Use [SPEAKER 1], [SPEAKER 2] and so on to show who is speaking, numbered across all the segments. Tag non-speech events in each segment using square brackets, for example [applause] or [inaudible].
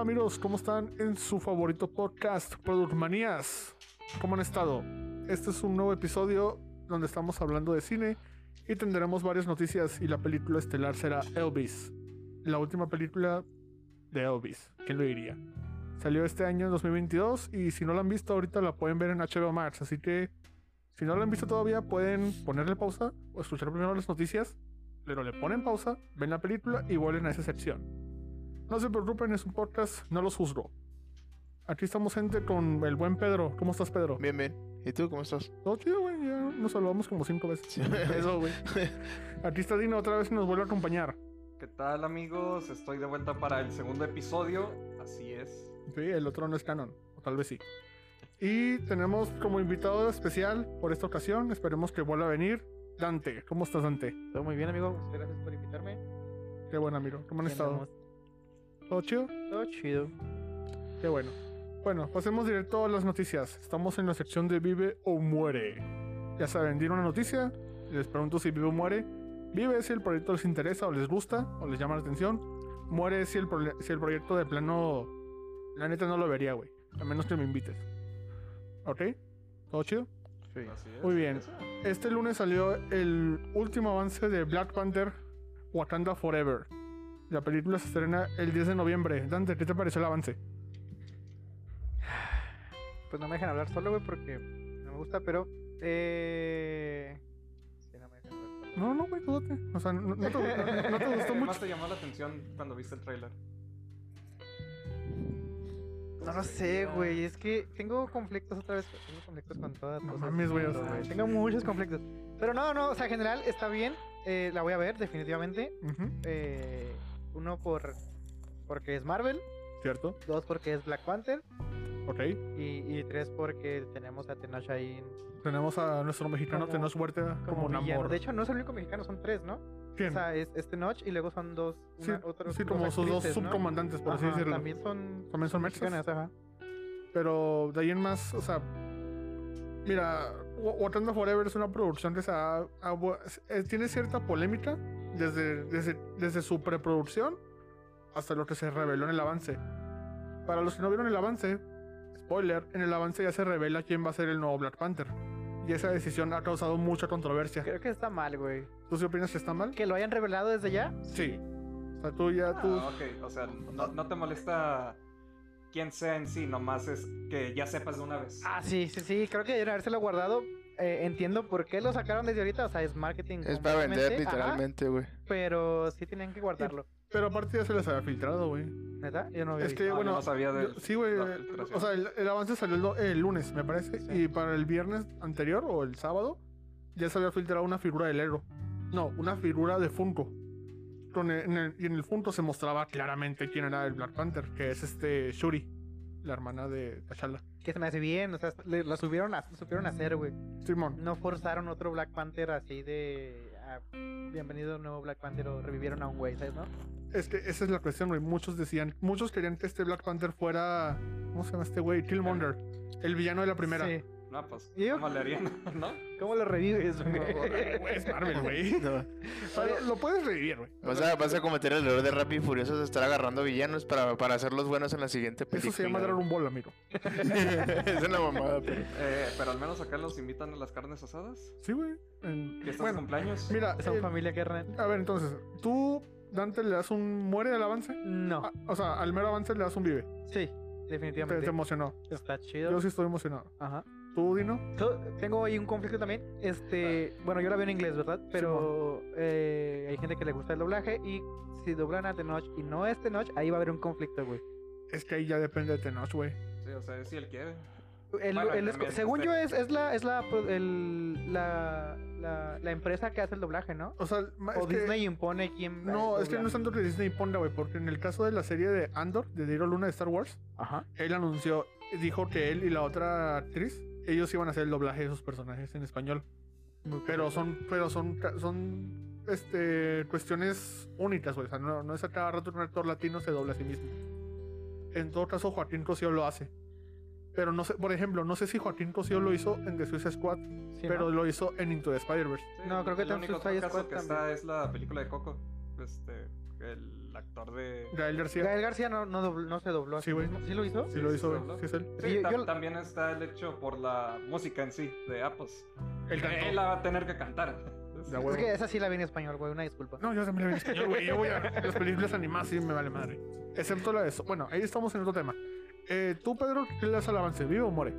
[SPEAKER 1] amigos, ¿cómo están en su favorito podcast, Product Manías? ¿Cómo han estado? Este es un nuevo episodio donde estamos hablando de cine y tendremos varias noticias y la película estelar será Elvis, la última película de Elvis, ¿quién lo diría? Salió este año en 2022 y si no la han visto ahorita la pueden ver en HBO Max, así que si no la han visto todavía pueden ponerle pausa o escuchar primero las noticias, pero le ponen pausa, ven la película y vuelven a esa sección. No se preocupen, es un podcast, no los juzgo. Aquí estamos gente con el buen Pedro. ¿Cómo estás, Pedro?
[SPEAKER 2] Bien, bien. ¿Y tú cómo estás?
[SPEAKER 1] Todo chido, güey. Ya nos saludamos como cinco veces. [laughs] Eso, güey. Aquí está Dino otra vez y nos vuelve a acompañar.
[SPEAKER 3] ¿Qué tal amigos? Estoy de vuelta para el segundo episodio. Así es.
[SPEAKER 1] Sí, el otro no es canon, o tal vez sí. Y tenemos como invitado especial por esta ocasión, esperemos que vuelva a venir, Dante. ¿Cómo estás, Dante?
[SPEAKER 4] Todo muy bien, amigo. Muchas gracias por invitarme.
[SPEAKER 1] Qué bueno, amigo. ¿Cómo han
[SPEAKER 4] Aquí
[SPEAKER 1] estado?
[SPEAKER 4] andamos.
[SPEAKER 1] ¿Todo chido?
[SPEAKER 4] Todo chido.
[SPEAKER 1] Qué bueno. Bueno, pasemos directo a las noticias. Estamos en la sección de Vive o Muere. Ya saben, dieron una noticia, les pregunto si vive o muere. Vive si el proyecto les interesa o les gusta o les llama la atención. Muere si el, prole- si el proyecto de plano... La neta no lo vería, güey. A menos que me invites. ¿Ok? ¿Todo chido?
[SPEAKER 4] Sí.
[SPEAKER 3] Así es.
[SPEAKER 1] Muy bien.
[SPEAKER 3] Eso.
[SPEAKER 1] Este lunes salió el último avance de Black Panther Wakanda Forever. La película se estrena el 10 de noviembre. Dante, ¿qué te pareció el avance?
[SPEAKER 4] Pues no me dejan hablar solo, güey, porque no me gusta, pero. Eh. Sí, no me dejan hablar solo.
[SPEAKER 1] No, no, güey, tú date. O sea, no, no te, no- no te gustó
[SPEAKER 3] Además,
[SPEAKER 4] [laughs]
[SPEAKER 1] mucho.
[SPEAKER 3] te llamó la atención cuando viste el tráiler?
[SPEAKER 4] No lo sé, güey. Es que tengo conflictos otra vez. Tengo conflictos con todas
[SPEAKER 1] No
[SPEAKER 4] cosas.
[SPEAKER 1] mames, güey, o sea,
[SPEAKER 4] Todo, Tengo muchos conflictos. Pero no, no, o sea, en general está bien. Eh, la voy a ver, definitivamente.
[SPEAKER 1] Ujú,
[SPEAKER 4] Eh, uno por. Porque es Marvel.
[SPEAKER 1] Cierto,
[SPEAKER 4] Dos porque es Black Panther.
[SPEAKER 1] ok.
[SPEAKER 4] Y, y tres porque tenemos a Tenoch ahí en-
[SPEAKER 1] Tenemos a nuestro mexicano
[SPEAKER 4] Como-
[SPEAKER 1] Tenoch Huerta como, un
[SPEAKER 4] villano.
[SPEAKER 1] amor.
[SPEAKER 4] De hecho, no es el único mexicano, son tres, ¿no? O
[SPEAKER 1] ¿Quién?
[SPEAKER 4] sea, es este Notch y luego son dos.
[SPEAKER 1] Sí,
[SPEAKER 4] una- otros-
[SPEAKER 1] sí, como sus dos
[SPEAKER 4] actrices, ¿no?
[SPEAKER 1] subcomandantes, por así
[SPEAKER 4] Ajá,
[SPEAKER 1] decirlo.
[SPEAKER 4] También son
[SPEAKER 1] También son mexas.
[SPEAKER 4] mexicanas, ajá.
[SPEAKER 1] Pero de ahí en más, o sea, mira, Wa- Wakanda Forever es una producción que se ha- ha vu- eh, tiene cierta polémica desde, desde, desde su preproducción hasta lo que se reveló en el avance. Para los que no vieron el avance, spoiler, en el avance ya se revela quién va a ser el nuevo Black Panther. Y esa decisión ha causado mucha controversia.
[SPEAKER 4] Creo que está mal, güey.
[SPEAKER 1] ¿Tú sí opinas que está mal?
[SPEAKER 4] Que lo hayan revelado desde ya.
[SPEAKER 1] Sí. O sea, tú ya, tú...
[SPEAKER 3] Ah, ok. O sea, no, no te molesta quién sea en sí, nomás es que ya sepas de una vez.
[SPEAKER 4] Ah, sí, sí, sí. Creo que deben habérselo guardado. Eh, entiendo por qué lo sacaron desde ahorita. O sea, es marketing.
[SPEAKER 2] Es para vender
[SPEAKER 4] completamente, ajá,
[SPEAKER 2] literalmente, güey.
[SPEAKER 4] pero sí tenían que guardarlo.
[SPEAKER 1] Pero aparte ya se les había filtrado, güey.
[SPEAKER 4] ¿Neta? Yo no había
[SPEAKER 1] Es que,
[SPEAKER 4] visto.
[SPEAKER 3] Ah, yo
[SPEAKER 1] bueno,
[SPEAKER 3] no sabía
[SPEAKER 1] yo-
[SPEAKER 3] del-
[SPEAKER 1] sí, güey.
[SPEAKER 3] la
[SPEAKER 1] eh,
[SPEAKER 3] filtración.
[SPEAKER 1] O sea, el, el avance salió el, do- el lunes, me parece.
[SPEAKER 4] Sí.
[SPEAKER 1] Y para el viernes anterior o el sábado, ya se había filtrado una figura de Lego. No, una figura de Funko. Con el- en el- y en el Funko se mostraba claramente quién era el Black Panther, que es este Shuri, la hermana de T'Challa.
[SPEAKER 4] Que se me hace bien. O sea, le- lo subieron a, supieron hacer, güey.
[SPEAKER 1] Simón.
[SPEAKER 4] No forzaron otro Black Panther así de. ah, bienvenido nuevo Black Panther o revivieron a un güey, ¿sabes? ¿No?
[SPEAKER 1] Es que esa es la cuestión, güey. Muchos decían, muchos querían que este Black Panther fuera. ¿Cómo se llama este güey? Killmonger. El villano de la primera.
[SPEAKER 4] Sí.
[SPEAKER 3] No, pues,
[SPEAKER 4] Yo-
[SPEAKER 3] ¿cómo le harían? [laughs] ¿No?
[SPEAKER 4] ¿Cómo lo [laughs] revives,
[SPEAKER 1] Güey,
[SPEAKER 4] güey?
[SPEAKER 1] güey, es Marvel, güey.
[SPEAKER 2] No.
[SPEAKER 1] Pero lo puedes revivir, güey.
[SPEAKER 2] Vas a, vas a cometer el error de Rápido y Furioso de estar agarrando villanos para, para hacerlos buenos en la siguiente película.
[SPEAKER 1] Eso se llama dar un bol, amigo.
[SPEAKER 2] [laughs] güey. es una mamada, pero.
[SPEAKER 3] Eh, pero al menos acá los invitan a las carnes asadas.
[SPEAKER 1] Sí, güey. En-
[SPEAKER 3] ¿Fiestas de
[SPEAKER 1] Bueno,
[SPEAKER 3] cumpleaños?
[SPEAKER 1] mira,
[SPEAKER 4] Son
[SPEAKER 1] eh,
[SPEAKER 4] familia carnal.
[SPEAKER 1] a ver, entonces, tú, Dante, le das un muere del avance.
[SPEAKER 4] No,
[SPEAKER 1] Ah, o sea, al mero avance le das un vive.
[SPEAKER 4] sí,
[SPEAKER 1] Te, te
[SPEAKER 4] definitivamente.
[SPEAKER 1] emocionó.
[SPEAKER 4] Está chido.
[SPEAKER 1] Yo sí estoy emocionado.
[SPEAKER 4] Ajá.
[SPEAKER 1] ¿Tú, Dino?
[SPEAKER 4] So, Tengo ahí un conflicto también.
[SPEAKER 1] Ah.
[SPEAKER 4] Este, bueno, yo la veo en inglés, ¿verdad? Pero eh, hay gente que le gusta el doblaje y si doblan a Tenoch y no es Tenoch, ahí va a haber un conflicto, güey.
[SPEAKER 1] Es que ahí ya depende de Tenoch, güey.
[SPEAKER 3] Sí, o sea, si él quiere.
[SPEAKER 4] El-
[SPEAKER 3] Bueno,
[SPEAKER 4] el-
[SPEAKER 3] también,
[SPEAKER 4] según
[SPEAKER 3] este-
[SPEAKER 4] yo es, es la es la, pro- el- la, la la empresa que hace el doblaje, ¿no?
[SPEAKER 1] O sea, ma-
[SPEAKER 4] O
[SPEAKER 1] es que-
[SPEAKER 4] Disney impone quién. va a
[SPEAKER 1] No, es que
[SPEAKER 4] doblar.
[SPEAKER 1] no es tanto que Disney ponga, güey, porque en el caso de la serie de Andor, de Diro Luna de Star Wars,
[SPEAKER 4] Ajá.
[SPEAKER 1] él anunció, dijo que él y la otra actriz, ellos iban a hacer el doblaje de sus personajes en español.
[SPEAKER 4] Muy
[SPEAKER 1] Pero son, pero son, ca- son este, cuestiones únicas, güey. O sea, no, no es a cada rato que un actor latino se dobla a sí mismo. En todo caso, Joaquín Cosío lo hace. Pero no sé, por ejemplo, no sé si Joaquín Cosío lo hizo en The Suicide Squad,
[SPEAKER 4] Sí, ¿no?
[SPEAKER 1] pero lo hizo en Into the Spider-Verse.
[SPEAKER 3] Sí,
[SPEAKER 4] No, creo que
[SPEAKER 3] el
[SPEAKER 4] tan
[SPEAKER 3] único
[SPEAKER 4] Suicide
[SPEAKER 3] otro caso
[SPEAKER 4] Squad
[SPEAKER 3] que está es la película de Coco. Este, el- el actor de...
[SPEAKER 1] Gael García.
[SPEAKER 4] Gael García no, no, dobl- no se dobló. a
[SPEAKER 1] Sí,
[SPEAKER 4] sí
[SPEAKER 1] güey.
[SPEAKER 4] mismo. ¿Sí lo hizo?
[SPEAKER 1] Sí, lo
[SPEAKER 3] Sí,
[SPEAKER 1] hizo,
[SPEAKER 3] sí,
[SPEAKER 1] güey.
[SPEAKER 3] sí,
[SPEAKER 1] Sí, es él.
[SPEAKER 4] Sí,
[SPEAKER 3] Sí, tam-
[SPEAKER 4] yo-
[SPEAKER 3] también está el hecho por la música en sí, de Apos.
[SPEAKER 1] El
[SPEAKER 3] Él
[SPEAKER 1] cantor.
[SPEAKER 3] la va a tener que cantar.
[SPEAKER 1] De a
[SPEAKER 4] Es
[SPEAKER 1] huevo.
[SPEAKER 4] que esa sí la vi en español, güey. Una disculpa.
[SPEAKER 1] No, yo también la vi en español, güey. Yo voy a las películas animadas sí me vale madre. Excepto la de eso. Bueno, ahí estamos en otro tema. Eh, Tú, Pedro, ¿qué le das al avance? ¿Vivo o muere?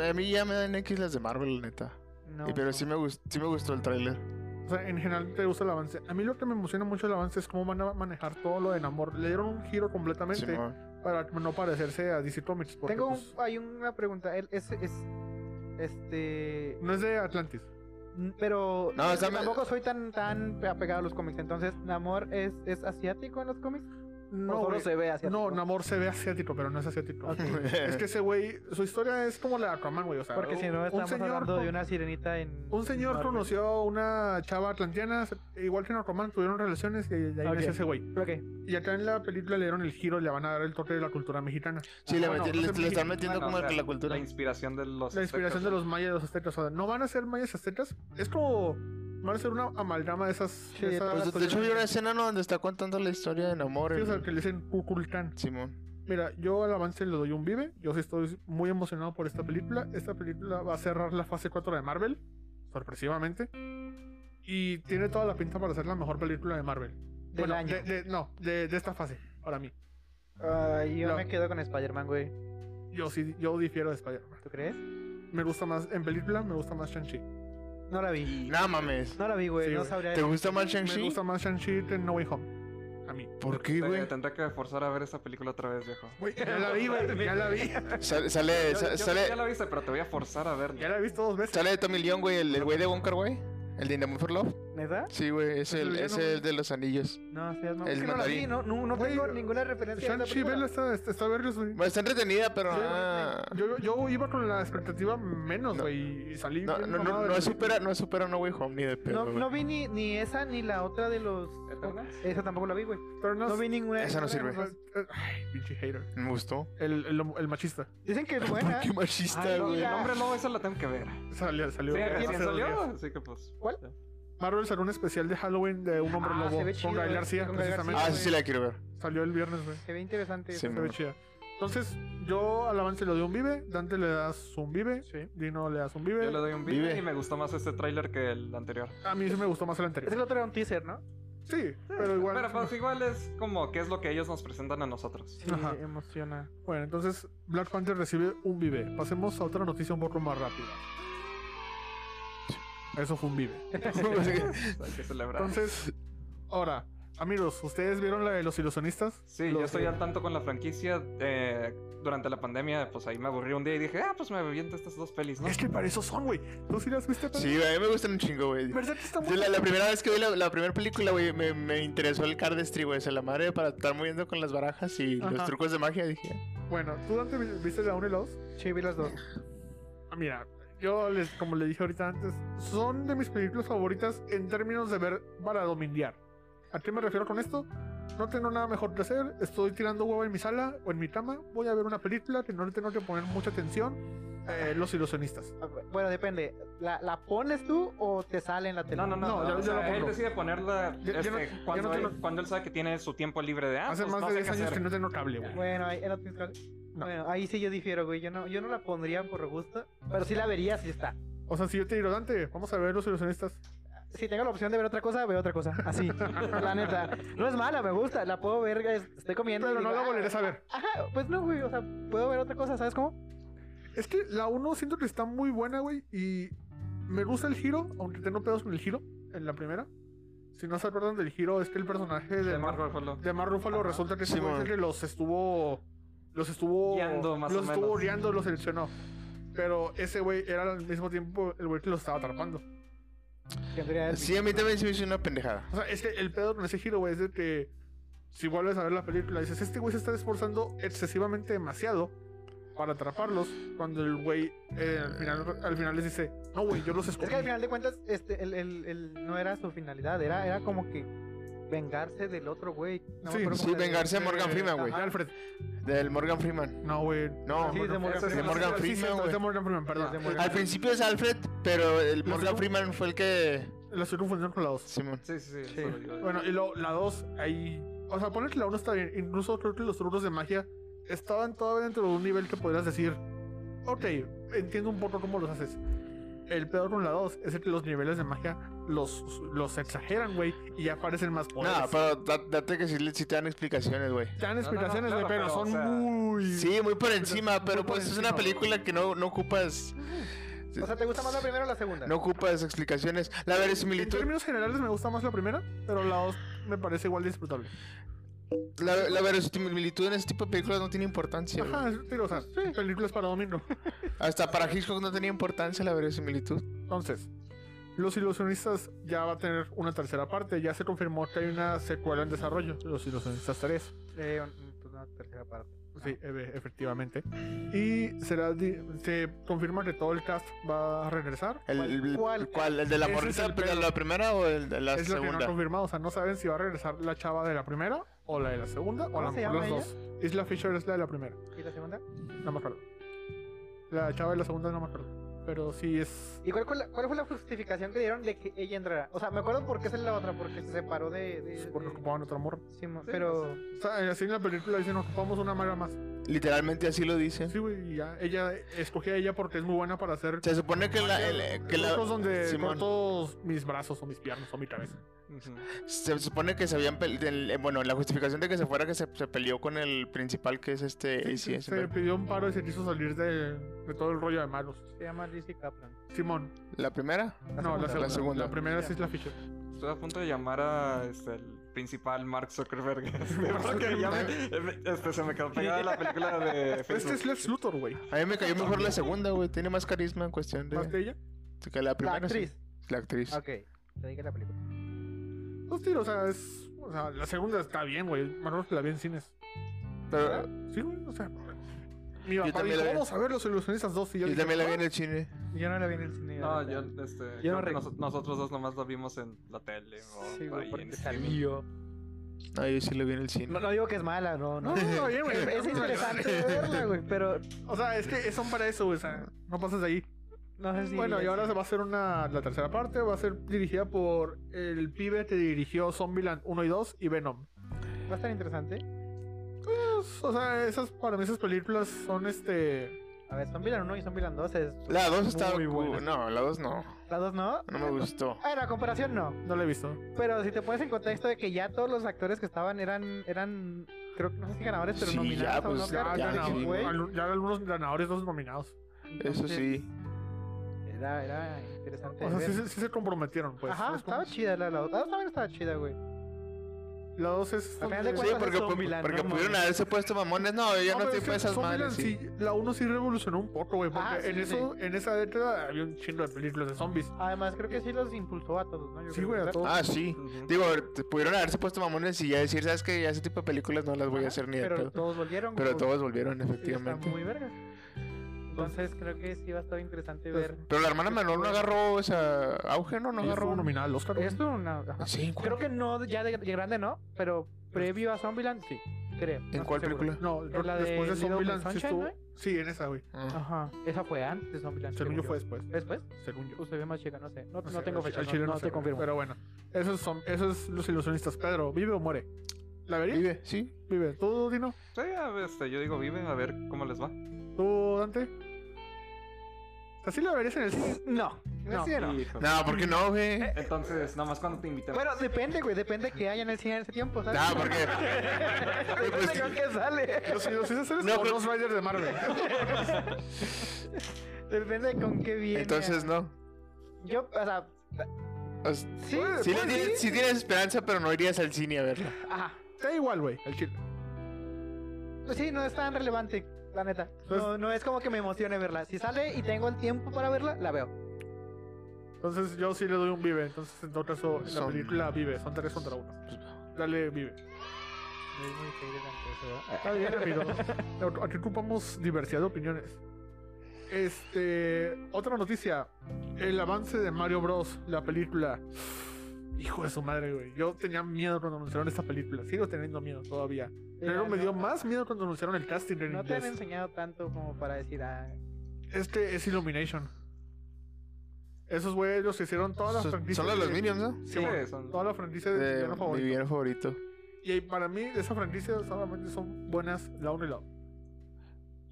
[SPEAKER 2] A mí ya me dan X las de Marvel, la neta.
[SPEAKER 4] No,
[SPEAKER 2] Y- pero
[SPEAKER 4] no.
[SPEAKER 2] sí me, gust- sí me gustó el tráiler.
[SPEAKER 1] O sea, en general te gusta el avance. A mí lo que me emociona mucho el avance es cómo van a manejar todo lo de Namor. Le dieron un giro completamente
[SPEAKER 2] Simón.
[SPEAKER 1] para no parecerse a DC Comics. Porque,
[SPEAKER 4] Tengo un-
[SPEAKER 1] pues,
[SPEAKER 4] hay una pregunta. Él es, es este,
[SPEAKER 1] No es de Atlantis.
[SPEAKER 4] n- pero
[SPEAKER 2] No, está me-
[SPEAKER 4] tampoco soy tan tan apegado a los cómics. Entonces, Namor es, es asiático en los cómics.
[SPEAKER 1] No,
[SPEAKER 4] o solo
[SPEAKER 1] güey.
[SPEAKER 4] se ve asiático.
[SPEAKER 1] no, Namor se ve asiático, pero no es asiático.
[SPEAKER 4] Ok.
[SPEAKER 1] [laughs]
[SPEAKER 2] [laughs]
[SPEAKER 1] Es que ese güey, su historia es como la de Aquaman, güey. O sea,
[SPEAKER 4] Porque si no
[SPEAKER 1] un-
[SPEAKER 4] estamos
[SPEAKER 1] un señor
[SPEAKER 4] hablando de
[SPEAKER 1] con-
[SPEAKER 4] una sirenita en.
[SPEAKER 1] Un señor
[SPEAKER 4] Marvel.
[SPEAKER 1] conoció a una chava atlantiana, igual que en Aquaman, tuvieron relaciones y ahí nació
[SPEAKER 4] Ok.
[SPEAKER 1] ese güey.
[SPEAKER 4] Ok.
[SPEAKER 1] Y acá en la película le dieron el giro, le van a dar el toque de la cultura mexicana.
[SPEAKER 2] Sí, le,
[SPEAKER 1] Bueno,
[SPEAKER 2] metí-
[SPEAKER 1] no
[SPEAKER 2] le-
[SPEAKER 1] sé,
[SPEAKER 2] le están metiendo
[SPEAKER 3] Bueno,
[SPEAKER 2] como
[SPEAKER 3] o sea,
[SPEAKER 2] que la cultura.
[SPEAKER 3] La inspiración de los...
[SPEAKER 1] La inspiración de
[SPEAKER 3] aztecas.
[SPEAKER 1] los mayas y los aztecas. O sea, no van a ser mayas aztecas. Es como. Van a ser una amalgama de esas. de esas
[SPEAKER 2] Pues, de hecho,
[SPEAKER 1] cosas.
[SPEAKER 2] vi una escena ¿no? donde está contando la historia de Namor.
[SPEAKER 1] Sí, o sea,
[SPEAKER 2] el-
[SPEAKER 1] que le dicen Cuculcán.
[SPEAKER 2] Simón.
[SPEAKER 1] Mira, yo al avance le doy un vive. Yo sí estoy muy emocionado por esta película. Esta película va a cerrar la fase 4 de Marvel, sorpresivamente. Y tiene toda la pinta para ser la mejor película de Marvel.
[SPEAKER 4] Del
[SPEAKER 1] Bueno,
[SPEAKER 4] año.
[SPEAKER 1] de- de- no, de, de esta fase, para mí.
[SPEAKER 4] Ay, yo
[SPEAKER 1] No.
[SPEAKER 4] me quedo con Spider-Man, güey.
[SPEAKER 1] Yo sí, yo difiero de Spider-Man.
[SPEAKER 4] ¿Tú crees?
[SPEAKER 1] Me gusta más, en película, me gusta más Shang-Chi.
[SPEAKER 4] No la vi.
[SPEAKER 2] Nada mames.
[SPEAKER 4] No la vi, güey.
[SPEAKER 1] Sí,
[SPEAKER 4] no
[SPEAKER 1] güey.
[SPEAKER 4] sabría.
[SPEAKER 2] ¿Te gusta más
[SPEAKER 1] Me
[SPEAKER 2] Shang-Chi?
[SPEAKER 1] gusta más Shang-Chi que No Way Home. A mí.
[SPEAKER 2] ¿Por qué,
[SPEAKER 3] Te-
[SPEAKER 2] güey?
[SPEAKER 3] Tendré que forzar a ver esa película otra vez, viejo.
[SPEAKER 1] Güey, ya la vi, güey, ya la
[SPEAKER 2] [laughs]
[SPEAKER 1] vi.
[SPEAKER 2] Sale, sale,
[SPEAKER 3] Yo-
[SPEAKER 2] Eh, sa-
[SPEAKER 3] yo sé que
[SPEAKER 2] sale,
[SPEAKER 3] ya la viste, pero te voy a forzar a verla.
[SPEAKER 1] Ya la he visto dos veces.
[SPEAKER 2] sale de Tommy León, güey, el el güey de Wonka, güey. El de In the Mood for Love.
[SPEAKER 4] ¿Neta?
[SPEAKER 2] Sí, güey,
[SPEAKER 1] Es
[SPEAKER 2] es
[SPEAKER 1] el
[SPEAKER 2] el,
[SPEAKER 1] villano,
[SPEAKER 2] es
[SPEAKER 1] güey.
[SPEAKER 2] el de los anillos.
[SPEAKER 4] No, sí, no.
[SPEAKER 2] El
[SPEAKER 4] Es que no la vi,
[SPEAKER 2] mandarín.
[SPEAKER 4] no, no, no
[SPEAKER 1] Güey,
[SPEAKER 4] tengo ninguna referencia. a esa
[SPEAKER 1] Shang-Chi,
[SPEAKER 4] película.
[SPEAKER 1] vela, está, está, está vergas, güey.
[SPEAKER 2] Bueno, está entretenida, pero
[SPEAKER 1] Sí, güey,
[SPEAKER 2] ah,
[SPEAKER 1] Yo, yo iba con la expectativa menos,
[SPEAKER 2] No.
[SPEAKER 1] güey, y salí.
[SPEAKER 2] no,
[SPEAKER 1] bien
[SPEAKER 2] no,
[SPEAKER 1] mamado
[SPEAKER 2] no,
[SPEAKER 1] de
[SPEAKER 2] no
[SPEAKER 1] la
[SPEAKER 2] supera, no supera No Way Home ni de pedo,
[SPEAKER 4] No,
[SPEAKER 2] güey.
[SPEAKER 4] no vi ni, ni esa ni la otra de los.
[SPEAKER 3] ¿Eternals?
[SPEAKER 4] Esa tampoco la vi, güey.
[SPEAKER 1] Eternals.
[SPEAKER 4] No vi ninguna. de
[SPEAKER 2] Esa no
[SPEAKER 4] esas, güey.
[SPEAKER 2] sirve.
[SPEAKER 1] Ay, pinche hater.
[SPEAKER 2] Me gustó.
[SPEAKER 1] El, el, el machista.
[SPEAKER 4] Dicen que es
[SPEAKER 2] ¿Por [laughs]
[SPEAKER 4] buena.
[SPEAKER 2] qué machista,
[SPEAKER 4] Ay, no,
[SPEAKER 2] güey?
[SPEAKER 3] El
[SPEAKER 4] ya.
[SPEAKER 3] hombre lobo, esa la tengo que ver.
[SPEAKER 1] Salió, salió.
[SPEAKER 3] Sí,
[SPEAKER 1] hace
[SPEAKER 3] recién
[SPEAKER 1] dos
[SPEAKER 3] salió,
[SPEAKER 1] días.
[SPEAKER 3] así que pues...
[SPEAKER 4] ¿Cuál?
[SPEAKER 1] Marvel salió un especial de Halloween de un hombre
[SPEAKER 4] Ah,
[SPEAKER 1] lobo
[SPEAKER 4] se ve chido,
[SPEAKER 1] con Gael
[SPEAKER 4] eh,
[SPEAKER 1] García,
[SPEAKER 4] con Gael
[SPEAKER 1] precisamente.
[SPEAKER 2] Ah, sí, sí la quiero ver.
[SPEAKER 1] Salió el viernes, güey.
[SPEAKER 4] Se ve interesante.
[SPEAKER 2] Sí,
[SPEAKER 4] eso.
[SPEAKER 1] Se ve
[SPEAKER 2] Simón.
[SPEAKER 3] Mm.
[SPEAKER 1] chida. Entonces, yo al avance le doy un vive, Dante le das un vive,
[SPEAKER 4] Sí.
[SPEAKER 1] Dino le das un
[SPEAKER 3] Yo
[SPEAKER 1] vive.
[SPEAKER 3] le doy un vive,
[SPEAKER 2] Vive.
[SPEAKER 3] y me gustó más este tráiler que el anterior.
[SPEAKER 1] A mí sí me gustó más el
[SPEAKER 4] Es
[SPEAKER 1] anterior.
[SPEAKER 4] el otro era un teaser, ¿no?
[SPEAKER 1] Sí, pero igual.
[SPEAKER 3] Pero pues igual es como que es lo que ellos nos presentan
[SPEAKER 2] [laughs]
[SPEAKER 3] a nosotros.
[SPEAKER 4] Sí,
[SPEAKER 1] Ajá.
[SPEAKER 4] emociona.
[SPEAKER 1] Bueno, entonces Black Panther recibe un vive. Pasemos a otra noticia un poco más rápida. Eso fue un vive.
[SPEAKER 3] Hay que celebrar.
[SPEAKER 1] Entonces, ahora, amigos, ¿ustedes vieron la de los ilusionistas?
[SPEAKER 3] sí,
[SPEAKER 1] lo
[SPEAKER 3] yo estoy
[SPEAKER 1] sé.
[SPEAKER 3] al tanto con la franquicia. eh, durante la pandemia, pues ahí me aburrí un día y dije, ah, pues me aviento estas dos pelis, ¿no?
[SPEAKER 1] Es que para eso son, güey. ¿Tú sí las viste? Pedro?
[SPEAKER 2] Sí, güey, a mí me gustan un chingo, güey.
[SPEAKER 1] ¿Verdad que está muy
[SPEAKER 2] Sí, La, la primera vez que vi la, la primera película, güey, me, me interesó el cardistry, güey. Se la madre para estar moviendo con las barajas y
[SPEAKER 1] Ajá.
[SPEAKER 2] los trucos de magia, dije.
[SPEAKER 1] Bueno, ¿tú Dante vi- viste la 1 y la 2?
[SPEAKER 4] Sí, vi las dos.
[SPEAKER 1] Ah, Mira, yo les, como le dije ahorita antes, son de mis películas favoritas en términos de ver para dominar. ¿A qué me refiero con esto? No tengo nada mejor que hacer, estoy tirando huevo en mi sala o en mi cama, voy a ver una película que no le tengo que poner mucha atención, eh, Los ilusionistas.
[SPEAKER 4] Ah, Bueno, depende. ¿La, ¿La pones tú o te sale en la tele?
[SPEAKER 3] No, no, no.
[SPEAKER 1] No,
[SPEAKER 3] no,
[SPEAKER 1] ya-
[SPEAKER 3] o
[SPEAKER 1] ya
[SPEAKER 3] sea,
[SPEAKER 1] lo
[SPEAKER 3] él
[SPEAKER 1] pongo.
[SPEAKER 3] decide ponerla
[SPEAKER 1] Ya- ya
[SPEAKER 3] este,
[SPEAKER 1] no- ya
[SPEAKER 3] cuando,
[SPEAKER 1] no
[SPEAKER 3] él,
[SPEAKER 1] tengo-
[SPEAKER 3] cuando él sabe que tiene su tiempo libre de ah,
[SPEAKER 1] Hace
[SPEAKER 3] pues,
[SPEAKER 1] más
[SPEAKER 3] no
[SPEAKER 1] de
[SPEAKER 3] sé
[SPEAKER 1] 10
[SPEAKER 3] qué
[SPEAKER 1] años que
[SPEAKER 3] hacer.
[SPEAKER 1] no tengo cable, güey.
[SPEAKER 4] Bueno, ahí, en la tienes que-
[SPEAKER 1] No.
[SPEAKER 4] bueno, ahí sí yo difiero, güey. Yo no, yo no la pondría por gusto, pero sí la vería si está.
[SPEAKER 1] O sea, si yo te digo, Dante, vamos a ver Los ilusionistas.
[SPEAKER 4] Si tengo la opción de ver otra cosa, veo otra cosa. [laughs] Así, la neta. No es mala, me gusta. La puedo ver, es- estoy comiendo. y
[SPEAKER 1] Pero no
[SPEAKER 4] digo,
[SPEAKER 1] la
[SPEAKER 4] "Ah,
[SPEAKER 1] volverás a ver.
[SPEAKER 4] Ajá, pues no, güey. O sea, puedo ver otra cosa, ¿sabes cómo?
[SPEAKER 1] Es que la 1 siento que está muy buena, güey. Y me gusta el giro, aunque tengo pedos con el giro en la primera. Si no se acuerdan del giro, es que el personaje de,
[SPEAKER 3] De
[SPEAKER 1] Mar,
[SPEAKER 3] Mark Ruffalo.
[SPEAKER 1] de Mark Ruffalo
[SPEAKER 3] Ajá.
[SPEAKER 1] resulta que ese
[SPEAKER 2] Sí,
[SPEAKER 1] güey es el
[SPEAKER 2] bueno.
[SPEAKER 1] que los estuvo. Los estuvo.
[SPEAKER 3] Guiando, más o
[SPEAKER 1] los estuvo
[SPEAKER 3] menos.
[SPEAKER 1] guiando, los seleccionó. Pero ese güey era al mismo tiempo el güey que los estaba atrapando.
[SPEAKER 4] Tendría
[SPEAKER 1] Eh,
[SPEAKER 4] el-
[SPEAKER 2] Sí, a mí también se me hizo una pendejada.
[SPEAKER 1] O sea, es que el pedo con ese giro, güey, es de que si vuelves a ver la película, dices, este güey se está esforzando excesivamente demasiado para atraparlos, cuando el güey eh, al, final, al final les dice, no, güey, yo los
[SPEAKER 4] Es
[SPEAKER 1] escogí.
[SPEAKER 4] que al final de cuentas, este, el, el- el- no era su finalidad, era, era como que vengarse del otro güey. No me
[SPEAKER 1] Sí,
[SPEAKER 4] acuerdo
[SPEAKER 2] sí,
[SPEAKER 4] cómo le-
[SPEAKER 2] vengarse de Morgan
[SPEAKER 1] Eh,
[SPEAKER 2] Freeman, güey.
[SPEAKER 1] de Alfred.
[SPEAKER 2] Del Morgan Freeman.
[SPEAKER 1] No, güey.
[SPEAKER 2] No,
[SPEAKER 4] Sí, de Morgan
[SPEAKER 1] Ese es
[SPEAKER 4] Freeman.
[SPEAKER 1] el-
[SPEAKER 2] Morgan
[SPEAKER 1] sí,
[SPEAKER 2] Freeman,
[SPEAKER 1] cierto, es de
[SPEAKER 2] güey.
[SPEAKER 1] Morgan Freeman, perdón.
[SPEAKER 4] de Morgan
[SPEAKER 2] al principio es Alfred, pero el
[SPEAKER 1] Lo
[SPEAKER 2] Morgan
[SPEAKER 1] estuvo-
[SPEAKER 2] Freeman fue el que.
[SPEAKER 1] La estoy confundiendo con la 2.
[SPEAKER 2] Simón.
[SPEAKER 3] Sí, sí, sí.
[SPEAKER 4] Sí.
[SPEAKER 3] eso lo digo.
[SPEAKER 1] Bueno, y luego la 2, ahí O sea, poner que la 1 está bien. Incluso creo que los trucos de magia estaban todavía dentro de un nivel que podrías decir, ok, entiendo un poco cómo los haces. El peor con la 2 es que los niveles de magia los, los exageran, güey, y ya parecen más poderes.
[SPEAKER 2] Nada, pero da- date que si te dan explicaciones, güey.
[SPEAKER 1] Te dan
[SPEAKER 3] no,
[SPEAKER 1] explicaciones, güey,
[SPEAKER 3] claro,
[SPEAKER 1] pero,
[SPEAKER 3] pero, o
[SPEAKER 1] son
[SPEAKER 3] sea,
[SPEAKER 1] muy...
[SPEAKER 2] Sí, muy por encima,
[SPEAKER 1] muy
[SPEAKER 2] pero
[SPEAKER 1] por
[SPEAKER 2] pues es una
[SPEAKER 1] encima,
[SPEAKER 2] película que no, no ocupas.
[SPEAKER 4] O sea, ¿te gusta más la primera o la segunda?
[SPEAKER 2] No ocupas explicaciones. La
[SPEAKER 1] En
[SPEAKER 2] verosimilitud.
[SPEAKER 1] términos generales me gusta más la primera, pero la 2 me parece igual de disfrutable.
[SPEAKER 2] La, la verosimilitud en este tipo de películas no tiene importancia. güey.
[SPEAKER 1] Ajá, es- digo, o sea, películas para domingo.
[SPEAKER 2] Hasta para Hitchcock no tenía importancia la verosimilitud.
[SPEAKER 1] Entonces, Los Ilusionistas ya va a tener una tercera parte. Ya se confirmó que hay una secuela en desarrollo. Los Ilusionistas 3.
[SPEAKER 4] Eh, un- pues, una tercera parte.
[SPEAKER 1] Sí, eve- efectivamente. Y será di- se confirma que todo el cast va a regresar.
[SPEAKER 2] El,
[SPEAKER 4] ¿Cuál-
[SPEAKER 2] el-
[SPEAKER 4] cuál?
[SPEAKER 2] cuál? ¿El de la
[SPEAKER 1] Ese es
[SPEAKER 2] morrita,
[SPEAKER 1] el
[SPEAKER 2] pero
[SPEAKER 1] pedo.
[SPEAKER 2] la primera o el de la
[SPEAKER 1] es lo que no
[SPEAKER 2] segunda?
[SPEAKER 1] han confirmado. O sea, no saben si va a regresar la chava de la primera o la de la segunda o
[SPEAKER 4] ¿Cómo
[SPEAKER 1] la
[SPEAKER 4] se
[SPEAKER 1] mejor
[SPEAKER 4] llama
[SPEAKER 1] los dos. Isla Fisher es la de la primera.
[SPEAKER 4] ¿Y la segunda?
[SPEAKER 1] No me acuerdo. La chava de la segunda no me acuerdo. Pero sí es.
[SPEAKER 4] ¿Y cuál fue, la, cuál fue la justificación que dieron de que ella entrara? O sea, me acuerdo por qué es la otra, porque se separó de... de-
[SPEAKER 1] es Porque
[SPEAKER 4] de-
[SPEAKER 1] ocupaban otro amor.
[SPEAKER 4] Simón, pero...
[SPEAKER 1] O sea, así en la película dicen: ocupamos una maga más.
[SPEAKER 2] Literalmente así lo dicen.
[SPEAKER 1] Sí, güey, y ya. Ella, escogí a ella porque es muy buena para hacer
[SPEAKER 2] Se supone que la. el- eh, que la-
[SPEAKER 1] trucos donde
[SPEAKER 2] Simón.
[SPEAKER 1] corto mis brazos o mis piernas o mi cabeza.
[SPEAKER 3] Ujú.
[SPEAKER 2] Se supone que se habían pel- del- eh, bueno, la justificación de que se fuera que se, se peleó con el principal que es este
[SPEAKER 1] Sí,
[SPEAKER 2] AC,
[SPEAKER 1] se,
[SPEAKER 2] es
[SPEAKER 1] se
[SPEAKER 2] el-
[SPEAKER 1] pidió un paro y se quiso salir de, de todo el rollo de malos.
[SPEAKER 4] Se llama Lizzie Kaplan.
[SPEAKER 1] Simón.
[SPEAKER 2] la primera.
[SPEAKER 1] no, la segunda.
[SPEAKER 4] segunda.
[SPEAKER 1] La,
[SPEAKER 2] La segunda.
[SPEAKER 1] primera es Isla Fisher.
[SPEAKER 3] Estoy a punto de llamar a este, el principal Mark Zuckerberg. [laughs] este,
[SPEAKER 1] Mark
[SPEAKER 3] porque ya me- este, se me quedó pegada la película de
[SPEAKER 1] [laughs] Este es
[SPEAKER 3] Facebook.
[SPEAKER 1] Lex Luthor, güey.
[SPEAKER 2] A mí me cayó mejor la segunda, güey. Tiene más carisma en cuestión de,
[SPEAKER 1] Más de ella.
[SPEAKER 2] de que la
[SPEAKER 4] La
[SPEAKER 2] primera. sí.
[SPEAKER 4] actriz.
[SPEAKER 2] La actriz.
[SPEAKER 4] Ok, te dije la película.
[SPEAKER 1] Dos tiros, o sea, es. O sea, la segunda está bien, güey. Mejor que la vi en cines.
[SPEAKER 2] Pero
[SPEAKER 1] Sí, güey, o sea. Mi papá
[SPEAKER 2] también
[SPEAKER 1] dijo,
[SPEAKER 2] la vi.
[SPEAKER 1] vamos a ver los ilusionistas 2 y yo,
[SPEAKER 2] yo
[SPEAKER 1] dije,
[SPEAKER 2] también la vi
[SPEAKER 1] "Ah".
[SPEAKER 2] en el cine.
[SPEAKER 4] Yo no la vi en el cine. la
[SPEAKER 3] No, yo,
[SPEAKER 4] verdad.
[SPEAKER 3] este,
[SPEAKER 4] Yo
[SPEAKER 3] creo
[SPEAKER 4] no
[SPEAKER 3] que
[SPEAKER 4] rec-
[SPEAKER 3] nos- nosotros dos nomás la vimos en la tele o
[SPEAKER 4] Sí,
[SPEAKER 3] ahí
[SPEAKER 4] güey,
[SPEAKER 3] en
[SPEAKER 4] porque
[SPEAKER 3] streaming.
[SPEAKER 4] salió.
[SPEAKER 2] No, yo sí la vi en el
[SPEAKER 4] No,
[SPEAKER 2] cine.
[SPEAKER 4] no digo que es mala, no, [laughs] no.
[SPEAKER 1] No, no, no, bien, güey.
[SPEAKER 4] Es, es interesante verla, güey, pero
[SPEAKER 1] O sea, es que son para eso, güey. O sea, no pasas de ahí.
[SPEAKER 4] no sé si...
[SPEAKER 1] Bueno, y ahora se va a hacer una, la tercera parte, va a ser dirigida por el pibe que dirigió Zombieland 1 y 2 y Venom.
[SPEAKER 4] Va a estar interesante.
[SPEAKER 1] Pues, o sea, esas, para mí esas películas son este...
[SPEAKER 4] A ver, Zombieland 1 y Zombieland 2 es...
[SPEAKER 2] La dos está.
[SPEAKER 1] Muy
[SPEAKER 2] cu-
[SPEAKER 1] buena.
[SPEAKER 2] No, la dos no.
[SPEAKER 4] ¿La 2 no?
[SPEAKER 2] No me gustó.
[SPEAKER 4] Ah, la comparación no.
[SPEAKER 1] No la he visto.
[SPEAKER 4] Pero si te pones en contexto de que ya todos los actores que estaban eran, eran creo que no sé si ganadores, pero
[SPEAKER 2] Sí,
[SPEAKER 4] nominados
[SPEAKER 2] ya,
[SPEAKER 4] a un
[SPEAKER 2] pues,
[SPEAKER 1] Ya,
[SPEAKER 4] Oscar.
[SPEAKER 2] ya,
[SPEAKER 4] de
[SPEAKER 1] ganado-
[SPEAKER 4] que,
[SPEAKER 2] sí,
[SPEAKER 4] güey,
[SPEAKER 1] al- ya algunos ganadores, dos nominados.
[SPEAKER 2] Eso
[SPEAKER 4] entonces,
[SPEAKER 2] sí.
[SPEAKER 4] Era, era interesante.
[SPEAKER 1] O sea,
[SPEAKER 4] ver.
[SPEAKER 1] sí, se- sí se comprometieron, pues.
[SPEAKER 4] Ajá,
[SPEAKER 1] Es como-
[SPEAKER 4] estaba chida la la otra también estaba chida, güey.
[SPEAKER 1] La dos es...
[SPEAKER 4] Al final de
[SPEAKER 1] Zombieland.
[SPEAKER 2] Sí,
[SPEAKER 4] cuentas,
[SPEAKER 2] porque,
[SPEAKER 4] es Zombieland,
[SPEAKER 2] porque
[SPEAKER 4] no
[SPEAKER 2] pudieron
[SPEAKER 4] mames.
[SPEAKER 2] haberse puesto mamones. No,
[SPEAKER 1] No,
[SPEAKER 2] yo no,
[SPEAKER 1] pero
[SPEAKER 2] estoy
[SPEAKER 1] es que
[SPEAKER 2] para esas
[SPEAKER 1] Zombieland
[SPEAKER 2] madres. Sí.
[SPEAKER 1] sí- la 1 sí revolucionó un poco, güey, porque
[SPEAKER 4] Ah, sí,
[SPEAKER 1] en, eso, en esa década había un chingo de películas de zombies.
[SPEAKER 4] Además, creo que sí los impulsó a todos, ¿no? Yo
[SPEAKER 1] Sí,
[SPEAKER 4] creo,
[SPEAKER 1] güey, a
[SPEAKER 4] ¿verdad?
[SPEAKER 1] todos.
[SPEAKER 2] Ah, sí.
[SPEAKER 3] Ujú.
[SPEAKER 2] Digo, te pudieron haberse puesto mamones y ya decir, ¿sabes qué? Ya ese tipo de películas no las voy a
[SPEAKER 4] Ajá,
[SPEAKER 2] hacer ni de
[SPEAKER 4] Pero
[SPEAKER 2] pedo.
[SPEAKER 4] todos volvieron.
[SPEAKER 2] Pero
[SPEAKER 4] güey,
[SPEAKER 2] todos volvieron,
[SPEAKER 4] y está
[SPEAKER 2] efectivamente.
[SPEAKER 4] muy verga. Entonces,
[SPEAKER 1] Pues,
[SPEAKER 4] creo que sí va a estar interesante
[SPEAKER 1] Entonces,
[SPEAKER 4] ver.
[SPEAKER 2] Pero la hermana menor no agarró, o sea, auge, ¿no? No
[SPEAKER 1] Ella estuvo
[SPEAKER 2] agarró. Ah,
[SPEAKER 1] nominada al Oscar. güey.
[SPEAKER 4] Esto una. ajá.
[SPEAKER 2] ¿Sí? ¿En cuál,
[SPEAKER 4] Creo que no, ya de, de grande no, pero
[SPEAKER 1] Pues,
[SPEAKER 4] previo a Zombieland sí, creo. no
[SPEAKER 2] ¿En
[SPEAKER 4] estoy
[SPEAKER 2] cuál
[SPEAKER 4] seguro.
[SPEAKER 2] película?
[SPEAKER 1] No,
[SPEAKER 4] ¿En
[SPEAKER 1] creo que
[SPEAKER 4] la
[SPEAKER 1] después
[SPEAKER 4] de
[SPEAKER 1] de
[SPEAKER 4] Little
[SPEAKER 1] Zombieland
[SPEAKER 4] Miss
[SPEAKER 1] sí
[SPEAKER 4] Sunshine,
[SPEAKER 1] estuvo... Sí, en esa, güey.
[SPEAKER 2] Ah.
[SPEAKER 4] Ajá, esa fue antes de Zombieland.
[SPEAKER 1] Según yo fue
[SPEAKER 4] según
[SPEAKER 1] después.
[SPEAKER 4] yo. ¿Después?
[SPEAKER 1] Según yo.
[SPEAKER 4] O se ve más chica, no sé.
[SPEAKER 1] No
[SPEAKER 4] No, no
[SPEAKER 1] sé,
[SPEAKER 4] tengo
[SPEAKER 1] al chi-
[SPEAKER 4] fecha,
[SPEAKER 1] al
[SPEAKER 4] no,
[SPEAKER 1] chile
[SPEAKER 4] no
[SPEAKER 1] sé,
[SPEAKER 4] te
[SPEAKER 1] güey,
[SPEAKER 4] confirmo.
[SPEAKER 1] Pero bueno, esos son esos son los ilusionistas. Pedro, ¿vive o muere? ¿La verías? Vive.
[SPEAKER 2] Vive, sí.
[SPEAKER 1] ¿Tú, Dino?
[SPEAKER 3] Sí, a ver, este, yo digo vive, a ver cómo les va.
[SPEAKER 1] ¿Tú, Dante? Así la verías en el cine.
[SPEAKER 4] No,
[SPEAKER 1] No.
[SPEAKER 4] no. Sí, no.
[SPEAKER 3] Híjole.
[SPEAKER 2] No, ¿por qué no, güey?
[SPEAKER 3] Eh, Entonces, nomás cuando te invitemos.
[SPEAKER 4] Bueno, depende, güey, depende que haya en el cine en ese tiempo, ¿sabes?
[SPEAKER 2] No, Ah, porque.
[SPEAKER 4] [laughs] depende
[SPEAKER 2] pues-
[SPEAKER 4] con qué sale.
[SPEAKER 1] Los ilusionistas eres
[SPEAKER 2] No,
[SPEAKER 1] no,
[SPEAKER 2] pero-
[SPEAKER 1] los Riders de Marvel.
[SPEAKER 4] Depende con qué viene.
[SPEAKER 2] Entonces, no.
[SPEAKER 4] Yo, o sea,
[SPEAKER 2] O s- sí,
[SPEAKER 4] sí,
[SPEAKER 2] le
[SPEAKER 4] pues,
[SPEAKER 2] tienes, sí tienes esperanza, pero no irías al cine a verla.
[SPEAKER 4] Ajá.
[SPEAKER 1] Está igual, güey, el chile.
[SPEAKER 4] Pues sí, no es tan relevante, la neta.
[SPEAKER 1] Pues-
[SPEAKER 4] No, no es como que me emocione verla. Si sale y tengo el tiempo para verla, la veo.
[SPEAKER 1] Entonces yo sí le doy un vive. Entonces en todo caso, la
[SPEAKER 2] Son-
[SPEAKER 1] película vive. Son tres contra uno. Dale, vive.
[SPEAKER 4] Es muy
[SPEAKER 1] Está bien, amigo. No, Aquí ocupamos diversidad de opiniones. Este. Otra noticia. El avance de Mario Bros. La película. Hijo de su madre, güey. Yo tenía miedo cuando anunciaron esta película. Sigo teniendo miedo todavía. Pero me dio más miedo cuando anunciaron el casting en
[SPEAKER 4] No te han
[SPEAKER 1] inglés.
[SPEAKER 4] enseñado tanto como para decir, ah,
[SPEAKER 1] Este es Illumination. Esos güeyes los que hicieron todas las
[SPEAKER 2] Son,
[SPEAKER 1] franquicias.
[SPEAKER 2] son los de los
[SPEAKER 1] de-
[SPEAKER 2] Minions, ¿no?
[SPEAKER 1] Sí,
[SPEAKER 3] Sí,
[SPEAKER 1] bueno,
[SPEAKER 3] son-
[SPEAKER 1] toda la franquicia de, mi
[SPEAKER 2] De
[SPEAKER 1] villano
[SPEAKER 2] mi
[SPEAKER 1] favorito.
[SPEAKER 2] villano favorito.
[SPEAKER 1] Y ahí, para mí, de esa franquicia solamente son buenas la 1 y la 2.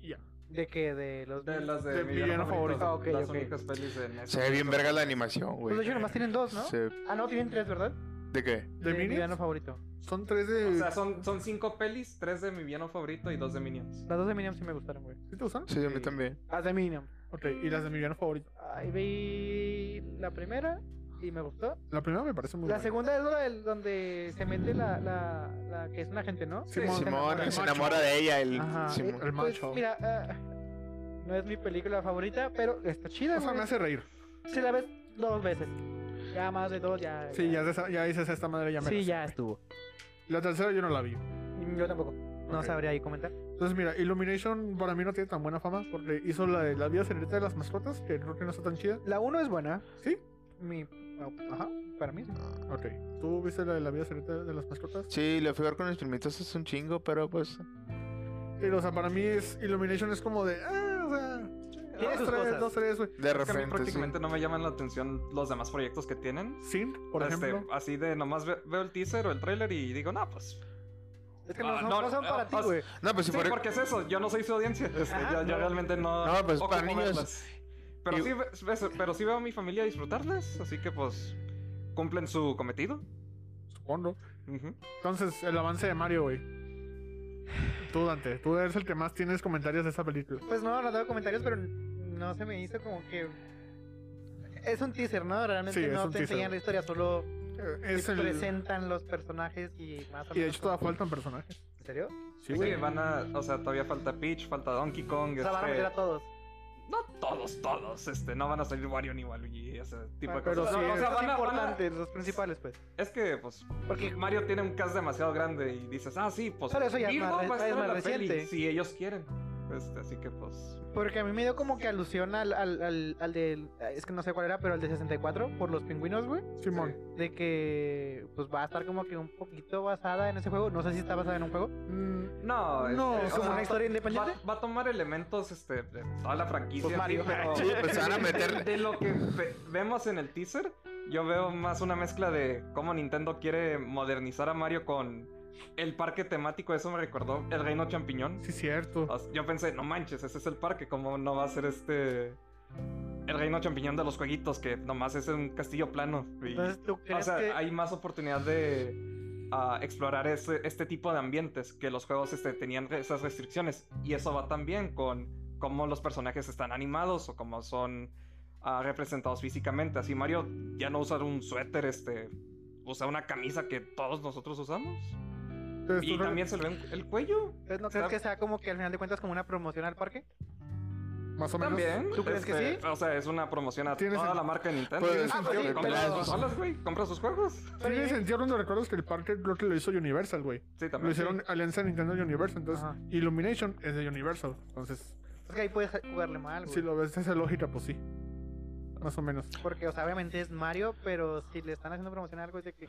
[SPEAKER 1] Y ya.
[SPEAKER 4] ¿De qué? De los.
[SPEAKER 3] De las de,
[SPEAKER 1] De mi villano favorito.
[SPEAKER 4] Ah, ok,
[SPEAKER 3] las
[SPEAKER 4] ok.
[SPEAKER 3] únicas pelis de NES.
[SPEAKER 2] Se ve bien verga la animación,
[SPEAKER 4] Pues
[SPEAKER 2] güey.
[SPEAKER 4] de hecho, nomás tienen dos, ¿no?
[SPEAKER 2] Se-
[SPEAKER 4] Ah, no, tienen tres, ¿verdad?
[SPEAKER 2] ¿De qué?
[SPEAKER 1] ¿De,
[SPEAKER 4] mi
[SPEAKER 1] Minions?
[SPEAKER 4] villano favorito.
[SPEAKER 1] Son tres de.
[SPEAKER 3] O sea, son, son cinco pelis, tres de mi villano favorito y dos de Minions.
[SPEAKER 4] Las dos de Minions sí me gustaron, güey.
[SPEAKER 1] ¿Sí te gustan?
[SPEAKER 2] Sí, a mí
[SPEAKER 4] Sí.
[SPEAKER 2] también.
[SPEAKER 1] Ah,
[SPEAKER 4] Las de Minions.
[SPEAKER 1] Ok, y las de mi villano favorito.
[SPEAKER 4] Ahí vi la primera y me gustó.
[SPEAKER 1] La primera me parece muy
[SPEAKER 4] La
[SPEAKER 1] buena.
[SPEAKER 4] segunda es la del- donde se mete la, la, la que es una gente, ¿no?
[SPEAKER 1] Sí,
[SPEAKER 4] Se
[SPEAKER 2] Simón
[SPEAKER 4] enamora.
[SPEAKER 2] que se enamora de ella. El...
[SPEAKER 4] Ajá.
[SPEAKER 2] Simón.
[SPEAKER 1] El
[SPEAKER 4] Pues,
[SPEAKER 1] macho.
[SPEAKER 4] mira, ah, no es mi película favorita, pero está chida,
[SPEAKER 1] O sea,
[SPEAKER 4] güey.
[SPEAKER 1] me hace reír.
[SPEAKER 4] Si la ves dos veces. Ya más de dos, ya.
[SPEAKER 1] Sí, ya, desa- ya dices esta madre ya me la
[SPEAKER 4] Sí,
[SPEAKER 1] sé.
[SPEAKER 4] ya estuvo.
[SPEAKER 1] La tercera yo no la vi.
[SPEAKER 4] Yo tampoco. No
[SPEAKER 1] Ok.
[SPEAKER 4] sabría ahí comentar.
[SPEAKER 1] Entonces, mira, Illumination para mí no tiene tan buena fama porque hizo la de la vida secreta de las mascotas, que creo que no está tan chida.
[SPEAKER 4] La uno es buena.
[SPEAKER 1] ¿Sí?
[SPEAKER 4] Mi. Ajá. Para mí. sí.
[SPEAKER 1] Ok. ¿Tú viste la de la vida secreta de las mascotas?
[SPEAKER 2] Sí, le fui a ver con mis primitos es un chingo, pero pues.
[SPEAKER 1] Pero, o sea, para mí es Illumination es como de. Ah, o sea.
[SPEAKER 4] Tiene sus
[SPEAKER 1] Dos, tres,
[SPEAKER 4] cosas.
[SPEAKER 1] dos, tres, güey.
[SPEAKER 2] De
[SPEAKER 3] Es que a mí
[SPEAKER 2] repente. sí.
[SPEAKER 3] prácticamente no me llaman la atención los demás proyectos que tienen.
[SPEAKER 1] Sin, por
[SPEAKER 3] Este,
[SPEAKER 1] ejemplo.
[SPEAKER 3] Así de nomás ve- veo el teaser o el trailer y digo, no, pues.
[SPEAKER 4] Es que no,
[SPEAKER 3] Ah,
[SPEAKER 4] son,
[SPEAKER 3] no,
[SPEAKER 4] no son
[SPEAKER 3] no,
[SPEAKER 4] para ti,
[SPEAKER 3] o sea,
[SPEAKER 4] güey.
[SPEAKER 2] No, pues si
[SPEAKER 3] Sí,
[SPEAKER 2] fuera-
[SPEAKER 3] porque es eso, yo no soy su audiencia. este,
[SPEAKER 4] Ajá,
[SPEAKER 3] yo, yo
[SPEAKER 4] no.
[SPEAKER 3] realmente no.
[SPEAKER 2] No, pues, para
[SPEAKER 3] ocupo
[SPEAKER 2] niños.
[SPEAKER 3] verlas. Pero
[SPEAKER 2] Y-
[SPEAKER 3] sí, ve- ves- pero sí veo a mi familia disfrutarlas, así que pues cumplen su cometido.
[SPEAKER 1] Supongo.
[SPEAKER 3] Ujú.
[SPEAKER 1] Entonces, el avance de Mario, güey. Tú, Dante, tú eres el que más tienes comentarios de esta película.
[SPEAKER 4] Pues no, no tengo comentarios, pero no se me hizo como que. Es un teaser, ¿no? Realmente
[SPEAKER 1] Sí, es
[SPEAKER 4] no
[SPEAKER 1] un
[SPEAKER 4] te
[SPEAKER 1] teaser.
[SPEAKER 4] enseñan la historia, solo
[SPEAKER 1] Eh,
[SPEAKER 4] te
[SPEAKER 1] Es el,
[SPEAKER 4] presentan los personajes y más o
[SPEAKER 1] y de
[SPEAKER 4] menos
[SPEAKER 1] hecho, todavía
[SPEAKER 4] como-
[SPEAKER 1] faltan personajes.
[SPEAKER 4] ¿En serio?
[SPEAKER 1] Sí,
[SPEAKER 3] Sí,
[SPEAKER 1] güey.
[SPEAKER 3] van a. O sea, todavía falta Peach, falta Donkey Kong.
[SPEAKER 4] O sea, van a
[SPEAKER 3] este,
[SPEAKER 4] meter a todos.
[SPEAKER 3] No todos, todos, este, no van a salir Wario ni Waluigi, ese tipo de
[SPEAKER 4] Ah, Pero
[SPEAKER 3] cosas.
[SPEAKER 1] sí
[SPEAKER 3] No,
[SPEAKER 1] es-
[SPEAKER 3] o sea, van a-
[SPEAKER 4] los
[SPEAKER 3] van a-
[SPEAKER 4] importantes, los principales, pues.
[SPEAKER 3] Es que, pues,
[SPEAKER 4] Porque
[SPEAKER 3] Mario tiene un cast demasiado grande y dices, ah, sí, pues,
[SPEAKER 4] Pero eso ya es
[SPEAKER 3] Virgo
[SPEAKER 4] más re-
[SPEAKER 3] va a estar
[SPEAKER 4] es
[SPEAKER 3] en
[SPEAKER 4] más
[SPEAKER 3] la peli,
[SPEAKER 4] reciente.
[SPEAKER 3] si ellos quieren. Este, así que, pues,
[SPEAKER 4] Porque a mí me dio como que alusión al, al, al, al del. Es que no sé cuál era, pero al de 64 por los pingüinos, güey.
[SPEAKER 1] Simón.
[SPEAKER 4] De que pues va a estar como que un poquito basada en ese juego. No sé si está basada en un juego.
[SPEAKER 1] Mm,
[SPEAKER 3] no,
[SPEAKER 1] No,
[SPEAKER 3] este,
[SPEAKER 1] es
[SPEAKER 3] o
[SPEAKER 4] Como
[SPEAKER 3] sea,
[SPEAKER 4] una
[SPEAKER 3] va,
[SPEAKER 4] historia independiente.
[SPEAKER 3] va a tomar elementos, este, de toda la franquicia.
[SPEAKER 4] Pues Mario.
[SPEAKER 3] sí, pero-
[SPEAKER 2] Sí, pues se van a meter.
[SPEAKER 3] [laughs] De lo que ve- vemos en el teaser, yo veo más una mezcla de cómo Nintendo quiere modernizar a Mario con el parque temático. Eso me recordó el Reino Champiñón.
[SPEAKER 1] Sí, cierto.
[SPEAKER 3] O sea, Yo pensé, no manches, ese es el parque, ¿cómo no va a ser este... El reino champiñón de los jueguitos, que nomás es un castillo plano. y-
[SPEAKER 2] Pues
[SPEAKER 4] Entonces tú
[SPEAKER 3] o
[SPEAKER 4] crees
[SPEAKER 3] sea,
[SPEAKER 4] que.
[SPEAKER 3] hay más oportunidad de ah, explorar ese- este tipo de ambientes, que los juegos este, tenían re- esas restricciones. Y eso va también con cómo los personajes están animados o cómo son ah, representados físicamente. Así Mario ya no usa un suéter, este, usa una camisa que todos nosotros usamos.
[SPEAKER 1] Entonces,
[SPEAKER 3] Y
[SPEAKER 1] Pues tú re-
[SPEAKER 3] también se le ve el cuello.
[SPEAKER 4] Entonces, ¿No crees
[SPEAKER 3] está-
[SPEAKER 4] que sea como que al final de cuentas como una promoción al parque?
[SPEAKER 1] más o menos.
[SPEAKER 3] También.
[SPEAKER 4] ¿Tú crees que
[SPEAKER 3] este,
[SPEAKER 4] sí?
[SPEAKER 3] O sea, es una promoción a
[SPEAKER 1] Tiene
[SPEAKER 3] toda
[SPEAKER 1] sen-
[SPEAKER 3] la marca de Nintendo.
[SPEAKER 2] Pues,
[SPEAKER 1] Ah, pues sí,
[SPEAKER 3] compra
[SPEAKER 1] pero-
[SPEAKER 3] sus consolas, güey. Compra sus juegos.
[SPEAKER 1] Tiene sentido cuando recuerdas que el parque creo que lo hizo Universal, güey.
[SPEAKER 3] Sí,
[SPEAKER 1] Lo
[SPEAKER 3] también.
[SPEAKER 1] hicieron eh, Alianza Nintendo y Universal. Entonces,
[SPEAKER 4] Ajá.
[SPEAKER 1] Illumination es de Universal. Entonces,
[SPEAKER 4] Es Pues que ahí puedes jugarle mal, güey.
[SPEAKER 1] si lo ves de esa lógica, pues sí. Más o menos.
[SPEAKER 4] Porque, o sea, obviamente es Mario, pero si le están haciendo promoción a algo es de que.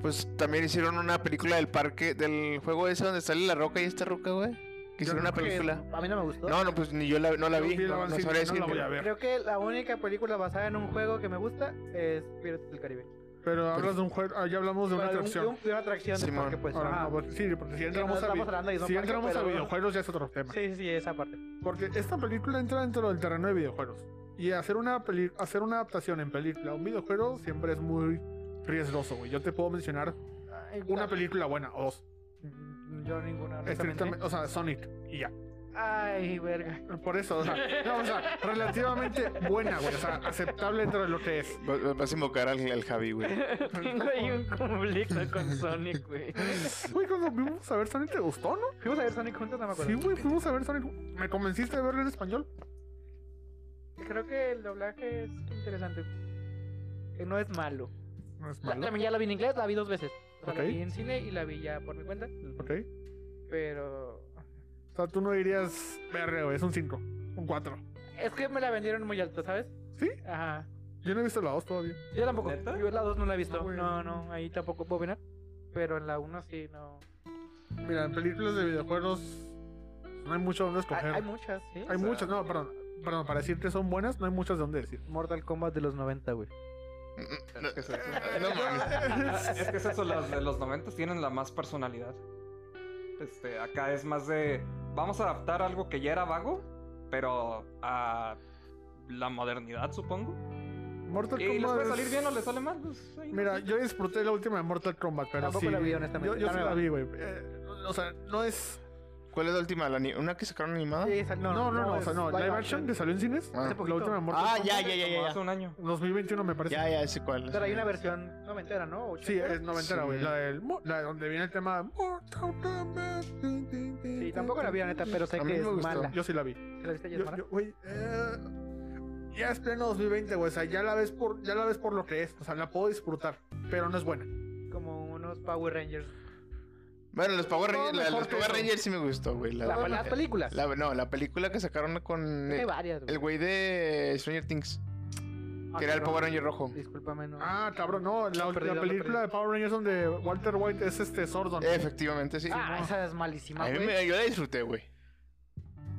[SPEAKER 2] Pues también hicieron una película del parque, del juego ese donde sale la roca y esta roca, güey. Que hicieron una
[SPEAKER 4] Creo que
[SPEAKER 2] película.
[SPEAKER 4] A mí no me gustó.
[SPEAKER 2] No, no, pues ni yo la, no la
[SPEAKER 1] Yo
[SPEAKER 2] vi.
[SPEAKER 1] vi el
[SPEAKER 2] No, no
[SPEAKER 1] avance y
[SPEAKER 2] sabría
[SPEAKER 1] no la voy a
[SPEAKER 2] decirte.
[SPEAKER 1] ver.
[SPEAKER 4] Creo que la única película basada en un juego que me gusta es Pirates del Caribe.
[SPEAKER 1] Pero hablas de un juego. Ah, ya hablamos de una
[SPEAKER 4] Pero un-
[SPEAKER 1] atracción.
[SPEAKER 4] de una atracción del
[SPEAKER 2] Simón.
[SPEAKER 4] parque, pues.
[SPEAKER 1] Ahora,
[SPEAKER 4] Ajá.
[SPEAKER 1] no, pues, sí, porque si entramos,
[SPEAKER 4] no
[SPEAKER 1] a, vi-
[SPEAKER 4] estamos hablando del mismo
[SPEAKER 1] si
[SPEAKER 4] parque,
[SPEAKER 1] entramos a
[SPEAKER 4] pero-
[SPEAKER 1] videojuegos ya es otro tema.
[SPEAKER 4] Sí, sí, sí, esa parte.
[SPEAKER 1] Porque esta película entra dentro del terreno de videojuegos. Y hacer una, peli- hacer una adaptación en película a un videojuego siempre es muy riesgoso, güey. Yo te puedo mencionar una película buena o dos.
[SPEAKER 4] Mm, Yo ninguna.
[SPEAKER 1] Estrictamente,
[SPEAKER 4] honestamente.
[SPEAKER 1] o sea, Sonic y ya. [laughs]
[SPEAKER 4] Ay, verga. [laughs]
[SPEAKER 1] Por eso, o sea, no, o sea, relativamente buena, güey. O sea, aceptable dentro de lo que es.
[SPEAKER 2] Va- va- Vas a invocar al, al Javi, güey.
[SPEAKER 4] [laughs]
[SPEAKER 5] Tengo ahí un conflicto con Sonic, güey.
[SPEAKER 1] Güey, cuando fuimos a ver Sonic, ¿te gustó, no?
[SPEAKER 4] Fuimos a ver Sonic juntos, no me
[SPEAKER 1] Sí,
[SPEAKER 4] acuerdo.
[SPEAKER 1] güey, fuimos a ver Sonic. Me convenciste de verlo en español.
[SPEAKER 4] Creo que el doblaje es interesante. Eh, No es malo.
[SPEAKER 1] No es
[SPEAKER 4] La-
[SPEAKER 1] malo.
[SPEAKER 4] También ya la vi en inglés, la vi dos veces. O sea,
[SPEAKER 1] Ok.
[SPEAKER 4] La vi en cine y la vi ya por mi cuenta.
[SPEAKER 1] Ok.
[SPEAKER 4] Pero.
[SPEAKER 1] O sea, tú no dirías, verga, güey, es un 5, un 4.
[SPEAKER 4] Es que me la vendieron muy alto, ¿sabes?
[SPEAKER 1] ¿Sí?
[SPEAKER 4] Ajá.
[SPEAKER 1] Yo no he visto la 2 todavía.
[SPEAKER 4] Yo tampoco.
[SPEAKER 3] ¿Neta?
[SPEAKER 4] Yo la 2 no la he
[SPEAKER 1] No,
[SPEAKER 4] visto.
[SPEAKER 1] güey.
[SPEAKER 4] No, no, ahí tampoco puedo opinar. Pero en la 1 sí, no.
[SPEAKER 1] Mira, en películas de videojuegos no hay mucho donde escoger.
[SPEAKER 4] Hay,
[SPEAKER 1] Hay,
[SPEAKER 4] hay muchas, sí.
[SPEAKER 1] muchas, no, perdón. Perdón, para decir que son buenas, no hay muchas de dónde decir.
[SPEAKER 4] Mortal Kombat de los 90, güey.
[SPEAKER 2] Mm,
[SPEAKER 3] Es que
[SPEAKER 1] eh,
[SPEAKER 3] es eso.
[SPEAKER 2] No mames.
[SPEAKER 3] Ah, es que es eso, las de los 90 tienen la más personalidad. Este, acá es más de. Vamos a adaptar algo que ya era vago, pero a la modernidad, supongo.
[SPEAKER 1] [laughs] Mortal
[SPEAKER 3] Y les
[SPEAKER 1] Kombat
[SPEAKER 3] puede
[SPEAKER 1] es-
[SPEAKER 3] salir bien o les sale mal. pues, ahí.
[SPEAKER 1] Mira, yo disfruté la última de Mortal Kombat, pero
[SPEAKER 4] Tampoco
[SPEAKER 1] sí,
[SPEAKER 4] la vi, honestamente.
[SPEAKER 1] Yo, yo
[SPEAKER 4] La
[SPEAKER 1] sí la
[SPEAKER 4] nueva.
[SPEAKER 1] vi, güey. Eh, o sea, no es...
[SPEAKER 2] ¿Cuál es la última? ¿La ni- ¿Una que sacaron animada?
[SPEAKER 4] Sí, sal-
[SPEAKER 1] No, no, no, o
[SPEAKER 4] es
[SPEAKER 1] sea, no.
[SPEAKER 4] live
[SPEAKER 1] Live Action que salió en cines.
[SPEAKER 2] Ah.
[SPEAKER 4] Hace
[SPEAKER 1] La
[SPEAKER 4] poquito.
[SPEAKER 1] última de Mortal
[SPEAKER 2] Ah,
[SPEAKER 1] Kombat.
[SPEAKER 2] ya, ya, ya,
[SPEAKER 3] Como
[SPEAKER 2] ya.
[SPEAKER 3] hace un año.
[SPEAKER 1] 2021 me parece.
[SPEAKER 2] Ya, ya, ese cuál.
[SPEAKER 4] Pero hay una
[SPEAKER 2] versión.
[SPEAKER 4] versión noventera, ¿no?
[SPEAKER 1] Sí,
[SPEAKER 4] ¿Ochentera?
[SPEAKER 1] es noventera, güey.
[SPEAKER 2] Sí.
[SPEAKER 1] La, del mo- la de donde viene el tema Mortal Kombat.
[SPEAKER 4] Sí, tampoco la vi, la neta, pero sé
[SPEAKER 2] A mí
[SPEAKER 4] que
[SPEAKER 2] me
[SPEAKER 4] es
[SPEAKER 2] gustó.
[SPEAKER 4] mala.
[SPEAKER 1] Yo sí la vi.
[SPEAKER 4] ¿Sí ¿La viste
[SPEAKER 1] Yo-
[SPEAKER 4] Yasmara?
[SPEAKER 1] yo, güey, eh, ya es pleno 2020, güey. O sea, ya la ves por, ya la ves por lo que es. O sea, la puedo disfrutar, pero no es buena.
[SPEAKER 4] Como unos Power Rangers.
[SPEAKER 2] Bueno, los Power,
[SPEAKER 1] No,
[SPEAKER 2] Rangers, la-
[SPEAKER 1] mejor
[SPEAKER 2] los
[SPEAKER 1] que
[SPEAKER 2] Power
[SPEAKER 1] eso.
[SPEAKER 2] Rangers sí me gustó, güey. La,
[SPEAKER 4] La-
[SPEAKER 2] la-
[SPEAKER 4] las películas.
[SPEAKER 2] la- no, la película que sacaron con
[SPEAKER 4] Hay
[SPEAKER 2] eh,
[SPEAKER 4] varias, güey.
[SPEAKER 2] el güey de Stranger Things,
[SPEAKER 4] Ah,
[SPEAKER 2] que era el
[SPEAKER 4] cabrón.
[SPEAKER 2] Power Ranger rojo.
[SPEAKER 4] Discúlpame, no.
[SPEAKER 1] Ah, cabrón, no. La,
[SPEAKER 4] Lo perdí,
[SPEAKER 1] la
[SPEAKER 4] lo
[SPEAKER 1] película
[SPEAKER 4] perdí.
[SPEAKER 1] de Power Rangers donde Walter White es este Sordon.
[SPEAKER 2] Eh, Efectivamente, sí.
[SPEAKER 4] Ah,
[SPEAKER 1] no.
[SPEAKER 4] esa pues. es malísima,
[SPEAKER 2] A mí
[SPEAKER 4] güey.
[SPEAKER 2] me- yo la disfruté, güey.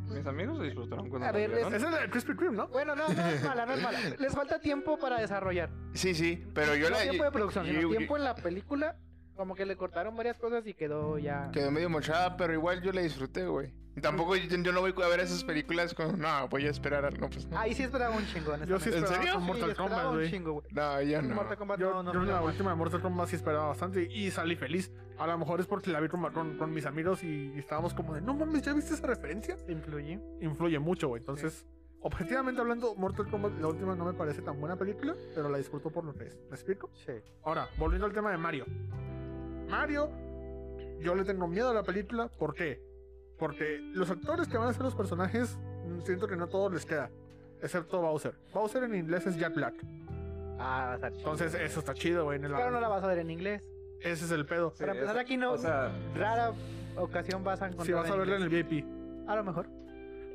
[SPEAKER 3] Mis amigos se disfrutaron cuando
[SPEAKER 4] A
[SPEAKER 3] la
[SPEAKER 4] ver,
[SPEAKER 3] vieron.
[SPEAKER 1] Esa es la de Krispy Kreme, ¿no?
[SPEAKER 4] Bueno, no, no es mala, no es mala. Les falta tiempo para desarrollar.
[SPEAKER 2] Sí, sí, pero yo
[SPEAKER 4] no
[SPEAKER 2] la.
[SPEAKER 4] tiempo de producción,
[SPEAKER 2] yo-
[SPEAKER 4] sino
[SPEAKER 2] yo-
[SPEAKER 4] tiempo en la película. Como que le cortaron varias cosas y quedó ya.
[SPEAKER 2] Quedó medio mochada, pero igual yo la disfruté, güey. Y Tampoco yo, yo no voy a ver esas películas con. No, voy a esperar. a- No, pues no.
[SPEAKER 4] Ahí sí esperaba un chingo,
[SPEAKER 1] Yo sí
[SPEAKER 4] honestamente.
[SPEAKER 2] ¿En
[SPEAKER 1] esperaba
[SPEAKER 2] serio?
[SPEAKER 1] con Mortal
[SPEAKER 4] Sí, esperaba
[SPEAKER 1] Kombat,
[SPEAKER 4] un
[SPEAKER 1] güey. Ah,
[SPEAKER 4] chingo, güey.
[SPEAKER 2] No, ya no.
[SPEAKER 4] Mortal Kombat
[SPEAKER 1] Yo,
[SPEAKER 4] no, no
[SPEAKER 1] yo en
[SPEAKER 4] fue
[SPEAKER 1] la
[SPEAKER 4] mal.
[SPEAKER 1] última de Mortal Kombat sí esperaba bastante y salí feliz. A lo mejor es porque la vi con, con- con mis amigos y estábamos como de, no mames, ¿ya viste esa referencia?
[SPEAKER 4] influye.
[SPEAKER 1] Influye mucho, güey. Entonces, objetivamente hablando, Mortal Kombat, la última no me parece tan buena película, pero la disfruto por lo que es. ¿Me explico?
[SPEAKER 4] Sí.
[SPEAKER 1] Ahora, volviendo al tema de Mario. Mario, yo le tengo miedo a la película. ¿Por qué? Porque los actores que van a ser los personajes, mm, siento que no todos les queda. Excepto Bowser. Bowser en inglés es Jack Black.
[SPEAKER 4] Ah, va a estar chido.
[SPEAKER 1] Entonces, eso está chido, güey. en el-
[SPEAKER 4] Pero no la vas a ver en inglés.
[SPEAKER 1] Ese es el pedo.
[SPEAKER 3] Sí,
[SPEAKER 4] Para
[SPEAKER 3] es-
[SPEAKER 4] empezar, aquí no.
[SPEAKER 3] O sea,
[SPEAKER 4] Rara ocasión vas a encontrar.
[SPEAKER 1] Si vas a
[SPEAKER 4] en
[SPEAKER 1] verla en
[SPEAKER 4] inglés.
[SPEAKER 1] el VIP.
[SPEAKER 4] A lo mejor.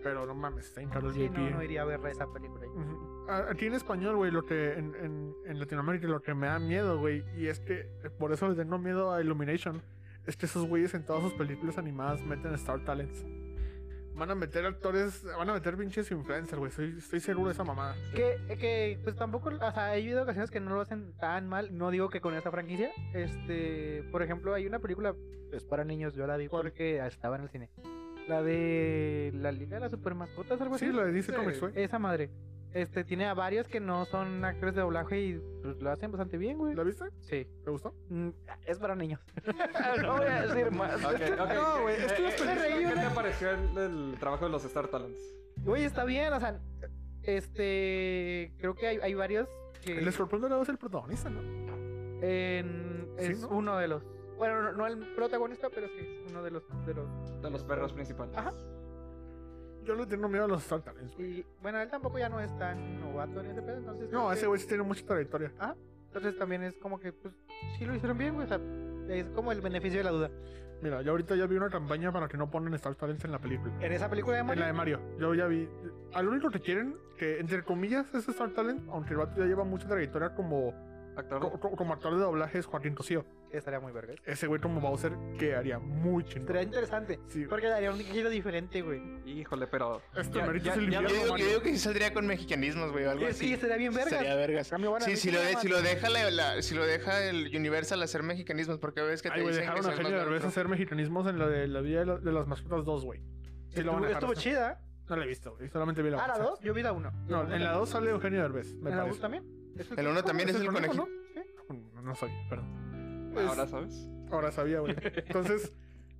[SPEAKER 1] Pero no mames, está en caro el
[SPEAKER 4] Sí,
[SPEAKER 1] VIP.
[SPEAKER 4] no, no
[SPEAKER 1] eh.
[SPEAKER 4] iría a ver esa película. yo.
[SPEAKER 1] Ujú. A- Aquí en español, güey, lo que en, en, en Latinoamérica lo que me da miedo, güey, y es que eh, por eso le tengo miedo a Illumination, es que esos güeyes en todas sus películas animadas meten Star Talents. Van a meter actores, van a meter pinches influencers, güey, estoy, estoy seguro de esa mamada.
[SPEAKER 4] Que, que, pues tampoco, o sea, hay habido ocasiones que no lo hacen tan mal, no digo que con esta franquicia, este, por ejemplo, hay una película, pues para niños, yo la vi
[SPEAKER 1] ¿Cuál?
[SPEAKER 4] porque estaba en el cine, la de la Liga de las Supermascotas, algo
[SPEAKER 1] Sí,
[SPEAKER 4] así,
[SPEAKER 1] lo de DC
[SPEAKER 3] Sí.
[SPEAKER 1] Comics, güey.
[SPEAKER 4] esa madre, este, tiene a varios que no son actores de doblaje y pues, lo hacen bastante bien, güey,
[SPEAKER 1] ¿La viste?
[SPEAKER 4] sí,
[SPEAKER 1] ¿Te gustó?
[SPEAKER 4] Mm, es para niños, [laughs] no voy a decir más,
[SPEAKER 3] ok,
[SPEAKER 4] [laughs]
[SPEAKER 3] ok.
[SPEAKER 1] No, güey, es que
[SPEAKER 3] Eh,
[SPEAKER 1] las
[SPEAKER 3] eh,
[SPEAKER 4] películas-
[SPEAKER 3] ¿Qué te pareció el, el trabajo de los Star Talents?
[SPEAKER 4] güey, está bien, o sea, este, creo que hay, hay varios que...
[SPEAKER 1] El Escorpión Dorado es el protagonista, ¿no?
[SPEAKER 4] En-
[SPEAKER 1] Sí,
[SPEAKER 4] es
[SPEAKER 1] ¿no?
[SPEAKER 4] uno de los. Bueno, no, no el protagonista, pero sí es uno de los. De los
[SPEAKER 3] De los perros principales.
[SPEAKER 4] Ajá.
[SPEAKER 1] Yo le tengo miedo a los Star Talents, güey.
[SPEAKER 4] y bueno, él tampoco ya no es tan novato en ese pedo, entonces. creo
[SPEAKER 1] No, ese
[SPEAKER 4] que-
[SPEAKER 1] güey sí tiene mucha trayectoria.
[SPEAKER 4] Entonces también es como que, pues, sí lo hicieron bien, güey. O sea, es como el beneficio de la duda.
[SPEAKER 1] Mira, yo ahorita ya vi una campaña para que no ponen Star Talents en la película.
[SPEAKER 4] En esa película de
[SPEAKER 1] En
[SPEAKER 4] Mario.
[SPEAKER 1] la de Mario. Yo ya vi. Al único que quieren, que entre comillas es Star Talent, aunque el vato ya lleva mucha trayectoria como,
[SPEAKER 3] Actor.
[SPEAKER 1] co- co- como actor de doblaje, es Joaquín Cosío.
[SPEAKER 4] Estaría muy verga.
[SPEAKER 1] Ese güey como Bowser quedaría muy
[SPEAKER 4] Estaría
[SPEAKER 1] chingón.
[SPEAKER 4] interesante.
[SPEAKER 1] Sí, güey.
[SPEAKER 4] Porque daría un giro diferente, güey.
[SPEAKER 3] Híjole, pero.
[SPEAKER 1] Este
[SPEAKER 3] Ya-
[SPEAKER 1] merito
[SPEAKER 3] ya-
[SPEAKER 1] es el
[SPEAKER 2] Yo
[SPEAKER 3] ya
[SPEAKER 1] invierno,
[SPEAKER 2] digo, yo
[SPEAKER 1] Mario.
[SPEAKER 2] digo que sí saldría con mexicanismos, güey, o algo
[SPEAKER 4] Sí,
[SPEAKER 2] así.
[SPEAKER 4] sí, sería bien verga.
[SPEAKER 2] Sería vergas.
[SPEAKER 4] Cambio, van a
[SPEAKER 2] Sí,
[SPEAKER 4] ver
[SPEAKER 2] si
[SPEAKER 4] si
[SPEAKER 2] lo,
[SPEAKER 4] le
[SPEAKER 2] de-
[SPEAKER 4] llaman.
[SPEAKER 2] si lo deja la, la- si lo deja el Universal hacer mexicanismos, porque ves que te
[SPEAKER 1] Ay, güey,
[SPEAKER 2] dicen que
[SPEAKER 1] dejaron a
[SPEAKER 2] seas
[SPEAKER 1] Eugenio
[SPEAKER 2] más
[SPEAKER 1] Derbez
[SPEAKER 2] neutro.
[SPEAKER 1] hacer mexicanismos en la de la vida de, la- de las mascotas 2, güey. Sí, lo van
[SPEAKER 4] estuvo,
[SPEAKER 1] a dejar
[SPEAKER 4] estuvo
[SPEAKER 1] hacer.
[SPEAKER 4] chida.
[SPEAKER 1] No la he visto, güey. Solamente vi la
[SPEAKER 4] Ah, la
[SPEAKER 1] once.
[SPEAKER 4] 2, yo vi la 1.
[SPEAKER 1] No, en la 2 sale Eugenio Derbez, me
[SPEAKER 4] ¿En la 2
[SPEAKER 1] parece.
[SPEAKER 4] también? ¿Es
[SPEAKER 2] El uno
[SPEAKER 4] conejo?
[SPEAKER 2] también es el
[SPEAKER 4] conejo,
[SPEAKER 2] conejito.
[SPEAKER 4] ¿no? Sí.
[SPEAKER 1] No, no sabía, perdón. Pues,
[SPEAKER 3] Ahora sabes.
[SPEAKER 1] ahora sabía,
[SPEAKER 2] [laughs]
[SPEAKER 1] güey. Entonces,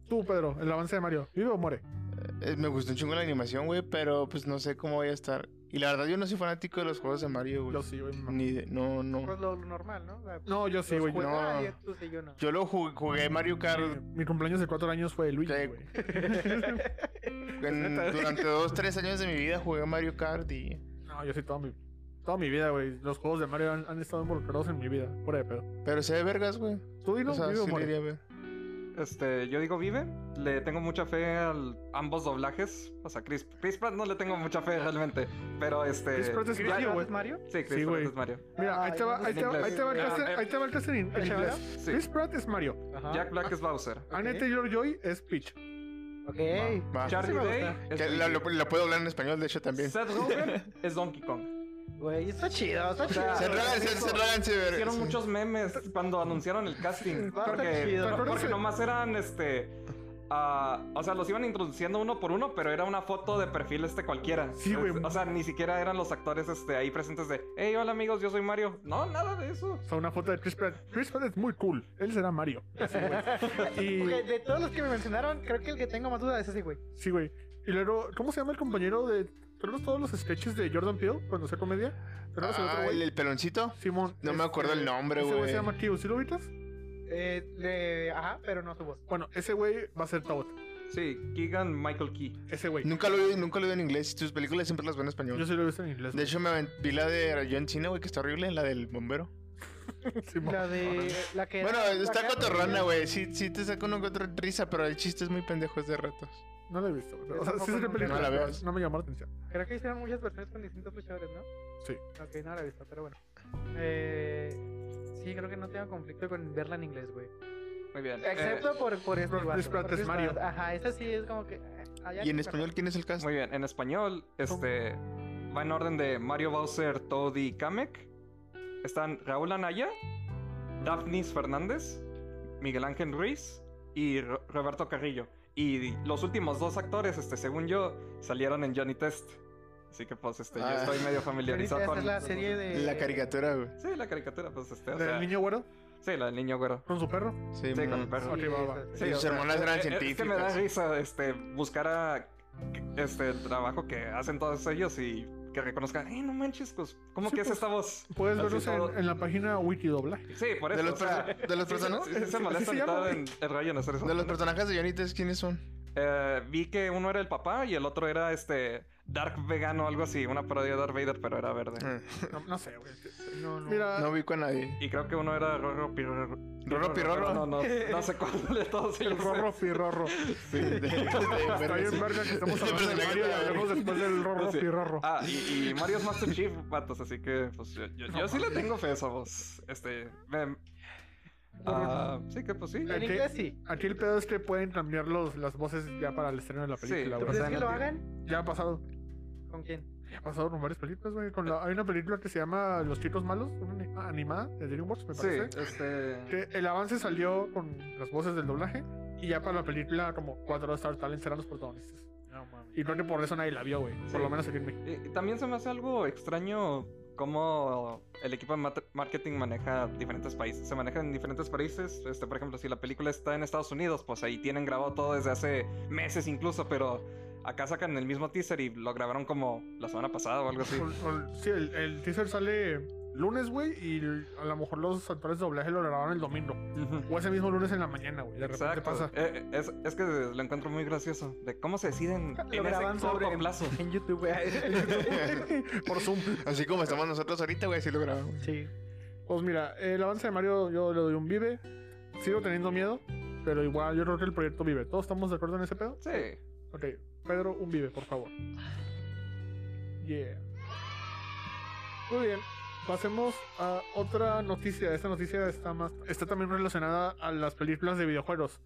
[SPEAKER 1] tú, Pedro, el avance de Mario, ¿vive o muere?
[SPEAKER 2] Eh, Me gustó un chingo la animación, güey, pero pues no sé cómo voy a estar. Y la verdad, yo no soy fanático de los juegos de Mario, güey.
[SPEAKER 1] Yo sí, güey. mi mamá.
[SPEAKER 2] Ni de- no,
[SPEAKER 4] Pues
[SPEAKER 2] no.
[SPEAKER 4] lo, lo normal, ¿no? O sea,
[SPEAKER 1] No, yo sí,
[SPEAKER 4] los
[SPEAKER 1] güey.
[SPEAKER 4] juegos-
[SPEAKER 2] no.
[SPEAKER 4] Ah, ya tú sí, yo no.
[SPEAKER 2] Yo lo ju- jugué Mario Kart
[SPEAKER 1] Mi cumpleaños de cuatro años fue de Luigi,
[SPEAKER 2] Sí.
[SPEAKER 1] güey.
[SPEAKER 2] en- durante dos, tres años de mi vida jugué Mario Kart y.
[SPEAKER 1] No, yo sí, toda mi, toda mi vida, güey. Los juegos de Mario han, han estado involucrados en mi vida. Fuera de pedo.
[SPEAKER 2] Pero se ve vergas, güey.
[SPEAKER 1] Tú dilo,
[SPEAKER 2] O sea,
[SPEAKER 1] vive o
[SPEAKER 2] sí le
[SPEAKER 1] muere.
[SPEAKER 2] iría a ver.
[SPEAKER 3] Este, yo digo vive. Le tengo mucha fe a ambos doblajes. O sea, Chris, Chris Pratt no le tengo mucha fe realmente. Pero este.
[SPEAKER 1] Chris Pratt es
[SPEAKER 4] ¿Chris
[SPEAKER 1] Mario,
[SPEAKER 4] Pratt
[SPEAKER 1] güey.
[SPEAKER 4] es Mario?
[SPEAKER 3] Sí, Chris
[SPEAKER 1] Sí,
[SPEAKER 3] Pratt
[SPEAKER 1] güey.
[SPEAKER 3] es Mario.
[SPEAKER 1] Mira, ahí
[SPEAKER 4] Ah,
[SPEAKER 1] te va,
[SPEAKER 4] en
[SPEAKER 1] ahí te va, ahí te va el
[SPEAKER 3] inglés.
[SPEAKER 1] casting-
[SPEAKER 3] Ah,
[SPEAKER 1] ahí te va el casting en en
[SPEAKER 4] ¿En
[SPEAKER 1] inglés.
[SPEAKER 4] inglés?
[SPEAKER 3] Sí.
[SPEAKER 1] Chris Pratt es Mario.
[SPEAKER 4] Ajá.
[SPEAKER 3] Jack Black es Bowser.
[SPEAKER 1] Anne Taylor-Joy es Peach.
[SPEAKER 4] Ok.
[SPEAKER 2] Va.
[SPEAKER 3] Charlie
[SPEAKER 4] me
[SPEAKER 3] Day
[SPEAKER 4] gusta.
[SPEAKER 3] es
[SPEAKER 2] Que la,
[SPEAKER 3] Luigi.
[SPEAKER 2] lo- la puedo hablar en español, de hecho, también.
[SPEAKER 3] Seth Rogen es Donkey Kong.
[SPEAKER 4] Güey, está chido, está chido.
[SPEAKER 3] sea,
[SPEAKER 2] Se
[SPEAKER 3] Pero
[SPEAKER 2] tragan, se, se tragan, se ver-
[SPEAKER 3] Hicieron
[SPEAKER 2] sí.
[SPEAKER 3] muchos memes cuando anunciaron el casting.
[SPEAKER 4] Va a estar
[SPEAKER 3] Porque,
[SPEAKER 4] chido.
[SPEAKER 3] no-
[SPEAKER 1] ¿Te acuerdas
[SPEAKER 3] porque
[SPEAKER 1] de-
[SPEAKER 3] nomás eran este. ah, o sea, los iban introduciendo uno por uno, pero era una foto de perfil este cualquiera.
[SPEAKER 1] Sí, güey.
[SPEAKER 3] Es- O sea, ni siquiera eran los actores este, ahí presentes de, hey, hola amigos, yo soy Mario. No, nada de eso.
[SPEAKER 1] O sea, una foto de Chris Pratt. Chris Pratt es muy cool. Él será Mario. Así,
[SPEAKER 2] [laughs]
[SPEAKER 1] güey.
[SPEAKER 4] Ok,
[SPEAKER 1] Y,
[SPEAKER 4] de todos los que me mencionaron, creo que el que tengo más duda es ese, güey.
[SPEAKER 1] sí, güey. Y luego, ¿cómo se llama el compañero de todos, todos los sketches de Jordan Peele cuando hacía comedia? ¿Te acuerdas del otro
[SPEAKER 2] Ah,
[SPEAKER 1] güey?
[SPEAKER 2] el, el peloncito.
[SPEAKER 1] Simón. este,
[SPEAKER 2] No me acuerdo el nombre,
[SPEAKER 1] ese
[SPEAKER 2] güey.
[SPEAKER 1] se llama Kyo. ¿Sí lo ubicas?
[SPEAKER 4] Eh, de- ajá, pero no su voz.
[SPEAKER 1] Bueno, ese güey va a ser Tabot.
[SPEAKER 3] Sí, Keegan Michael Key.
[SPEAKER 1] Ese güey.
[SPEAKER 2] Nunca lo vi, nunca lo vi en inglés. Tus películas siempre las veo en español.
[SPEAKER 1] Yo sí lo he visto en inglés.
[SPEAKER 2] De hecho, me avent- vi la de yo en China, güey, que está horrible, la del bombero.
[SPEAKER 1] Simón.
[SPEAKER 4] La de. La que
[SPEAKER 2] Bueno,
[SPEAKER 4] la que
[SPEAKER 2] está
[SPEAKER 4] era-
[SPEAKER 2] cotorrona, güey. Sí, sí te saca uno que otro risa, pero el chiste es muy pendejo de ratos.
[SPEAKER 1] No la he visto. güey. O sea, sí
[SPEAKER 4] tampoco
[SPEAKER 1] es una
[SPEAKER 4] nunca.
[SPEAKER 1] película.
[SPEAKER 2] No la
[SPEAKER 1] pero
[SPEAKER 2] veas.
[SPEAKER 1] No me llamó la atención.
[SPEAKER 4] Creo que hicieron muchas versiones con distintos luchadores, ¿no?
[SPEAKER 1] Sí.
[SPEAKER 4] Ok, no la he visto, pero bueno. Eh, sí, creo que no tengo conflicto con verla en inglés, güey.
[SPEAKER 3] Muy bien. Eh,
[SPEAKER 4] Excepto por, por este
[SPEAKER 1] Chris
[SPEAKER 4] vato,
[SPEAKER 1] Pratt
[SPEAKER 4] por
[SPEAKER 1] es
[SPEAKER 4] Chris
[SPEAKER 1] Mario.
[SPEAKER 4] Pratt. Ajá, ese sí es como que. eh, allá
[SPEAKER 2] ¿Y en
[SPEAKER 4] no,
[SPEAKER 2] español quién es el cast?
[SPEAKER 3] muy bien. En español, este. Va en orden de Mario Bowser, Toad y Kamek. Están Raúl Anaya, Daphnis Fernández, Miguel Ángel Ruiz y Ro- Roberto Carrillo. Y los últimos dos actores, este, según yo, salieron en Johnny Test. Así que pues este,
[SPEAKER 2] Ah.
[SPEAKER 3] yo estoy medio
[SPEAKER 4] pero- Ahorita
[SPEAKER 3] familiarizado
[SPEAKER 4] esta
[SPEAKER 3] con.
[SPEAKER 4] es la serie de.
[SPEAKER 2] La caricatura, güey.
[SPEAKER 3] Sí, la caricatura, pues este. O
[SPEAKER 1] ¿La
[SPEAKER 3] sea,
[SPEAKER 1] del niño güero?
[SPEAKER 3] Sí, la del niño güero.
[SPEAKER 1] ¿Con su perro?
[SPEAKER 2] Sí,
[SPEAKER 3] Sí, con
[SPEAKER 2] mon.
[SPEAKER 3] el perro.
[SPEAKER 1] Ok, va, va.
[SPEAKER 4] esa-
[SPEAKER 2] Sí, sus
[SPEAKER 3] o sea,
[SPEAKER 2] hermanas eran
[SPEAKER 3] eh, eh, Es que me da
[SPEAKER 2] científicas.
[SPEAKER 3] risa este, buscar a este, el trabajo que hacen todos ellos y que reconozcan, eh, no manches, pues, ¿cómo
[SPEAKER 1] Sí,
[SPEAKER 3] que es
[SPEAKER 1] pues,
[SPEAKER 3] esta voz?
[SPEAKER 1] Puedes
[SPEAKER 3] Así
[SPEAKER 1] verlos
[SPEAKER 3] todo.
[SPEAKER 1] en, en la página Wikidoblaje.
[SPEAKER 3] Sí, por eso.
[SPEAKER 2] ¿De los,
[SPEAKER 3] o sea,
[SPEAKER 2] perso- de los
[SPEAKER 3] sí,
[SPEAKER 2] personajes?
[SPEAKER 3] sí, sí, se
[SPEAKER 1] Así
[SPEAKER 3] molesta
[SPEAKER 1] se llama,
[SPEAKER 3] todo
[SPEAKER 1] güey.
[SPEAKER 3] en el rayo en hacer eso.
[SPEAKER 2] De los personajes de Johnny Test, ¿quiénes son?
[SPEAKER 3] Eh, vi que uno era el papá y el otro era este Dark Vegano o algo así, una parodia de Darth Vader, pero era verde.
[SPEAKER 2] Ah,
[SPEAKER 1] No, no sé, güey.
[SPEAKER 4] No, no.
[SPEAKER 1] Mira,
[SPEAKER 2] No ubico a nadie.
[SPEAKER 3] Y creo que uno era Rorro Pirorro.
[SPEAKER 2] Rorro Pirorro.
[SPEAKER 3] No, no, no sé cuál
[SPEAKER 2] [laughs]
[SPEAKER 3] de todos
[SPEAKER 1] el
[SPEAKER 3] ellos.
[SPEAKER 1] rorro pirorro.
[SPEAKER 2] De- de- de-
[SPEAKER 1] Está bien verga que estamos
[SPEAKER 2] Ese
[SPEAKER 1] hablando de
[SPEAKER 2] personaje
[SPEAKER 1] Mario y
[SPEAKER 2] está
[SPEAKER 1] hablamos después del rorro
[SPEAKER 3] Sí.
[SPEAKER 1] pirorro.
[SPEAKER 3] Ah, y, y Mario es Master Chief, patos, así que pues yo, yo, yo sí le tengo fe a esa voz. Este, me- ah, sí que pues sí.
[SPEAKER 4] En
[SPEAKER 1] ¿qué?
[SPEAKER 4] inglés sí.
[SPEAKER 1] Aquí el pedo es que pueden cambiar los, las voces ya para el estreno de la
[SPEAKER 3] Sí,
[SPEAKER 1] película,
[SPEAKER 3] ¿tú
[SPEAKER 4] ¿Tú
[SPEAKER 1] güey.
[SPEAKER 3] o sea,
[SPEAKER 4] crees que
[SPEAKER 3] no
[SPEAKER 4] lo
[SPEAKER 3] tiene-
[SPEAKER 4] hagan?
[SPEAKER 1] Ya ha pasado.
[SPEAKER 4] ¿Con quién?
[SPEAKER 1] Ya ha pasado con varias películas, güey. Con la- hay una película que se llama Los chicos malos, una ani- animada de DreamWorks, me
[SPEAKER 3] Sí,
[SPEAKER 1] parece.
[SPEAKER 3] este.
[SPEAKER 1] Que el avance salió con las voces del doblaje y ya para la película como cuatro horas tarde Talent serán los protagonistas. Y creo que por eso nadie la vio, güey.
[SPEAKER 3] Sí.
[SPEAKER 1] Por lo menos aquí en México.
[SPEAKER 3] Y- y también se me hace algo extraño cómo el equipo de mat- marketing maneja diferentes países. Se maneja en diferentes países. Este, por ejemplo, si la película está en Estados Unidos, pues ahí tienen grabado todo desde hace meses incluso, pero acá sacan el mismo teaser y lo grabaron como la semana pasada o algo así.
[SPEAKER 1] O- o- sí, el, el teaser sale lunes, güey, y l- a lo mejor los actores de doblaje lo grabaron el domingo.
[SPEAKER 3] Ujú.
[SPEAKER 1] O ese mismo lunes en la mañana, güey. De repente
[SPEAKER 3] Exacto.
[SPEAKER 1] pasa.
[SPEAKER 3] Eh, eh, es, es que lo encuentro muy gracioso. De cómo se deciden en ese
[SPEAKER 4] graban
[SPEAKER 3] corto
[SPEAKER 4] sobre-
[SPEAKER 3] plazo.
[SPEAKER 4] En YouTube, güey.
[SPEAKER 1] [laughs] Por Zoom.
[SPEAKER 2] Así como estamos nosotros ahorita, güey, así lo grabamos.
[SPEAKER 4] sí.
[SPEAKER 1] Pues mira, el avance de Mario yo le doy un vive. Sigo teniendo miedo, pero igual yo creo que el proyecto vive. ¿Todos estamos de acuerdo en ese pedo?
[SPEAKER 3] Sí.
[SPEAKER 1] Ok, Pedro, un vive, por favor. Yeah. Muy bien. Pasemos a otra noticia. Esta noticia está más. Está también relacionada a las películas de videojuegos.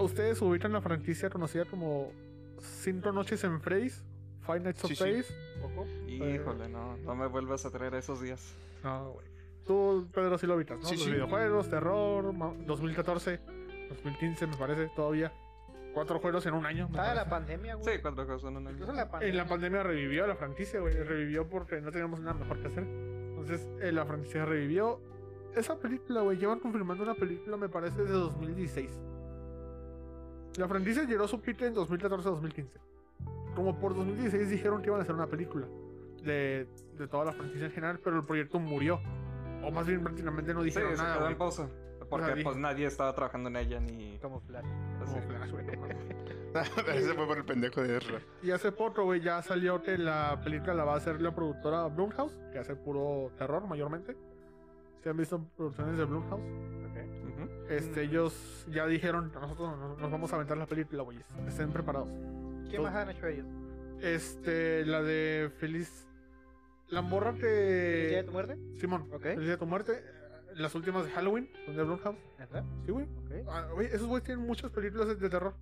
[SPEAKER 1] Ustedes ubican la franquicia conocida como Cinco Noches en Phrase, Five Nights at
[SPEAKER 2] Sí, sí.
[SPEAKER 1] Freddy's.
[SPEAKER 3] Híjole, no, no me vuelvas a traer esos días.
[SPEAKER 1] No, güey. Tú, Pedro, sí lo ubicas, ¿no?
[SPEAKER 2] Sí,
[SPEAKER 1] Los
[SPEAKER 2] sí.
[SPEAKER 1] videojuegos, terror, ma- 2014, 2015, me parece, todavía. Cuatro juegos en un año. me
[SPEAKER 4] Ah, la
[SPEAKER 1] parece.
[SPEAKER 4] pandemia, güey.
[SPEAKER 3] Sí, cuatro cosas en un año.
[SPEAKER 4] Incluso la
[SPEAKER 1] En la
[SPEAKER 4] pandemia.
[SPEAKER 1] pandemia revivió la franquicia, güey. Revivió porque no teníamos nada mejor que hacer. Entonces, eh, la franquicia revivió. Esa película, güey, llevan confirmando una película, me parece, desde 2016. La franquicia llegó a su pique en 2014-2015. Como por 2016 dijeron que iban a hacer una película de, de toda la franquicia en general, pero el proyecto murió. O más bien, prácticamente no
[SPEAKER 3] Sí,
[SPEAKER 1] dijeron
[SPEAKER 3] se
[SPEAKER 1] nada.
[SPEAKER 3] quedó
[SPEAKER 1] güey.
[SPEAKER 3] en pausa. Porque
[SPEAKER 1] Nadie.
[SPEAKER 3] pues nadie estaba trabajando en ella ni.
[SPEAKER 4] Como flash.
[SPEAKER 3] así.
[SPEAKER 1] Como flash, güey, no mames.
[SPEAKER 2] Ese fue por el pendejo de Ezra.
[SPEAKER 1] Y hace poco, güey, ya salió que la película la va a hacer la productora Blumhouse, que hace puro terror mayormente. Si han visto producciones de Blumhouse,
[SPEAKER 3] Ujú.
[SPEAKER 1] este, ellos ya dijeron, nosotros nos, nos vamos a aventar la película, güey, estén preparados.
[SPEAKER 4] ¿Qué más han hecho ellos?
[SPEAKER 1] Este, la de Feliz... La morra
[SPEAKER 4] ¿El día de
[SPEAKER 1] que...
[SPEAKER 4] tu muerte?
[SPEAKER 1] Simón,
[SPEAKER 4] Ok.
[SPEAKER 1] Feliz Día de tu Muerte, eh, las últimas de Halloween, son de Blumhouse.
[SPEAKER 4] Ajá.
[SPEAKER 1] Sí, güey.
[SPEAKER 4] Ok.
[SPEAKER 1] Ah, güey, esos güeyes tienen muchas películas de- de terror.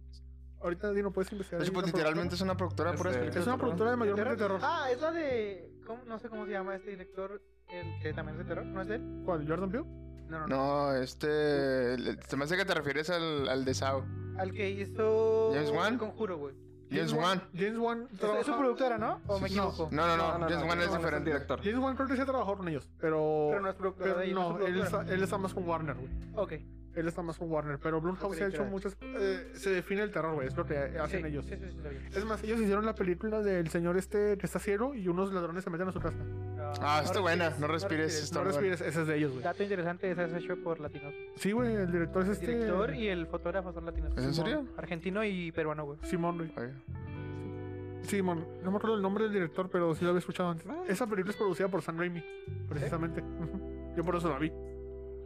[SPEAKER 1] Ahorita Dino puedes investigar.
[SPEAKER 2] De hecho,
[SPEAKER 1] ahí
[SPEAKER 2] pues
[SPEAKER 1] una
[SPEAKER 2] literalmente es
[SPEAKER 1] productora.
[SPEAKER 2] una productora por
[SPEAKER 3] Este,
[SPEAKER 1] es una productora de mayormente terror.
[SPEAKER 4] Ah, es la de. ¿cómo? No sé cómo se llama este director. El que también es de terror, ¿no es él?
[SPEAKER 1] ¿Cuál? ¿Jordan Peele?
[SPEAKER 4] No, no, no.
[SPEAKER 2] No, este. el- Se me hace que te refieres al, al de Sao.
[SPEAKER 4] Al que hizo.
[SPEAKER 2] James Wan.
[SPEAKER 4] El Conjuro, güey.
[SPEAKER 2] James Wan.
[SPEAKER 1] James Wan
[SPEAKER 4] Es, es su
[SPEAKER 1] trabaja-
[SPEAKER 4] productora, ¿no? ¿O me
[SPEAKER 1] Sí, no.
[SPEAKER 4] equivoco?
[SPEAKER 2] No, no, no, James Wan es
[SPEAKER 3] el
[SPEAKER 2] diferente.
[SPEAKER 3] director.
[SPEAKER 1] James Wan creo que [laughs] sí ha trabajado con ellos, pero.
[SPEAKER 4] Pero no es productora
[SPEAKER 1] pero
[SPEAKER 4] de
[SPEAKER 1] no,
[SPEAKER 4] es
[SPEAKER 1] él, está,
[SPEAKER 4] productora.
[SPEAKER 1] él está más con Warner, güey.
[SPEAKER 4] Ok.
[SPEAKER 1] Él está más con Warner, pero Blumhouse
[SPEAKER 4] creí
[SPEAKER 1] ha
[SPEAKER 4] que
[SPEAKER 1] hecho
[SPEAKER 4] era-
[SPEAKER 1] muchas. eh, se define el terror, güey, es lo que hacen
[SPEAKER 4] sí,
[SPEAKER 1] ellos.
[SPEAKER 4] Sí, sí, sí, está bien.
[SPEAKER 1] Es más, ellos hicieron la película del señor este que está ciego y unos ladrones se meten a su casa.
[SPEAKER 2] Ah, está
[SPEAKER 4] no
[SPEAKER 2] buena,
[SPEAKER 4] respires,
[SPEAKER 2] no respires. está
[SPEAKER 1] No
[SPEAKER 2] muy buena.
[SPEAKER 1] respires, ese es de ellos, güey.
[SPEAKER 4] Dato interesante, ese es hecho por latinos.
[SPEAKER 1] Sí, güey, el director es
[SPEAKER 4] El
[SPEAKER 1] este.
[SPEAKER 4] director y el fotógrafo son latinos.
[SPEAKER 2] ¿Es en
[SPEAKER 4] Simón,
[SPEAKER 2] serio?
[SPEAKER 4] Argentino y peruano, güey.
[SPEAKER 1] Simón, güey.
[SPEAKER 2] Oiga.
[SPEAKER 1] Simón, no me acuerdo el nombre del director, pero sí lo había escuchado antes.
[SPEAKER 4] Ah.
[SPEAKER 1] Esa película es producida por Sam Raimi, precisamente.
[SPEAKER 4] ¿Eh?
[SPEAKER 1] Yo por eso la vi.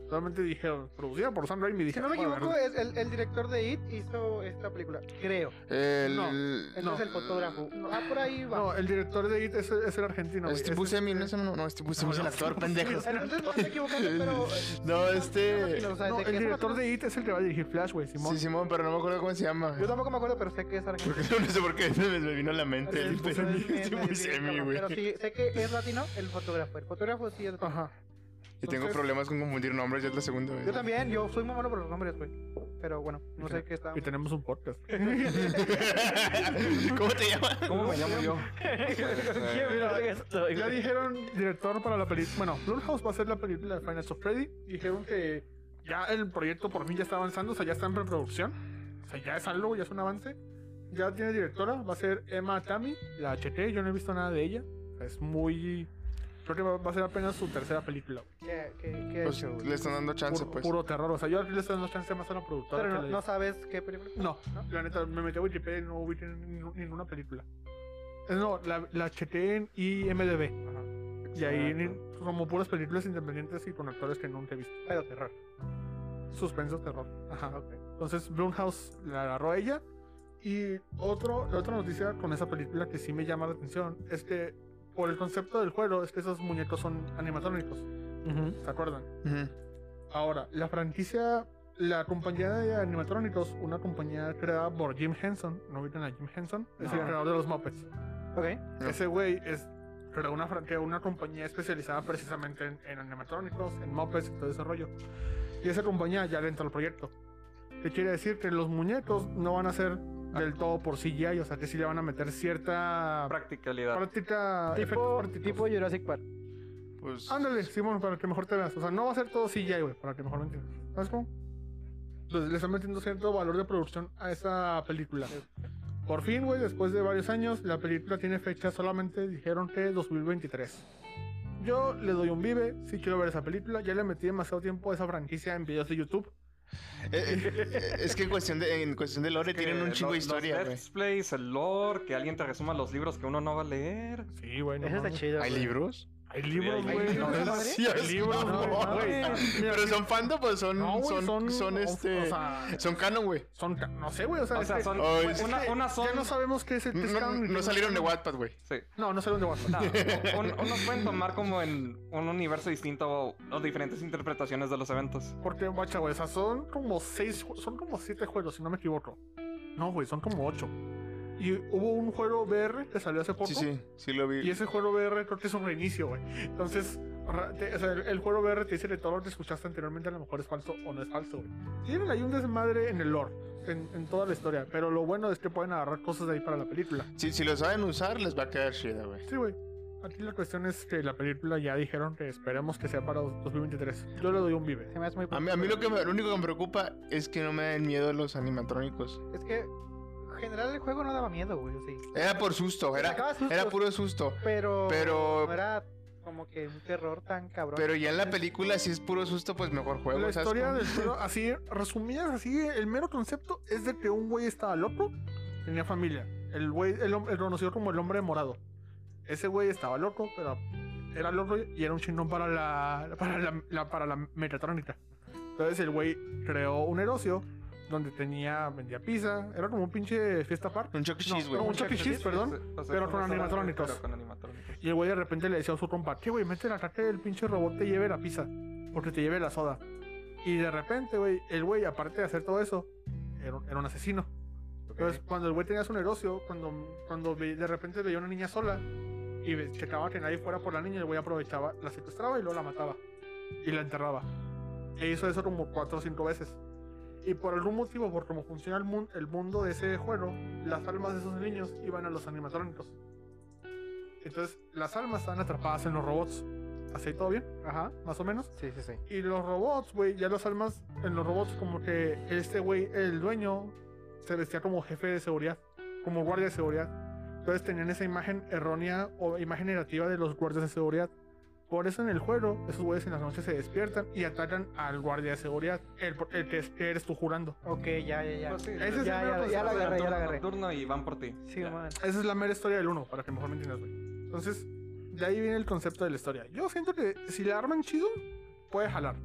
[SPEAKER 1] Solamente dije, producida por Sam Raimi. Dije,
[SPEAKER 4] Si no me
[SPEAKER 1] "Ah, la
[SPEAKER 4] equivoco,
[SPEAKER 1] verdad".
[SPEAKER 4] es el, el director de IT hizo esta película, creo.
[SPEAKER 2] El.
[SPEAKER 1] No,
[SPEAKER 4] Entonces
[SPEAKER 1] No.
[SPEAKER 4] el fotógrafo. Ah, por ahí va.
[SPEAKER 1] No, el director de IT es, es el argentino. güey.
[SPEAKER 2] Steve
[SPEAKER 1] Es
[SPEAKER 2] Buscemi,
[SPEAKER 1] este-
[SPEAKER 2] no, ese no, no, Steve Buscemi es el actor, pendejo.
[SPEAKER 4] Entonces me estoy equivocando, pero. eh,
[SPEAKER 2] No, este.
[SPEAKER 4] O sea,
[SPEAKER 1] No,
[SPEAKER 4] de
[SPEAKER 1] el
[SPEAKER 4] que es
[SPEAKER 1] director
[SPEAKER 4] latino-
[SPEAKER 1] de IT es el que va a dirigir Flash, güey, Simón.
[SPEAKER 2] Sí, Simón, pero no me acuerdo cómo se llama.
[SPEAKER 4] Yo tampoco me acuerdo, pero sé que es argentino.
[SPEAKER 2] Porque [laughs] no sé por qué me, me vino a la
[SPEAKER 4] [laughs]
[SPEAKER 2] mente.
[SPEAKER 4] Pero
[SPEAKER 2] el
[SPEAKER 4] es- pues, es-
[SPEAKER 2] [laughs]
[SPEAKER 4] me-
[SPEAKER 2] Steve
[SPEAKER 4] me-
[SPEAKER 2] Buscemi,
[SPEAKER 4] cabrón,
[SPEAKER 2] güey.
[SPEAKER 4] Pero sí, sé que es latino el fotógrafo. El fotógrafo sí es latino.
[SPEAKER 1] Ajá.
[SPEAKER 2] Y tengo
[SPEAKER 4] Entonces-
[SPEAKER 2] problemas con confundir nombres, ya es la segunda vez.
[SPEAKER 4] Yo también, yo soy muy malo por los nombres, güey. Pero bueno, no sé qué está.
[SPEAKER 1] Y tenemos un podcast.
[SPEAKER 2] [laughs]
[SPEAKER 4] [laughs]
[SPEAKER 2] ¿Cómo te llamas?
[SPEAKER 3] ¿Cómo me llamo yo?
[SPEAKER 4] [laughs]
[SPEAKER 5] ¿Quién verga estoy,
[SPEAKER 1] Ya
[SPEAKER 5] güey?
[SPEAKER 1] dijeron director para la película. Bueno, Blumhouse va a hacer la película de Finance of Freddy. Dijeron que ya el proyecto por fin ya está avanzando, o sea, ya está en preproducción. O sea, ya es algo, ya es un avance. Ya tiene directora, va a ser Emma Tami, la chequé, yo no he visto nada de ella. O sea, Es muy. Creo que va va a ser apenas su tercera película. güey.
[SPEAKER 4] ¿Qué, qué, qué ha
[SPEAKER 2] Pues,
[SPEAKER 4] hecho, güey?
[SPEAKER 2] le están dando chance,
[SPEAKER 1] Puro,
[SPEAKER 2] pues.
[SPEAKER 1] puro terror. O sea, yo le estoy dando chance más a la productora.
[SPEAKER 4] Pero
[SPEAKER 1] que
[SPEAKER 4] no,
[SPEAKER 1] le-
[SPEAKER 4] no sabes qué película.
[SPEAKER 1] no, la neta, me metí a Wikipedia y no vi nin- ninguna película. Eh, No, la, la chequé en IMDB. Y ahí ni- como puras películas independientes y con actores que nunca he visto.
[SPEAKER 4] Pero terror.
[SPEAKER 1] Suspenso, terror. Ajá. Entonces, Blumhouse la agarró a ella. Y otro, la otra noticia con esa película que sí me llama la atención es que, por el concepto del juego, es que esos muñecos son animatrónicos. ¿Se acuerdan?
[SPEAKER 2] Ujú.
[SPEAKER 1] Ahora, la franquicia, la compañía de animatrónicos, una compañía creada por Jim Henson, ¿no vieron a Jim Henson? Es el
[SPEAKER 3] No.
[SPEAKER 1] creador de los Muppets.
[SPEAKER 4] Ok.
[SPEAKER 2] No.
[SPEAKER 1] Ese güey es creó una franquicia, una compañía especializada precisamente en, en animatrónicos, en Muppets y todo ese rollo. Y esa compañía ya le entra al proyecto. Que quiere decir que los muñecos no van a ser del todo por CGI, o sea que sí le van a meter cierta
[SPEAKER 3] Practicalidad.
[SPEAKER 1] práctica, efectos
[SPEAKER 4] Tipo,
[SPEAKER 1] prácticos.
[SPEAKER 4] tipo Jurassic Park.
[SPEAKER 2] Pues.
[SPEAKER 1] Ándale, Simón, para que mejor te veas. O sea, no va a ser todo CGI, güey, para que mejor me entiendas. ¿Sabes cómo? Entonces, le están metiendo cierto valor de producción a esa película. Por fin, güey, después de varios años, la película tiene fecha solamente, dijeron que 2023. Yo le doy un vive, sí quiero ver esa película. Ya le metí demasiado tiempo a esa franquicia en videos de YouTube.
[SPEAKER 2] eh, eh, eh, es que en cuestión de, en cuestión de lore tienen un chingo de historia,
[SPEAKER 3] eh, Los
[SPEAKER 2] güey.
[SPEAKER 3] let's plays, el lore, que alguien te resuma los libros que uno no va a leer.
[SPEAKER 1] Sí, güey, no
[SPEAKER 4] Ese está
[SPEAKER 1] mames.
[SPEAKER 4] chido.
[SPEAKER 2] ¿Hay
[SPEAKER 4] güey.
[SPEAKER 2] libros?
[SPEAKER 1] Hay libros,
[SPEAKER 3] Hay
[SPEAKER 1] güey.
[SPEAKER 3] novelas.
[SPEAKER 2] Sí,
[SPEAKER 1] Hay libros,
[SPEAKER 2] no,
[SPEAKER 1] güey.
[SPEAKER 2] güey.
[SPEAKER 1] Mira,
[SPEAKER 2] Pero son fandom, pues son.
[SPEAKER 1] no, güey,
[SPEAKER 2] son, son, este.
[SPEAKER 1] o sea,
[SPEAKER 2] son canon, güey.
[SPEAKER 1] son ca- no sé, güey, este o sea,
[SPEAKER 3] O
[SPEAKER 1] es
[SPEAKER 3] sea,
[SPEAKER 1] que-
[SPEAKER 3] son.
[SPEAKER 2] Oh,
[SPEAKER 3] fue-
[SPEAKER 2] es
[SPEAKER 3] Una,
[SPEAKER 1] que
[SPEAKER 3] una son.
[SPEAKER 1] Ya no sabemos qué es el
[SPEAKER 2] No,
[SPEAKER 1] pescado.
[SPEAKER 2] no- no salieron de Wattpad, güey.
[SPEAKER 3] Sí.
[SPEAKER 1] No, no salieron de WhatsApp.
[SPEAKER 3] No, un- unos pueden tomar como en un universo distinto o, o diferentes interpretaciones de los eventos.
[SPEAKER 1] Porque, guacha, güey, o sea, son como seis, ju- son como siete juegos, si no me equivoco. No, güey, son como ocho. Y hubo un juego VR que salió hace poco.
[SPEAKER 2] Sí, sí, sí lo
[SPEAKER 1] Y
[SPEAKER 2] vi.
[SPEAKER 1] ese juego VR creo que es un reinicio, güey. Entonces, ra- te- o sea, el, el juego VR te dice que todo lo que escuchaste anteriormente a lo mejor es falso o no es falso, güey. Tienen ahí un desmadre en el lore, en, en toda la historia. Pero lo bueno es que pueden agarrar cosas de ahí para la película.
[SPEAKER 2] Si, si lo saben usar, les va a quedar chida, güey.
[SPEAKER 1] Sí, güey. Aquí la cuestión es que la película ya dijeron que esperemos que sea para 2023. Yo le doy un vive.
[SPEAKER 4] Se me hace muy
[SPEAKER 2] A mí, a mí lo, que me- lo único que me preocupa es que no me den miedo los animatrónicos.
[SPEAKER 4] Es que en general el juego no daba miedo, güey, sí.
[SPEAKER 2] Era por susto, era,
[SPEAKER 4] Sacaba sustos,
[SPEAKER 2] era puro susto.
[SPEAKER 4] pero,
[SPEAKER 2] pero-
[SPEAKER 4] no era como que un terror tan cabrón.
[SPEAKER 2] Pero ya en la película, si es puro susto, pues mejor juego.
[SPEAKER 1] La
[SPEAKER 2] ¿sabes
[SPEAKER 1] historia
[SPEAKER 2] cómo?
[SPEAKER 1] del juego, así, resumidas, así, el mero concepto es de que un güey estaba loco, tenía familia. El güey, el, hom- el conocido como el hombre morado. Ese güey estaba loco, pero era loco y era un chingón para la, para la, la- para la metatrónica. Entonces el güey creó un negocio donde tenía, vendía pizza, era como un pinche fiesta party.
[SPEAKER 2] Un Chuck E.
[SPEAKER 1] No,
[SPEAKER 2] Cheese, güey.
[SPEAKER 1] no, un Chuck E. Cheese,
[SPEAKER 3] Pues,
[SPEAKER 1] perdón.
[SPEAKER 3] O sea,
[SPEAKER 1] pero
[SPEAKER 3] como
[SPEAKER 1] con
[SPEAKER 3] esa-
[SPEAKER 1] animatrónicos.
[SPEAKER 3] pero con animatrónicos.
[SPEAKER 1] Y el güey de repente le decía a su compa, que güey, mete la caja que el pinche robot te lleve la pizza, porque te lleve la soda. Y de repente, güey, el güey, aparte de hacer todo eso, era, un- era un asesino. Entonces, cuando el güey tenía su negocio, cuando, cuando ve- de repente veía una niña sola y ve- checaba que nadie fuera por la niña, el güey aprovechaba, la secuestraba y luego la mataba y la enterraba. E hizo eso como cuatro o cinco veces. Y por algún motivo, por cómo funciona el, mun- el mundo de ese juego, las almas de esos niños iban a los animatrónicos. Entonces, las almas están atrapadas en los robots. ¿Así todo bien?
[SPEAKER 4] Ajá.
[SPEAKER 1] Más o menos.
[SPEAKER 4] Sí, sí, sí.
[SPEAKER 1] Y los robots, güey, ya las almas en los robots, como que este güey, el dueño, se vestía como jefe de seguridad, como guardia de seguridad. Entonces tenían esa imagen errónea o imagen negativa de los guardias de seguridad. Por eso en el juego, esos güeyes en las noches se despiertan y atacan al guardia de seguridad, el, por- el que es- que eres tú jurando.
[SPEAKER 4] Ok, ya, ya, ya.
[SPEAKER 3] Pues sí,
[SPEAKER 1] Ese es
[SPEAKER 4] ya,
[SPEAKER 1] el mero
[SPEAKER 4] ya, ya la
[SPEAKER 1] concepto.
[SPEAKER 4] agarré, ya la agarré.
[SPEAKER 3] Turno y van por ti.
[SPEAKER 4] Sí,
[SPEAKER 3] Ya.
[SPEAKER 4] man.
[SPEAKER 1] Esa es la mera historia del uno, para que mejor me entiendas, güey. Entonces, de ahí viene el concepto de la historia. Yo siento que si la arman chido, puede jalar.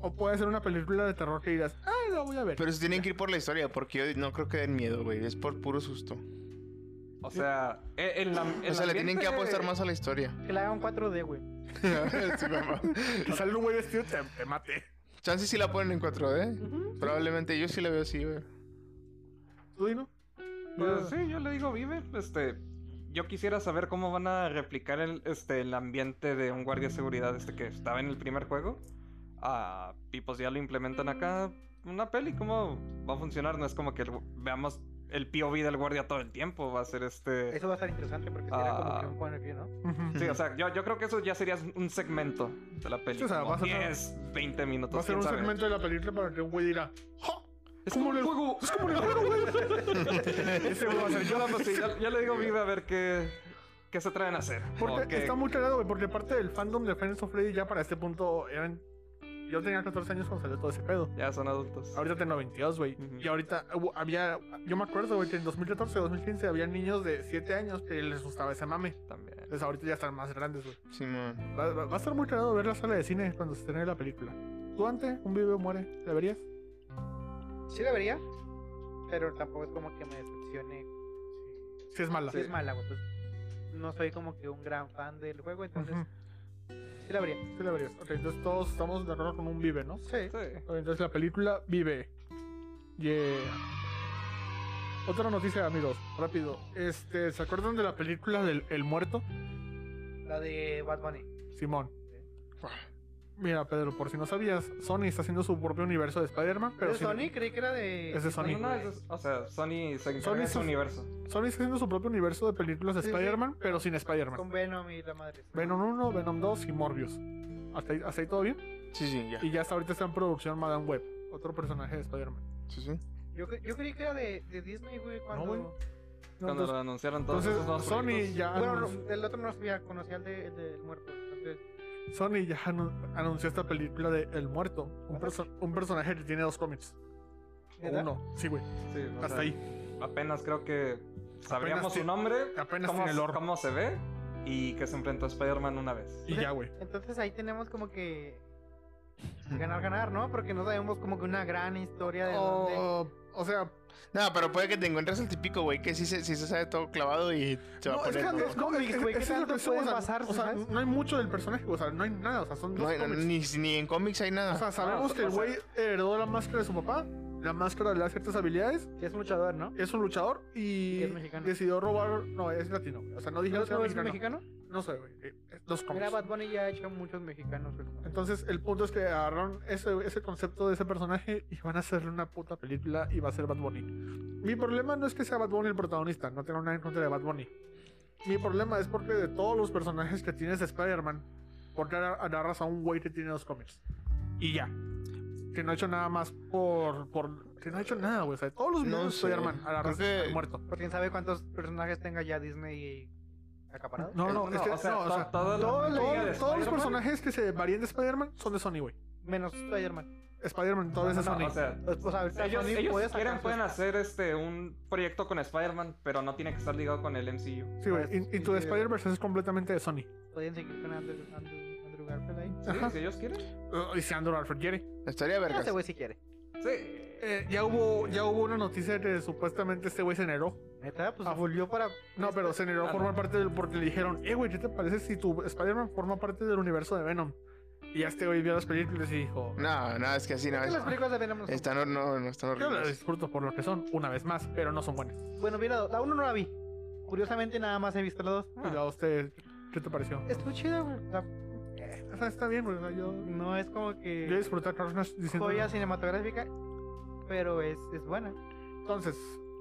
[SPEAKER 1] O puede ser una película de terror que digas, ah, la voy a ver.
[SPEAKER 2] Pero se tienen que ir por la historia, porque yo no creo que den miedo, güey. Es por puro susto.
[SPEAKER 3] O sea, e- el, el, am- el
[SPEAKER 2] o sea, le tienen que
[SPEAKER 3] ambiente-
[SPEAKER 2] apostar más a la historia. [laughs]
[SPEAKER 4] Que la hagan 4D, güey.
[SPEAKER 2] Sí, mamá.
[SPEAKER 1] Que salga un güey vestido y te, te mate.
[SPEAKER 2] Chance sí la ponen en 4D. Probablemente yo sí la veo así, güey.
[SPEAKER 1] ¿Tú dino?
[SPEAKER 3] Pues sí, yo le digo vive. Este, yo quisiera saber cómo van a replicar el, este, el ambiente de un guardia de seguridad este que estaba en el primer juego. Ah, y pues ya lo implementan acá una peli. ¿Cómo va a funcionar? No es como que el gu- veamos el POV del guardia todo el tiempo. Va a ser este...
[SPEAKER 4] Eso va a estar interesante porque será como
[SPEAKER 3] Ah.
[SPEAKER 4] que un point of view, ¿no?
[SPEAKER 3] Sí, o sea, yo, yo creo que eso ya sería un segmento de la peli.
[SPEAKER 1] Sí, o sea,
[SPEAKER 3] como
[SPEAKER 1] va a ser una-
[SPEAKER 3] 10, 20 minutos.
[SPEAKER 1] Va a ser
[SPEAKER 3] quién
[SPEAKER 1] un
[SPEAKER 3] sabe.
[SPEAKER 1] segmento de la película para que un güey dirá, ¡Ja!
[SPEAKER 3] Es como el juego.
[SPEAKER 1] ¡Es como en el juego, güey! Ese güey [laughs] va a ser yo.
[SPEAKER 3] Yo, pues, sí, yo- yo le [laughs] digo vive a ver qué, qué se traen a hacer.
[SPEAKER 1] Porque
[SPEAKER 3] o qué-
[SPEAKER 1] está muy cagado, güey, porque parte del fandom de Friends of Freddy ya para este punto eran... Yo tenía 14 años cuando salió todo ese pedo.
[SPEAKER 3] Ya son adultos.
[SPEAKER 1] Ahorita tengo 22, güey.
[SPEAKER 3] Ujú.
[SPEAKER 1] Y ahorita hubo- había... Yo me acuerdo, güey, que en 2014, 2015 había niños de 7 años que les gustaba ese mame.
[SPEAKER 3] También.
[SPEAKER 1] Entonces ahorita ya están más grandes, güey.
[SPEAKER 2] Simón.
[SPEAKER 1] Va, va- va a estar muy cagado ver la sala de cine cuando se estrene la película. ¿Tú antes un video muere? ¿La verías?
[SPEAKER 4] Sí la vería, pero tampoco es como que me decepcione.
[SPEAKER 1] Si es mala.
[SPEAKER 4] Si es mala, güey. Pues no soy como que un gran fan del juego, entonces
[SPEAKER 1] Ujú.
[SPEAKER 4] sí la vería.
[SPEAKER 1] Sí la verías. Ok, entonces todos estamos de acuerdo con un vive, ¿no?
[SPEAKER 4] Sí.
[SPEAKER 3] Sí.
[SPEAKER 1] Ok, Entonces la película vive. Yeah. Otra noticia, amigos, rápido. Este, ¿se acuerdan de la película del El Muerto?
[SPEAKER 4] La de Bad Bunny.
[SPEAKER 1] Simón. Mira, Pedro, por si no sabías, Sony está haciendo su propio universo de Spider-Man, pero
[SPEAKER 4] ¿Es de
[SPEAKER 1] sin-
[SPEAKER 4] Sony? Creí que era de.
[SPEAKER 1] Es de Sony.
[SPEAKER 3] No, no, es- o sea, Sony se encarga
[SPEAKER 1] Sony
[SPEAKER 3] de
[SPEAKER 1] es
[SPEAKER 3] su
[SPEAKER 1] un-
[SPEAKER 3] universo.
[SPEAKER 1] Sony está haciendo su propio universo de películas de
[SPEAKER 4] Sí, sí.
[SPEAKER 1] Spider-Man, pero sin Spider-Man.
[SPEAKER 4] Con Venom y la madre.
[SPEAKER 1] Venom 1, Venom 2 y Morbius. ¿Hasta ahí, hasta ahí todo bien?
[SPEAKER 2] Sí, sí, ya.
[SPEAKER 1] Y ya hasta ahorita está en producción Madame Web, otro personaje de Spider-Man.
[SPEAKER 2] Sí, sí.
[SPEAKER 4] Yo, cre- yo creí que era de, de Disney, güey. Cuando...
[SPEAKER 1] güey. No,
[SPEAKER 3] Cuando
[SPEAKER 1] entonces,
[SPEAKER 3] lo anunciaron todos
[SPEAKER 1] entonces,
[SPEAKER 3] esos nuevos
[SPEAKER 1] Sony
[SPEAKER 3] proyectos.
[SPEAKER 1] ya,
[SPEAKER 4] Bueno,
[SPEAKER 1] anun-
[SPEAKER 4] no, el otro no sabía, conocía el de- el del muerto. Entonces,
[SPEAKER 1] Sony ya anu- anunció esta película de El Muerto, un, perso- un personaje que tiene dos cómics. O
[SPEAKER 4] ¿Neta?
[SPEAKER 1] uno, sí, güey.
[SPEAKER 3] Sí, o
[SPEAKER 1] Hasta
[SPEAKER 3] sea,
[SPEAKER 1] ahí.
[SPEAKER 3] Apenas creo que sabríamos su
[SPEAKER 1] tiene-
[SPEAKER 3] nombre,
[SPEAKER 1] Apenas
[SPEAKER 3] cómo,
[SPEAKER 1] tiene el horno.
[SPEAKER 3] cómo se ve y que se enfrentó a Spider-Man una vez.
[SPEAKER 1] Y ya, güey.
[SPEAKER 4] entonces ahí tenemos
[SPEAKER 1] [laughs]
[SPEAKER 4] como que. Ganar, ganar, ¿no? Porque no sabemos como que una gran historia de. dónde-
[SPEAKER 1] O, o sea,
[SPEAKER 2] No, pero puede que te encuentres el típico, güey, que sí se, sí se sabe todo clavado y se va
[SPEAKER 1] no,
[SPEAKER 2] a
[SPEAKER 1] es que
[SPEAKER 2] poner.
[SPEAKER 1] eran
[SPEAKER 2] todo.
[SPEAKER 1] dos cómics,
[SPEAKER 4] güey, ¿qué
[SPEAKER 1] Eso es lo
[SPEAKER 4] tanto
[SPEAKER 1] que somos,
[SPEAKER 4] pueden
[SPEAKER 1] o sea,
[SPEAKER 4] pasarse,
[SPEAKER 1] O sea,
[SPEAKER 4] sabes?
[SPEAKER 1] no hay mucho del personaje, güey, o sea, no hay nada, o sea, son dos
[SPEAKER 2] No hay-
[SPEAKER 1] cómics.
[SPEAKER 2] ni, ni en cómics hay nada.
[SPEAKER 1] O sea, sabemos
[SPEAKER 3] o-
[SPEAKER 1] que el
[SPEAKER 3] o sea-
[SPEAKER 1] güey heredó la máscara de su papá, la máscara le da ciertas habilidades,
[SPEAKER 4] Que es luchador, ¿no?
[SPEAKER 1] es un luchador y
[SPEAKER 4] Y es mexicano.
[SPEAKER 1] decidió robar. No, es latino, güey. O sea, no
[SPEAKER 4] ¿No,
[SPEAKER 1] dijeron que
[SPEAKER 4] no
[SPEAKER 1] era
[SPEAKER 4] es un
[SPEAKER 1] mexicano.
[SPEAKER 4] mexicano?
[SPEAKER 1] No sé, güey. eh, eh, Los
[SPEAKER 4] Mira,
[SPEAKER 1] cómics.
[SPEAKER 4] Bad Bunny ya ha hecho muchos mexicanos. güey.
[SPEAKER 1] Entonces, el punto es que agarraron ese, ese concepto de ese personaje y van a hacerle una puta película y va a ser Bad Bunny. Mi problema no es que sea Bad Bunny el protagonista, no tengo nada en contra de Bad Bunny. Mi problema es porque de todos los personajes que tienes de Spider-Man, ¿por qué agar- agarras a un güey que tiene los cómics? Y ya. Que no ha hecho nada más por. por que no ha hecho nada, güey. O sea, de todos los
[SPEAKER 2] No
[SPEAKER 1] videos de
[SPEAKER 2] sé.
[SPEAKER 1] Spider-Man agarras
[SPEAKER 2] Creo que-
[SPEAKER 1] al muerto.
[SPEAKER 4] Porque quién sabe cuántos personajes tenga ya Disney acaparado.
[SPEAKER 1] No, no,
[SPEAKER 2] No,
[SPEAKER 1] es que-
[SPEAKER 3] o sea,
[SPEAKER 1] no, o
[SPEAKER 3] to-
[SPEAKER 1] sea,
[SPEAKER 3] toda la
[SPEAKER 1] todo-
[SPEAKER 3] liga de
[SPEAKER 1] todo- todos los
[SPEAKER 3] Spider-Man-
[SPEAKER 1] personajes que se varían de Spider-Man son de Sony, güey.
[SPEAKER 4] Menos Spider-Man.
[SPEAKER 1] Spider-man todo
[SPEAKER 3] No,
[SPEAKER 1] es
[SPEAKER 3] no,
[SPEAKER 1] de Sony.
[SPEAKER 3] o sea,
[SPEAKER 4] Pues, pues a ver, si
[SPEAKER 3] ellos,
[SPEAKER 4] Sony
[SPEAKER 3] ellos
[SPEAKER 4] puede
[SPEAKER 3] si quieren
[SPEAKER 4] sacar
[SPEAKER 3] pueden
[SPEAKER 4] sus-
[SPEAKER 3] hacer este un proyecto con Spider-Man, pero no tiene que estar ligado con el MCU.
[SPEAKER 1] Sí, güey.
[SPEAKER 4] Ah,
[SPEAKER 1] In-
[SPEAKER 4] sí,
[SPEAKER 1] Into the
[SPEAKER 4] sí.
[SPEAKER 1] Spider-Verse es completamente de Sony.
[SPEAKER 4] Pueden seguir con Andrew, Andrew- Andrew Garfield ahí.
[SPEAKER 3] Sí,
[SPEAKER 1] Ajá.
[SPEAKER 3] si ellos quieren.
[SPEAKER 1] Uh, y si Andrew Alfred quiere.
[SPEAKER 2] Estaría verga.
[SPEAKER 4] Ese güey si quiere.
[SPEAKER 3] Sí.
[SPEAKER 1] Eh, ya, hubo, ya hubo una noticia de que supuestamente este güey se negó.
[SPEAKER 4] Neta, pues
[SPEAKER 1] Ah,
[SPEAKER 4] volvió para. Este,
[SPEAKER 1] No, pero se negó a
[SPEAKER 3] Ah,
[SPEAKER 1] formar
[SPEAKER 3] no.
[SPEAKER 1] parte del. Porque le dijeron, eh, güey, ¿qué te parece si tu Spider-Man forma parte del universo de Venom? Y ya este güey vio las películas y dijo,
[SPEAKER 2] No, no, es que así no.
[SPEAKER 4] Es que
[SPEAKER 2] Es,
[SPEAKER 4] las películas de Venom no son-
[SPEAKER 2] están, hor- no, no, están
[SPEAKER 1] yo las
[SPEAKER 2] horribles.
[SPEAKER 1] disfruto por lo que son, una vez más, pero no son buenas.
[SPEAKER 4] Bueno, mira, la 1 no la vi. Curiosamente, nada más he visto la 2.
[SPEAKER 3] Ah.
[SPEAKER 1] Y la usted, ¿qué te pareció?
[SPEAKER 4] Estuvo chida, güey. O sea,
[SPEAKER 3] Eh,
[SPEAKER 1] O sea, está bien, porque yo,
[SPEAKER 4] no es como
[SPEAKER 1] yo
[SPEAKER 4] que
[SPEAKER 1] disfruté Carnage diciendo...
[SPEAKER 4] joya cinematográfica, pero es, es buena.
[SPEAKER 1] Entonces,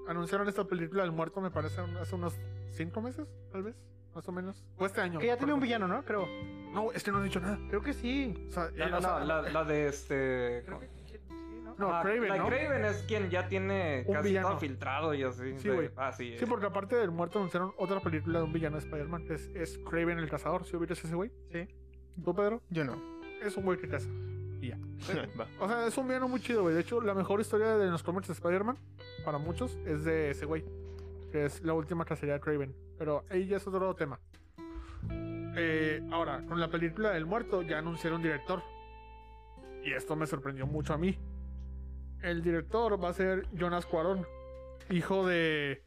[SPEAKER 1] anunciaron esta película del muerto, me parece, un- hace unos cinco meses, tal vez, más o menos. O este año.
[SPEAKER 4] Que ya tiene un
[SPEAKER 1] perdón.
[SPEAKER 4] villano, ¿no? Creo.
[SPEAKER 1] No, es que no han dicho nada.
[SPEAKER 4] Creo que sí.
[SPEAKER 1] O sea,
[SPEAKER 3] No,
[SPEAKER 1] eh,
[SPEAKER 3] no,
[SPEAKER 1] o sea,
[SPEAKER 3] no, la, la de este.
[SPEAKER 4] Creo que sí, ¿no?
[SPEAKER 1] no,
[SPEAKER 3] Ah,
[SPEAKER 1] Kraven,
[SPEAKER 3] la
[SPEAKER 1] ¿no?
[SPEAKER 3] Kraven es quien ya tiene
[SPEAKER 1] Un
[SPEAKER 3] casi
[SPEAKER 1] villano.
[SPEAKER 3] todo filtrado y así.
[SPEAKER 1] Sí,
[SPEAKER 3] de-
[SPEAKER 1] güey.
[SPEAKER 3] Ah, sí.
[SPEAKER 1] Sí,
[SPEAKER 3] eh.
[SPEAKER 1] porque aparte del muerto anunciaron otra película de un villano de Spider-Man. que Es, es Kraven el cazador, si ubicas ese güey.
[SPEAKER 4] Sí.
[SPEAKER 1] ¿Tú, Pedro?
[SPEAKER 2] Yo no.
[SPEAKER 1] Es un güey que caza. Y ya.
[SPEAKER 2] [laughs] Va.
[SPEAKER 1] O sea, es un villano muy chido, güey. De hecho, la mejor historia de los cómics de Spider-Man, para muchos, es de ese güey. Que es la última cacería de Kraven. Pero ahí ya es otro tema. Eh, ahora, con la película del muerto ya anunciaron director. Y esto me sorprendió mucho a mí. El director va a ser Jonas Cuarón, hijo de.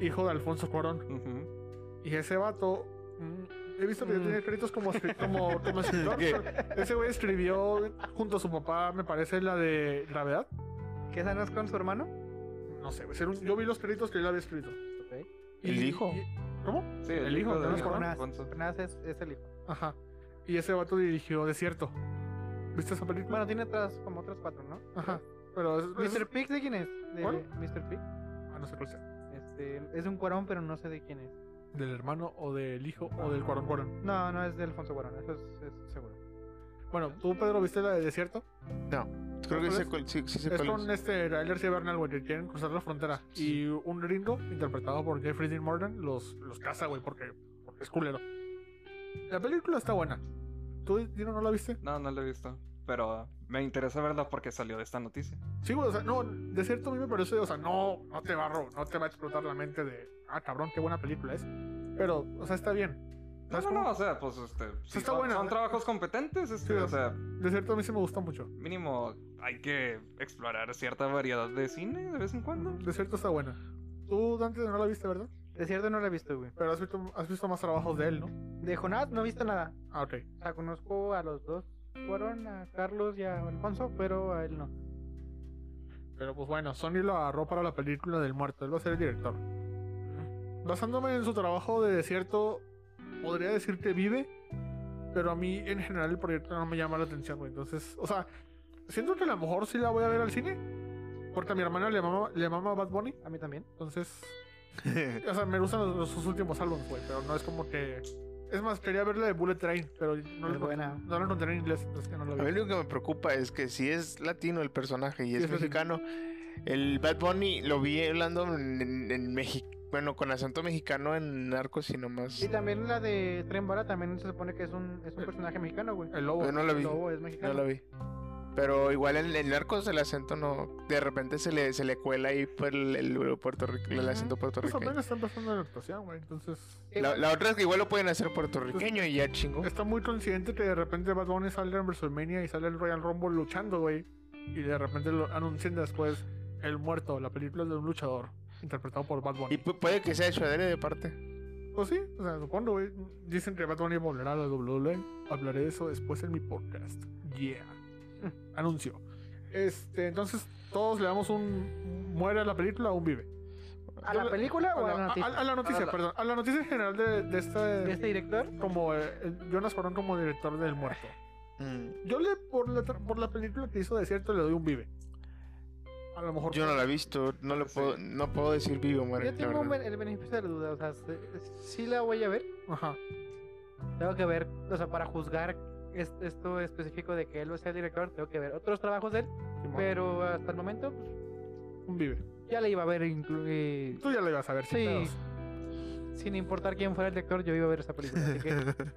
[SPEAKER 1] Hijo de Alfonso Cuarón.
[SPEAKER 3] Ujú.
[SPEAKER 1] Y ese vato. mm, He visto que
[SPEAKER 4] Mm.
[SPEAKER 1] tiene créditos como, escri- como, como escritor.
[SPEAKER 2] ¿Qué?
[SPEAKER 1] pero Ese güey escribió junto a su papá, me parece, la de Gravedad.
[SPEAKER 4] ¿Que esa no es con su hermano?
[SPEAKER 1] No sé, güey, ser un- yo vi los créditos que él había escrito.
[SPEAKER 4] Ok.
[SPEAKER 2] ¿El
[SPEAKER 1] Y-
[SPEAKER 2] hijo?
[SPEAKER 1] y- ¿Cómo?
[SPEAKER 3] Sí, el,
[SPEAKER 1] El hijo
[SPEAKER 3] hijo
[SPEAKER 1] de
[SPEAKER 3] de
[SPEAKER 1] los
[SPEAKER 3] Leonardo
[SPEAKER 4] Jonas.
[SPEAKER 3] Alfonso.
[SPEAKER 4] Fernández es, es el hijo.
[SPEAKER 1] Ajá. Y ese vato dirigió Desierto. ¿Viste esa película?
[SPEAKER 4] Bueno, tiene otras, como otros cuatro, ¿no?
[SPEAKER 1] Ajá. Pero es. es-
[SPEAKER 4] ¿Mr. Pig de quién es? De
[SPEAKER 1] ¿Cuál?
[SPEAKER 4] Mr. Pig.
[SPEAKER 1] Ah, no sé cuál sea.
[SPEAKER 4] Este, es de un cuarón, pero no sé de quién es.
[SPEAKER 1] ¿Del hermano o del hijo o del cuarón cuarón?
[SPEAKER 4] No, no es de Alfonso Cuarón, eso es, es seguro.
[SPEAKER 1] Bueno, ¿tú, Pedro, viste la de Desierto?
[SPEAKER 2] Creo que
[SPEAKER 1] ¿Cuál
[SPEAKER 2] sé
[SPEAKER 1] es?
[SPEAKER 2] cuál, sí, sí sé
[SPEAKER 1] Es
[SPEAKER 2] cuál
[SPEAKER 1] con
[SPEAKER 2] es.
[SPEAKER 1] este Railers y Bernal, güey, que quieren cruzar la frontera. Y un gringo, interpretado por Jeffrey Dean Morgan, los, los caza, güey, porque, porque es culero. La película está buena. ¿Tú, Dino, no la viste?
[SPEAKER 3] No, no lo he visto. Pero me interesa verla porque salió de esta noticia.
[SPEAKER 1] Sí, güey, o sea, no, de cierto a mí me parece, o sea, no, no te va a ro- no te va a explotar la mente de, ah, cabrón, qué buena película es. Pero, o sea, está bien.
[SPEAKER 3] No,
[SPEAKER 1] ¿Sabes
[SPEAKER 3] no,
[SPEAKER 1] cómo?
[SPEAKER 3] no, o sea, pues este, sí,
[SPEAKER 1] está
[SPEAKER 3] son,
[SPEAKER 1] buena. ¿eh?
[SPEAKER 3] son trabajos competentes, este,
[SPEAKER 1] Sí.
[SPEAKER 3] o sea,
[SPEAKER 1] De cierto a mí sí me gusta mucho.
[SPEAKER 3] mínimo hay que explorar cierta variedad de cine de vez en cuando.
[SPEAKER 1] De cierto está buena. Tú, Dante, no la viste, ¿verdad?
[SPEAKER 4] De cierto no la he visto, güey.
[SPEAKER 1] Pero has visto, has visto más trabajos de él, ¿no?
[SPEAKER 4] De Jonás no he visto nada.
[SPEAKER 1] Ah, ok.
[SPEAKER 4] O sea, conozco a los dos cuarón, a Carlos y a Alfonso, pero a él no.
[SPEAKER 1] Pero pues bueno, Sony lo agarró para la película del muerto, él va a ser el director. Basándome en su trabajo de desierto, podría decir que vive, pero a mí en general el proyecto no me llama la atención, güey. Entonces, o sea, siento que a lo mejor sí la voy a ver al cine, porque a mi hermana le mama, le mama Bad Bunny,
[SPEAKER 4] A mí también.
[SPEAKER 1] entonces, [laughs] o sea, me gustan los, los- sus últimos álbumes, güey, pero no es como que... Es más, quería ver la de Bullet Train, pero no,
[SPEAKER 4] Es
[SPEAKER 1] la, encont-
[SPEAKER 4] buena.
[SPEAKER 1] no la encontré en inglés, entonces que no la
[SPEAKER 2] A mí
[SPEAKER 1] vi.
[SPEAKER 2] lo que me preocupa es que si es latino el personaje y
[SPEAKER 1] Sí,
[SPEAKER 2] es
[SPEAKER 1] es
[SPEAKER 2] mexicano, el Bad Bunny lo vi hablando en, México, bueno, con acento mexicano en Narcos y nomás.
[SPEAKER 4] Y también la de Tren Bala también se supone que es un, es un personaje mexicano, güey.
[SPEAKER 1] El lobo.
[SPEAKER 2] Yo no la vi,
[SPEAKER 4] Lobo es
[SPEAKER 2] no
[SPEAKER 4] mexicano.
[SPEAKER 2] la vi. Pero igual en, en Narcos el acento no, de repente se le, se le cuela ahí por el, el puertorrique- el
[SPEAKER 4] Ujú.
[SPEAKER 2] acento
[SPEAKER 1] Pues
[SPEAKER 2] puertorriqueño.
[SPEAKER 1] apenas está empezando la actuación, güey, entonces...
[SPEAKER 2] La, la otra es que igual lo pueden hacer puertorriqueño y ya chingo.
[SPEAKER 1] Está muy consciente que de repente Bad Bunny sale en WrestleMania y sale el Royal Rumble luchando, güey. Y de repente lo anuncian después El Muerto, la película de un luchador, interpretado por Bad
[SPEAKER 2] Y
[SPEAKER 1] Bunny.
[SPEAKER 2] pu- puede que sea hecho adrede de parte.
[SPEAKER 1] Pues sí, o sea, supongo, güey. Dicen que Bad Bunny volverá a la WWE. Hablaré de eso después en mi podcast. Yeah. Anuncio. Este, entonces, todos le damos un muere a la película o un vive.
[SPEAKER 4] ¿A
[SPEAKER 1] Yo
[SPEAKER 4] la
[SPEAKER 1] le-
[SPEAKER 4] película
[SPEAKER 1] A
[SPEAKER 4] o a la
[SPEAKER 1] la,
[SPEAKER 4] noticia?
[SPEAKER 1] a- a la noticia,
[SPEAKER 3] A la-
[SPEAKER 1] perdón. A la noticia en general de, de este.
[SPEAKER 4] ¿De este director?
[SPEAKER 1] Como eh, Jonas Cuarón como director del muerto.
[SPEAKER 2] Mm,
[SPEAKER 1] Yo le, por la, tra- por la película que hizo Desierto, le doy un vive. A lo mejor.
[SPEAKER 2] Yo no la he visto, no lo puedo, no puedo decir vivo, muere.
[SPEAKER 4] Yo
[SPEAKER 2] la
[SPEAKER 4] tengo
[SPEAKER 2] verdad.
[SPEAKER 4] un ben- el beneficio de la duda, o sea, se- sí la voy a ver.
[SPEAKER 1] Ajá.
[SPEAKER 4] Tengo que ver, o sea, para juzgar es- esto específico de que él sea el director, tengo que ver otros trabajos de él,
[SPEAKER 1] Simón,
[SPEAKER 4] pero hasta el momento pues,
[SPEAKER 1] Un vive.
[SPEAKER 4] ya la iba a ver inclu- eh,
[SPEAKER 1] Tú ya lo ibas a ver, sin
[SPEAKER 4] Sí.
[SPEAKER 1] pedos.
[SPEAKER 4] sin importar quién fuera el director, yo iba a ver esa película, así que
[SPEAKER 2] [laughs]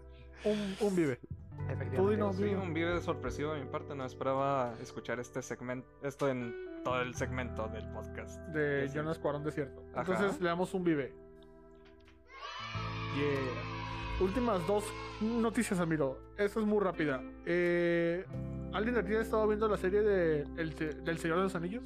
[SPEAKER 1] Un, un vive. Tú
[SPEAKER 4] efectivamente.
[SPEAKER 1] dino
[SPEAKER 3] Sí,
[SPEAKER 1] vive.
[SPEAKER 3] un vive sorpresivo de mi parte, no esperaba escuchar este segmento, esto en todo el segmento del podcast.
[SPEAKER 1] De
[SPEAKER 3] Sí, sí.
[SPEAKER 1] Jonas Cuarón Desierto.
[SPEAKER 3] Ajá.
[SPEAKER 1] Entonces le damos un vive. Yeah. Últimas dos noticias, amigo. Esta es muy rápida. Eh, ¿Alguien de aquí ha estado viendo la serie de El, Se- del Señor de los Anillos?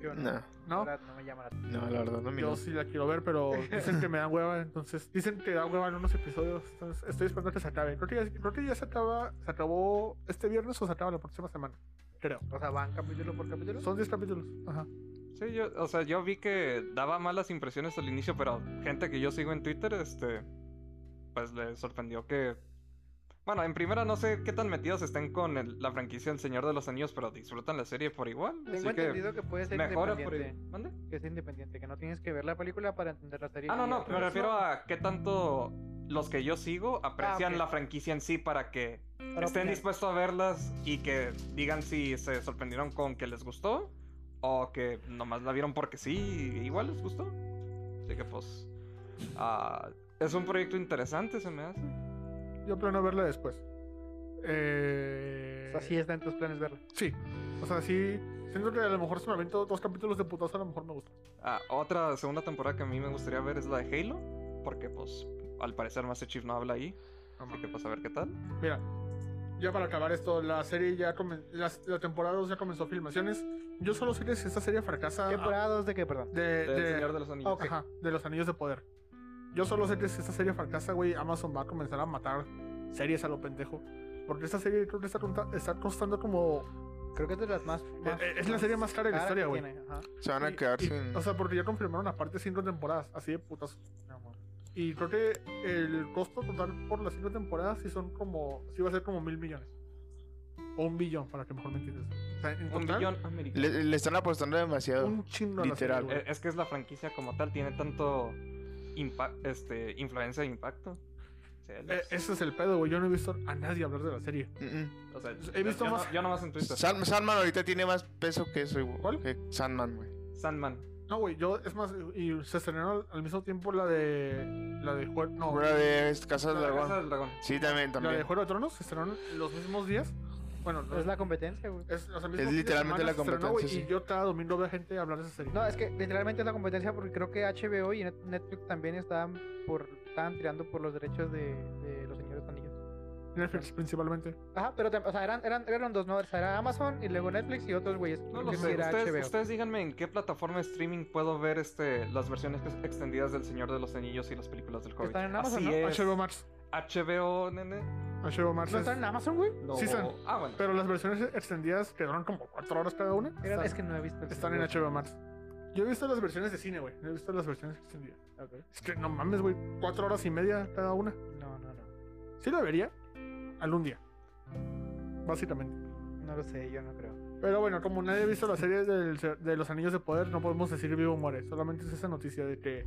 [SPEAKER 4] Yo no.
[SPEAKER 2] No,
[SPEAKER 4] La
[SPEAKER 1] ¿no?
[SPEAKER 4] verdad, no me llama la atención.
[SPEAKER 2] no, la verdad, no, a mí no.
[SPEAKER 1] Yo sí la quiero ver, pero dicen que me da hueva, entonces dicen que da hueva en unos episodios, entonces estoy esperando que se acabe. Creo que ya, creo que ya se, acaba, se acabó este viernes o se acaba la próxima semana, creo.
[SPEAKER 4] O sea, van capítulo por capítulo.
[SPEAKER 1] Son 10 capítulos. Ajá.
[SPEAKER 3] Sí, yo, o sea, yo vi que daba malas impresiones al inicio, pero gente que yo sigo en Twitter, este, pues le sorprendió que... Bueno, en primera no sé qué tan metidos estén con el- la franquicia El Señor de los Anillos, pero disfrutan la serie por igual.
[SPEAKER 4] Tengo
[SPEAKER 3] así que
[SPEAKER 4] entendido que, puede ser
[SPEAKER 3] mejora por
[SPEAKER 4] independiente.
[SPEAKER 3] ¿Mande?
[SPEAKER 4] Que es independiente, que no tienes que ver la película para entender la serie.
[SPEAKER 3] Ah, no, no,
[SPEAKER 4] pero
[SPEAKER 3] me refiero a qué tanto los que yo sigo aprecian
[SPEAKER 4] Ah, ok.
[SPEAKER 3] la franquicia en sí para que estén dispuestos a verlas y que digan si se sorprendieron con que les gustó o que nomás la vieron porque sí, igual les gustó. Así que pues ah, es un proyecto interesante, se me hace.
[SPEAKER 1] Yo planeo verla después. Eh...
[SPEAKER 4] O sea, sí está en tus planes verla.
[SPEAKER 1] Sí. O sea, sí. Siento que a lo mejor si me avento dos capítulos de putazo, a lo mejor me gusta.
[SPEAKER 3] Ah, otra segunda temporada que a mí me gustaría ver es la de Halo, porque pues al parecer Master Chief no habla ahí, así que pues a ver qué tal.
[SPEAKER 1] Mira, ya para acabar esto, la serie ya comen- la, la temporada 2 ya comenzó filmaciones. Yo solo sé que si esta serie fracasa.
[SPEAKER 4] Temporada 2 de qué, perdón.
[SPEAKER 1] De,
[SPEAKER 3] Del
[SPEAKER 1] de-
[SPEAKER 3] Señor de los Anillos.
[SPEAKER 1] Ok. Ajá, de los anillos de poder. Yo solo sé que si esta serie fracasa, güey, Amazon va a comenzar a matar series a lo pendejo. Porque esta serie creo que está, conta- está costando como.
[SPEAKER 4] Creo que es de las más. más-
[SPEAKER 1] eh, es la serie más cara de la historia,
[SPEAKER 4] que
[SPEAKER 1] güey.
[SPEAKER 4] tiene, ajá.
[SPEAKER 2] Se van a
[SPEAKER 1] y-
[SPEAKER 2] quedar
[SPEAKER 1] y-
[SPEAKER 2] sin.
[SPEAKER 1] O sea, porque ya confirmaron aparte cinco temporadas, así de putas.
[SPEAKER 4] No, bueno.
[SPEAKER 1] Y creo que el costo total por las cinco temporadas sí son como. sí va a ser como mil millones. O un billón, para que mejor me entiendas. O sea, en
[SPEAKER 3] Un
[SPEAKER 1] total,
[SPEAKER 3] billón americano.
[SPEAKER 2] le, le están apostando demasiado.
[SPEAKER 1] un chingo a la
[SPEAKER 2] Literal.
[SPEAKER 1] serie,
[SPEAKER 3] Ah, Eh,
[SPEAKER 1] güey.
[SPEAKER 3] Es que es la franquicia como tal, tiene tanto impa- este, influencia e impacto. Sí,
[SPEAKER 1] Eh,
[SPEAKER 3] los-
[SPEAKER 1] ese es el pedo, güey. Yo no he visto a nadie hablar de la serie.
[SPEAKER 2] Mm, mm.
[SPEAKER 3] o sea,
[SPEAKER 1] he
[SPEAKER 3] yo-
[SPEAKER 1] visto
[SPEAKER 3] yo, no-
[SPEAKER 1] más-
[SPEAKER 3] yo nomás en Twitter.
[SPEAKER 2] Sand- Sandman ahorita tiene más peso que eso. güey.
[SPEAKER 1] ¿Cuál?
[SPEAKER 2] Que Sandman, güey.
[SPEAKER 3] Sandman.
[SPEAKER 1] No, güey, yo, es más, y se estrenó al, al mismo tiempo la de. La de Juego. No,
[SPEAKER 2] Fuera de Casa del
[SPEAKER 3] La
[SPEAKER 2] Dragón.
[SPEAKER 3] Casa del Dragón.
[SPEAKER 2] Sí, también,
[SPEAKER 1] la de
[SPEAKER 2] también.
[SPEAKER 1] Juego de Tronos se estrenaron los mismos días. Bueno,
[SPEAKER 4] Pero es la competencia, güey.
[SPEAKER 1] es, o sea, mismo
[SPEAKER 2] Es
[SPEAKER 1] fin de
[SPEAKER 2] literalmente
[SPEAKER 1] semana
[SPEAKER 2] la
[SPEAKER 1] se estrenó, güey,
[SPEAKER 2] competencia, sí.
[SPEAKER 1] Y yo cada domingo veo a gente hablar de esa serie.
[SPEAKER 4] No, es que literalmente es la competencia porque creo que HBO y Net- Netflix también estaban por estaban tirando por los derechos de, de los señores anillos.
[SPEAKER 1] Netflix principalmente.
[SPEAKER 4] Ajá, pero tam- o sea, eran, eran, eran dos, ¿no? O sea, era Amazon y luego Netflix y otros güeyes.
[SPEAKER 3] No
[SPEAKER 4] Creo
[SPEAKER 3] lo
[SPEAKER 4] que sí
[SPEAKER 3] sé.
[SPEAKER 4] era
[SPEAKER 3] Ustedes,
[SPEAKER 4] HBO.
[SPEAKER 3] ustedes díganme en qué plataforma de streaming puedo ver este, las versiones que- extendidas del Señor de los Anillos y las películas del Hobbit.
[SPEAKER 4] están en Amazon,
[SPEAKER 3] Así
[SPEAKER 4] ¿no?
[SPEAKER 3] es.
[SPEAKER 1] HBO Max.
[SPEAKER 3] HBO, nene.
[SPEAKER 1] HBO Max.
[SPEAKER 4] ¿No
[SPEAKER 1] es-
[SPEAKER 4] están en Amazon, güey?
[SPEAKER 3] No.
[SPEAKER 1] Sí están.
[SPEAKER 3] Ah, bueno.
[SPEAKER 1] Pero las versiones extendidas que duran como 4 horas cada una.
[SPEAKER 4] Eran-
[SPEAKER 1] están,
[SPEAKER 4] Es que no he visto. el-
[SPEAKER 1] están en HBO Max. Yo he visto las versiones de cine, güey. no He visto las versiones extendidas. Es que no mames, güey. 4 horas y media cada una.
[SPEAKER 4] No, no, no.
[SPEAKER 1] Sí la vería algún día. Básicamente.
[SPEAKER 4] No lo sé, yo no creo.
[SPEAKER 1] Pero bueno, como nadie ha visto la serie del- de los Anillos de Poder, no podemos decir vivo o muere. Solamente es esa noticia de que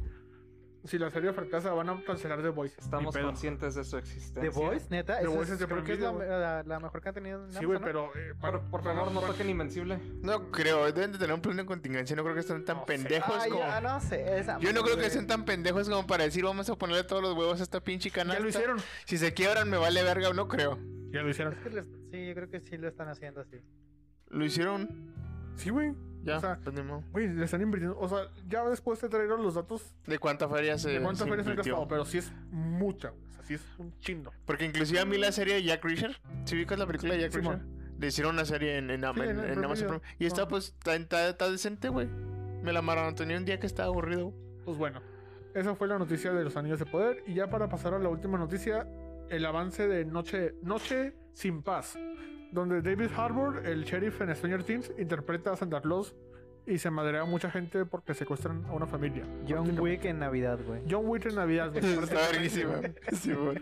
[SPEAKER 1] si la serie fracasa van a cancelar The Voice.
[SPEAKER 3] Estamos
[SPEAKER 1] Ni pedo.
[SPEAKER 3] conscientes de su
[SPEAKER 4] ¿The
[SPEAKER 3] existencia.
[SPEAKER 4] Voice? Neta,
[SPEAKER 1] The
[SPEAKER 4] esa
[SPEAKER 1] Voice es de
[SPEAKER 4] creo que es la,
[SPEAKER 1] Prime Video,
[SPEAKER 4] la- la mejor que ha tenido en
[SPEAKER 1] Sí, güey,
[SPEAKER 4] Amazon, ¿no?
[SPEAKER 1] pero... eh, para-
[SPEAKER 3] Por, por
[SPEAKER 1] para-
[SPEAKER 3] favor, no
[SPEAKER 1] para-
[SPEAKER 3] toquen Invencible.
[SPEAKER 2] No creo, deben de tener un plan de contingencia. No creo que estén tan
[SPEAKER 1] No sé.
[SPEAKER 2] pendejos
[SPEAKER 4] Ay,
[SPEAKER 2] como.
[SPEAKER 4] ya, no sé. esa
[SPEAKER 2] Yo no creo que
[SPEAKER 4] madre.
[SPEAKER 2] estén tan pendejos como para decir vamos a ponerle todos los huevos a esta pinche canasta.
[SPEAKER 1] Ya lo hicieron.
[SPEAKER 2] Si se quiebran me vale verga, no creo.
[SPEAKER 1] Ya lo hicieron.
[SPEAKER 4] Es que les- sí, yo creo que sí lo están haciendo así.
[SPEAKER 2] Lo hicieron.
[SPEAKER 1] Sí, güey.
[SPEAKER 2] Ya.
[SPEAKER 1] O sea,
[SPEAKER 2] pues, ni modo.
[SPEAKER 1] Güey, le están invirtiendo. O sea, ya después te trajeron los datos
[SPEAKER 2] ¿De cuánta feria se
[SPEAKER 1] de cuántas
[SPEAKER 2] se
[SPEAKER 1] ferias han
[SPEAKER 2] invirtió?
[SPEAKER 1] gastado, pero sí es mucha, güey. O sea, sí es un chingo.
[SPEAKER 2] Porque inclusive a mí la serie de Jack Reacher, si ubicas la película de Jack
[SPEAKER 1] Sí,
[SPEAKER 2] Reacher, le hicieron una serie en, en,
[SPEAKER 1] Sí,
[SPEAKER 2] en-
[SPEAKER 1] en-
[SPEAKER 2] en
[SPEAKER 1] en
[SPEAKER 2] Amazon
[SPEAKER 1] Prime
[SPEAKER 2] Prime. Y está
[SPEAKER 1] Ajá.
[SPEAKER 2] pues, está, está- está decente, güey. Me la maratoné un día que estaba aburrido.
[SPEAKER 1] Pues bueno, esa fue la noticia de los Anillos de Poder. Y ya para pasar a la última noticia, el avance de Noche, Noche sin Paz, donde David Harbour, el sheriff en Stranger Things, interpreta a Santa Claus y se madrea a mucha gente porque secuestran a una familia.
[SPEAKER 4] John Wick en Navidad, güey.
[SPEAKER 1] John Wick en Navidad, güey.
[SPEAKER 2] [laughs] Está verguísima. Sí, güey.